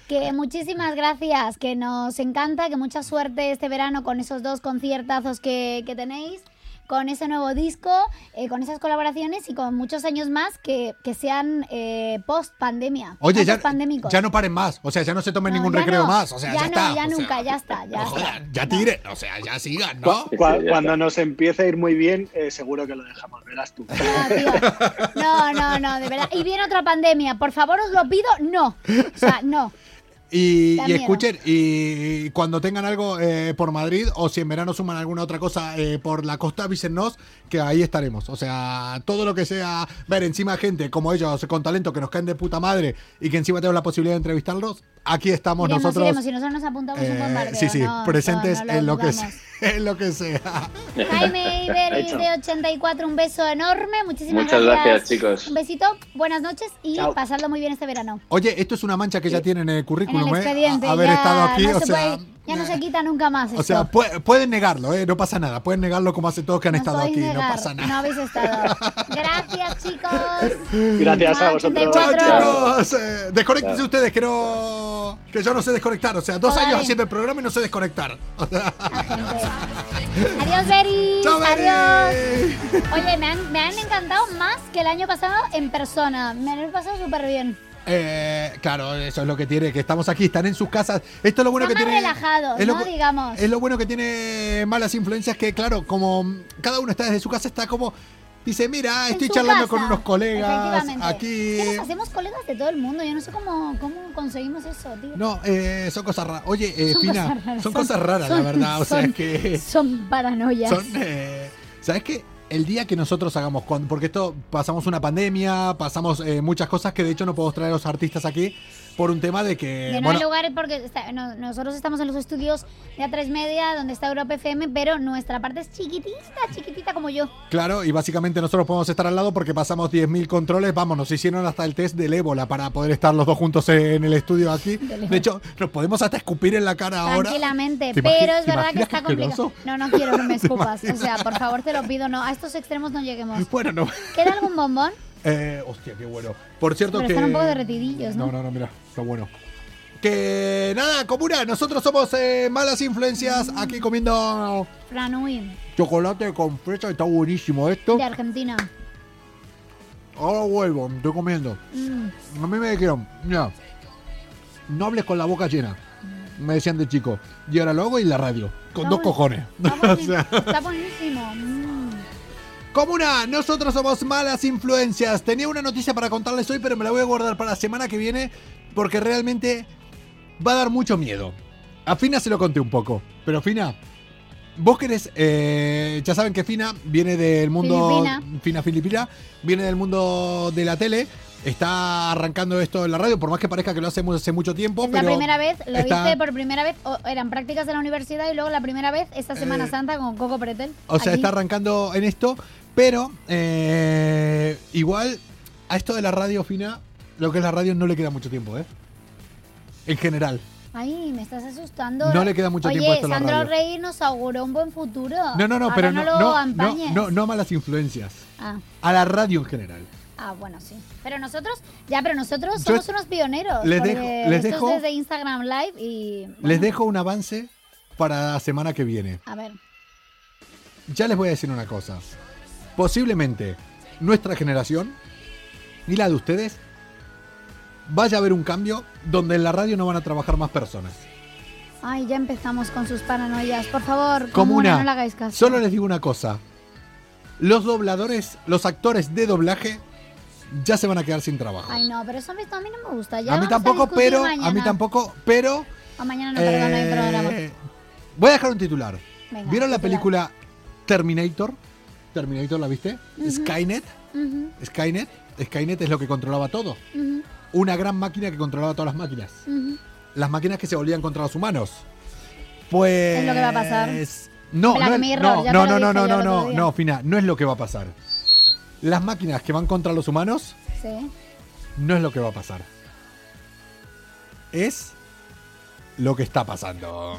[SPEAKER 3] Que muchísimas gracias, que nos encanta, que mucha suerte este verano con esos dos conciertazos que, que tenéis, con ese nuevo disco, eh, con esas colaboraciones y con muchos años más que, que sean eh, post pandemia.
[SPEAKER 2] Oye, ya,
[SPEAKER 3] pandémicos.
[SPEAKER 2] ya no paren más. O sea, ya no se tomen
[SPEAKER 3] No,
[SPEAKER 2] ningún
[SPEAKER 3] ya
[SPEAKER 2] recreo
[SPEAKER 3] no,
[SPEAKER 2] más. O sea,
[SPEAKER 3] ya
[SPEAKER 2] ya,
[SPEAKER 3] no,
[SPEAKER 2] está.
[SPEAKER 3] ya
[SPEAKER 2] o sea,
[SPEAKER 3] nunca, ya está, ya
[SPEAKER 2] no
[SPEAKER 3] está.
[SPEAKER 2] jodan, ya tiren. O sea, ya sigan, ¿no?
[SPEAKER 8] Sí,
[SPEAKER 7] Cu-
[SPEAKER 8] sí, ya
[SPEAKER 7] cuando
[SPEAKER 8] está.
[SPEAKER 7] nos empiece a ir muy bien, eh, seguro que lo dejamos, verás tú.
[SPEAKER 3] No, tío. no, no, no, de verdad. Y viene otra pandemia, por favor os lo pido, no. O sea, no.
[SPEAKER 2] Y,
[SPEAKER 3] Da
[SPEAKER 2] y
[SPEAKER 3] miedo.
[SPEAKER 2] escuchen, y cuando tengan algo eh, por Madrid o si en verano suman alguna otra cosa eh, por la costa, avísennos que ahí estaremos. O sea, todo lo que sea ver encima gente como ellos con talento que nos caen de puta madre y que encima tengo la posibilidad de entrevistarlos, aquí estamos
[SPEAKER 3] Iremos,
[SPEAKER 2] nosotros.
[SPEAKER 3] iremos, y nosotros nos apuntamos un
[SPEAKER 2] eh,
[SPEAKER 3] bombardeo.
[SPEAKER 2] sí, sí,
[SPEAKER 3] no,
[SPEAKER 2] presentes
[SPEAKER 3] no, no
[SPEAKER 2] en, lo que,
[SPEAKER 3] dudamos.
[SPEAKER 2] sea- en lo que sea.
[SPEAKER 3] Jaime Iberis
[SPEAKER 7] Hecho.
[SPEAKER 3] de 84, un beso enorme. Muchísimas
[SPEAKER 8] Muchas
[SPEAKER 3] gracias.
[SPEAKER 8] gracias, chicos.
[SPEAKER 3] Un besito, buenas noches y
[SPEAKER 7] Chao.
[SPEAKER 3] pasadlo muy bien este verano.
[SPEAKER 2] Oye, esto es una mancha que ya tienen en el
[SPEAKER 3] En el
[SPEAKER 2] currículum, ¿eh?
[SPEAKER 3] expediente.
[SPEAKER 2] A- haber
[SPEAKER 3] ya
[SPEAKER 2] estado aquí,
[SPEAKER 3] no
[SPEAKER 2] o
[SPEAKER 3] se
[SPEAKER 2] sea. eh,
[SPEAKER 3] puede- ya no se quita nunca más.
[SPEAKER 2] O sea,
[SPEAKER 3] esto.
[SPEAKER 2] pu- pueden negarlo, ¿eh? No pasa nada. Pueden negarlo como hace todos que han
[SPEAKER 3] No
[SPEAKER 2] estado
[SPEAKER 3] podéis
[SPEAKER 2] aquí.
[SPEAKER 3] negar,
[SPEAKER 2] no pasa nada.
[SPEAKER 3] No habéis estado. Gracias, chicos.
[SPEAKER 7] Gracias a
[SPEAKER 3] Más
[SPEAKER 7] vosotros.
[SPEAKER 3] 84.
[SPEAKER 2] Chao, chicos. Eh, desconéctense ustedes, que no. Que yo no sé desconectar. O sea, dos
[SPEAKER 3] Joder.
[SPEAKER 2] años haciendo el programa y no sé desconectar. O sea,
[SPEAKER 3] Ah, gente. Adiós, Beris.
[SPEAKER 2] chao, Mary.
[SPEAKER 3] Adiós. Oye, me han, me han encantado más que el año pasado en persona. Me lo he pasado súper bien.
[SPEAKER 2] Eh, claro, eso es lo que tiene, que estamos aquí, están en sus casas. Esto es lo bueno que
[SPEAKER 3] Están más
[SPEAKER 2] tiene.
[SPEAKER 3] relajados,
[SPEAKER 2] es lo
[SPEAKER 3] ¿no?
[SPEAKER 2] bu-
[SPEAKER 3] Digamos.
[SPEAKER 2] Es lo bueno que tiene malas influencias, que claro, como mm, cada uno está desde su casa, está como. Dice, mira,
[SPEAKER 3] En
[SPEAKER 2] Ah, estoy
[SPEAKER 3] su
[SPEAKER 2] charlando
[SPEAKER 3] casa,
[SPEAKER 2] con unos colegas
[SPEAKER 3] efectivamente.
[SPEAKER 2] aquí.
[SPEAKER 3] Es que nos hacemos colegas de todo el mundo. Yo no sé cómo, cómo conseguimos eso, tío.
[SPEAKER 2] No, eh, son cosas raras. Oye, eh, Fina,
[SPEAKER 3] cosas raras,
[SPEAKER 2] son cosas raras, la
[SPEAKER 3] son-
[SPEAKER 2] verdad. O sea,
[SPEAKER 3] son-
[SPEAKER 2] es que
[SPEAKER 3] Son paranoias.
[SPEAKER 2] son... eh, ¿Sabes qué? El día que nosotros hagamos, con- porque esto pasamos una pandemia, pasamos eh, muchas cosas que de hecho no podemos traer a los artistas aquí por un tema de que...
[SPEAKER 3] Que no
[SPEAKER 2] bueno,
[SPEAKER 3] hay lugares porque está- no- nosotros estamos en los estudios de A3 Media, donde está Europa FM, pero nuestra parte es chiquitita, chiquitita como yo.
[SPEAKER 2] Claro, y básicamente nosotros podemos estar al lado porque pasamos 10.000 controles. Vamos, nos hicieron hasta el test del ébola para poder estar los dos juntos en el estudio aquí. De hecho, nos podemos hasta escupir en la cara ahora.
[SPEAKER 3] tranquilamente,
[SPEAKER 2] ¿Te imagi-
[SPEAKER 3] pero
[SPEAKER 2] te
[SPEAKER 3] es verdad que
[SPEAKER 2] imaginas
[SPEAKER 3] está
[SPEAKER 2] qué asqueroso?
[SPEAKER 3] complicado. No, no quiero que me escupas. O sea, por favor, te lo pido, no. A estos extremos no lleguemos.
[SPEAKER 2] Bueno, no.
[SPEAKER 3] ¿Queda algún bombón?
[SPEAKER 2] Eh, hostia, qué bueno. Por cierto
[SPEAKER 3] Pero
[SPEAKER 2] que.
[SPEAKER 3] están un poco derretidillos, ¿no?
[SPEAKER 2] No, no, no, mira, está bueno. Que nada, comuna, nosotros somos eh, malas influencias
[SPEAKER 3] Mm.
[SPEAKER 2] aquí comiendo
[SPEAKER 3] Franui,
[SPEAKER 2] chocolate con fresa, está buenísimo esto.
[SPEAKER 3] de Argentina.
[SPEAKER 2] Ahora vuelvo, estoy comiendo.
[SPEAKER 3] Mm.
[SPEAKER 2] A mí me dijeron, mira, no hables con la boca llena. Me decían de chico. Y ahora lo hago en la radio. Con
[SPEAKER 3] Mm. Está
[SPEAKER 2] dos
[SPEAKER 3] buen-
[SPEAKER 2] cojones.
[SPEAKER 3] Está,
[SPEAKER 2] O
[SPEAKER 3] buenísimo.
[SPEAKER 2] sea,
[SPEAKER 3] está buenísimo. Mm.
[SPEAKER 2] Comuna, nosotros somos malas influencias. Tenía una noticia para contarles hoy, pero me la voy a guardar para la semana que viene. Porque realmente va a dar mucho miedo. A Fina se lo conté un poco. Pero Fina, vos querés. eh, ya saben que Fina viene del mundo.
[SPEAKER 3] Filipina.
[SPEAKER 2] Fina Filipina. Viene del mundo de la tele. Está arrancando esto en la radio, por más que parezca que lo hacemos hace mucho tiempo.
[SPEAKER 3] Es la
[SPEAKER 2] pero
[SPEAKER 3] primera vez, lo
[SPEAKER 2] está-
[SPEAKER 3] hice por primera vez, o- eran prácticas de la universidad y luego la primera vez esta Semana
[SPEAKER 2] Eh,
[SPEAKER 3] Santa con Coco Pretel.
[SPEAKER 2] O sea,
[SPEAKER 3] aquí.
[SPEAKER 2] está arrancando en esto, pero eh, igual a esto de la radio fina, lo que es la radio no le queda mucho tiempo, ¿eh? En general.
[SPEAKER 3] Ay, me estás asustando.
[SPEAKER 2] No le queda mucho
[SPEAKER 3] Oye,
[SPEAKER 2] tiempo hasta la
[SPEAKER 3] Sandro
[SPEAKER 2] radio.
[SPEAKER 3] Rey nos auguró un buen futuro.
[SPEAKER 2] No, no, no,
[SPEAKER 3] Ah, Ahora
[SPEAKER 2] pero
[SPEAKER 3] no,
[SPEAKER 2] no,
[SPEAKER 3] lo
[SPEAKER 2] no, no,
[SPEAKER 3] empañes.
[SPEAKER 2] no, no malas influencias.
[SPEAKER 3] Ah,
[SPEAKER 2] A la radio en general.
[SPEAKER 3] ah, bueno, sí. Pero nosotros, ya, pero nosotros
[SPEAKER 2] Yo-
[SPEAKER 3] somos unos pioneros.
[SPEAKER 2] les
[SPEAKER 3] porque
[SPEAKER 2] dejo- les
[SPEAKER 3] esto es
[SPEAKER 2] dejo-
[SPEAKER 3] desde Instagram Live y.
[SPEAKER 2] Les
[SPEAKER 3] bueno,
[SPEAKER 2] dejo un avance para la semana que viene.
[SPEAKER 3] A ver.
[SPEAKER 2] Ya les voy a decir una cosa. Posiblemente nuestra generación y la de ustedes vaya a haber un cambio donde en la radio no van a trabajar más personas.
[SPEAKER 3] Ay, ya empezamos con sus paranoias. Por favor,
[SPEAKER 2] Como
[SPEAKER 3] comuna, no le
[SPEAKER 2] una.
[SPEAKER 3] hagáis caso.
[SPEAKER 2] Solo les digo una cosa. Los dobladores, los actores de doblaje ya se van a quedar sin trabajo.
[SPEAKER 3] Ay, no, pero eso a mí, a mí no me gusta. Ya
[SPEAKER 2] a mí
[SPEAKER 3] vamos
[SPEAKER 2] tampoco,
[SPEAKER 3] discutir
[SPEAKER 2] pero
[SPEAKER 3] mañana.
[SPEAKER 2] a mí tampoco, pero
[SPEAKER 3] O mañana no, perdón, no hay programa.
[SPEAKER 2] eh, voy a dejar un titular.
[SPEAKER 3] Venga,
[SPEAKER 2] ¿Vieron la
[SPEAKER 3] titular.
[SPEAKER 2] película Terminator? Terminator, ¿la viste?
[SPEAKER 3] Ujú.
[SPEAKER 2] Skynet.
[SPEAKER 3] Ujú,
[SPEAKER 2] Skynet. Skynet es lo que controlaba todo.
[SPEAKER 3] ujú,
[SPEAKER 2] Una gran máquina que controlaba todas las máquinas.
[SPEAKER 3] ujú.
[SPEAKER 2] Las máquinas que se volvían contra los humanos. Pues.
[SPEAKER 3] Es lo que va a pasar.
[SPEAKER 2] No,
[SPEAKER 3] Black
[SPEAKER 2] no, es-
[SPEAKER 3] Mirror,
[SPEAKER 2] no,
[SPEAKER 3] ya
[SPEAKER 2] no,
[SPEAKER 3] te
[SPEAKER 2] no, no,
[SPEAKER 3] lo dije
[SPEAKER 2] no,
[SPEAKER 3] yo
[SPEAKER 2] no,
[SPEAKER 3] el otro
[SPEAKER 2] no,
[SPEAKER 3] día.
[SPEAKER 2] no, Fina, no es lo que va a pasar. Las máquinas que van contra los humanos
[SPEAKER 3] Sí.
[SPEAKER 2] no es lo que va a pasar. Es lo que está pasando.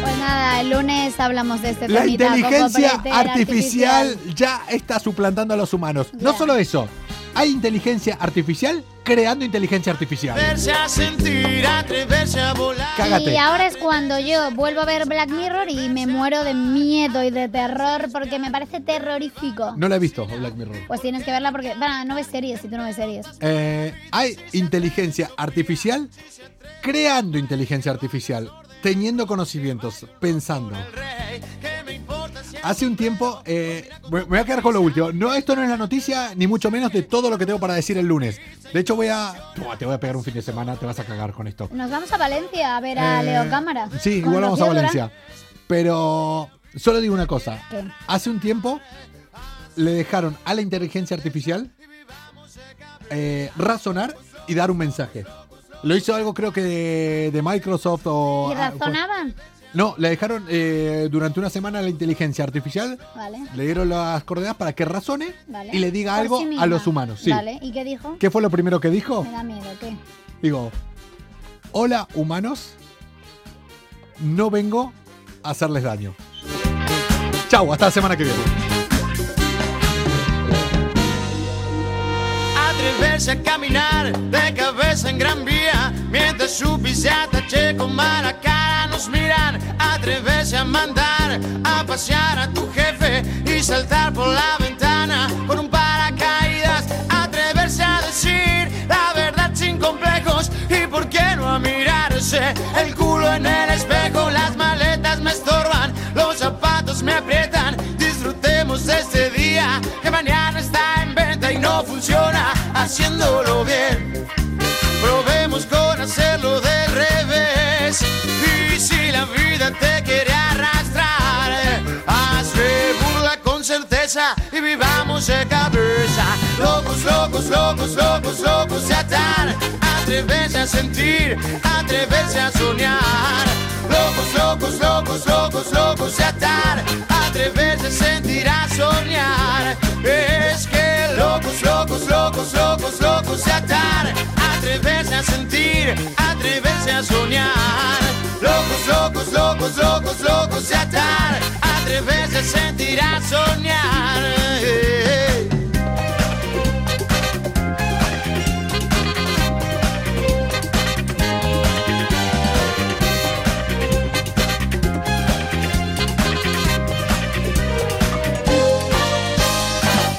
[SPEAKER 3] Pues nada, el lunes hablamos de este
[SPEAKER 2] La
[SPEAKER 3] temita,
[SPEAKER 2] inteligencia
[SPEAKER 3] coco, pretera,
[SPEAKER 2] artificial, ya está suplantando a los humanos. No
[SPEAKER 3] Ya.
[SPEAKER 2] solo eso, hay inteligencia artificial creando inteligencia artificial.
[SPEAKER 6] Verse a sentir, atreverse a volar.
[SPEAKER 2] Cágate.
[SPEAKER 3] Y ahora es cuando yo vuelvo a ver Black Mirror y me muero de miedo y de terror porque me parece terrorífico.
[SPEAKER 2] No la he visto, Black Mirror.
[SPEAKER 3] Pues tienes que verla porque, bueno, no ves series si tú no ves series.
[SPEAKER 2] Eh, hay inteligencia artificial creando inteligencia artificial, teniendo conocimientos, pensando. Hace un tiempo, eh, me me voy a quedar con lo último. No, esto no es la noticia, ni mucho menos de todo lo que tengo para decir el lunes. De hecho, voy a. Buah, te voy a pegar un fin de semana, te vas a cagar con esto.
[SPEAKER 3] Nos vamos a Valencia a ver a
[SPEAKER 2] Eh,
[SPEAKER 3] Leo Cámara.
[SPEAKER 2] Sí,
[SPEAKER 3] Con
[SPEAKER 2] igual vamos a
[SPEAKER 3] Rocío Durán.
[SPEAKER 2] Valencia. Pero solo digo una cosa.
[SPEAKER 3] ¿Qué?
[SPEAKER 2] Hace un tiempo le dejaron a la inteligencia artificial eh, razonar y dar un mensaje. Lo hizo algo creo que de, de Microsoft o...
[SPEAKER 3] ¿Y razonaban?
[SPEAKER 2] No, le dejaron eh, durante una semana a la inteligencia artificial,
[SPEAKER 3] Vale,
[SPEAKER 2] le dieron las coordenadas para que razone
[SPEAKER 3] vale.
[SPEAKER 2] y le diga
[SPEAKER 3] Por
[SPEAKER 2] algo
[SPEAKER 3] sí
[SPEAKER 2] a
[SPEAKER 3] misma.
[SPEAKER 2] los humanos. Sí.
[SPEAKER 3] Vale, ¿y qué dijo?
[SPEAKER 2] ¿Qué fue lo primero que dijo?
[SPEAKER 3] Me da miedo, ¿qué?
[SPEAKER 2] Digo, hola humanos, no vengo a hacerles daño. Chau, hasta la semana que viene.
[SPEAKER 6] Atreverse a caminar de cabeza en gran vía Mientras su pisata checo mala cara nos miran Atreverse a mandar a pasear a tu jefe Y saltar por la ventana con un paracaídas Atreverse a decir la verdad sin complejos Y por qué no a mirarse el culo en el espejo Las maletas me estorban, los zapatos me aprietan Disfrutemos de este día que mañana está en venta y no funciona haciéndolo bien. Probemos con hacerlo de revés. Y si la vida te quiere arrastrar, eh, hazle burla con certeza y vivamos de cabeza. Locos, locos, locos, locos, locos de atar. Atreverse a sentir, atreverse a soñar. Locos, locos, locos, locos, locos de atar. Atreverse a sentir, a soñar. Es que locos, locos, locos, locos, locos de atar. Atreverse a sentir, atreverse a soñar. Locos, locos, locos, locos, locos de atar. Atreverse a sentir, a soñar. Eh, eh.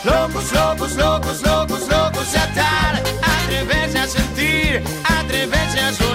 [SPEAKER 6] Locos, locos, locos, locos, locos de atar. Atreverse a sentir, atreverse a soñar.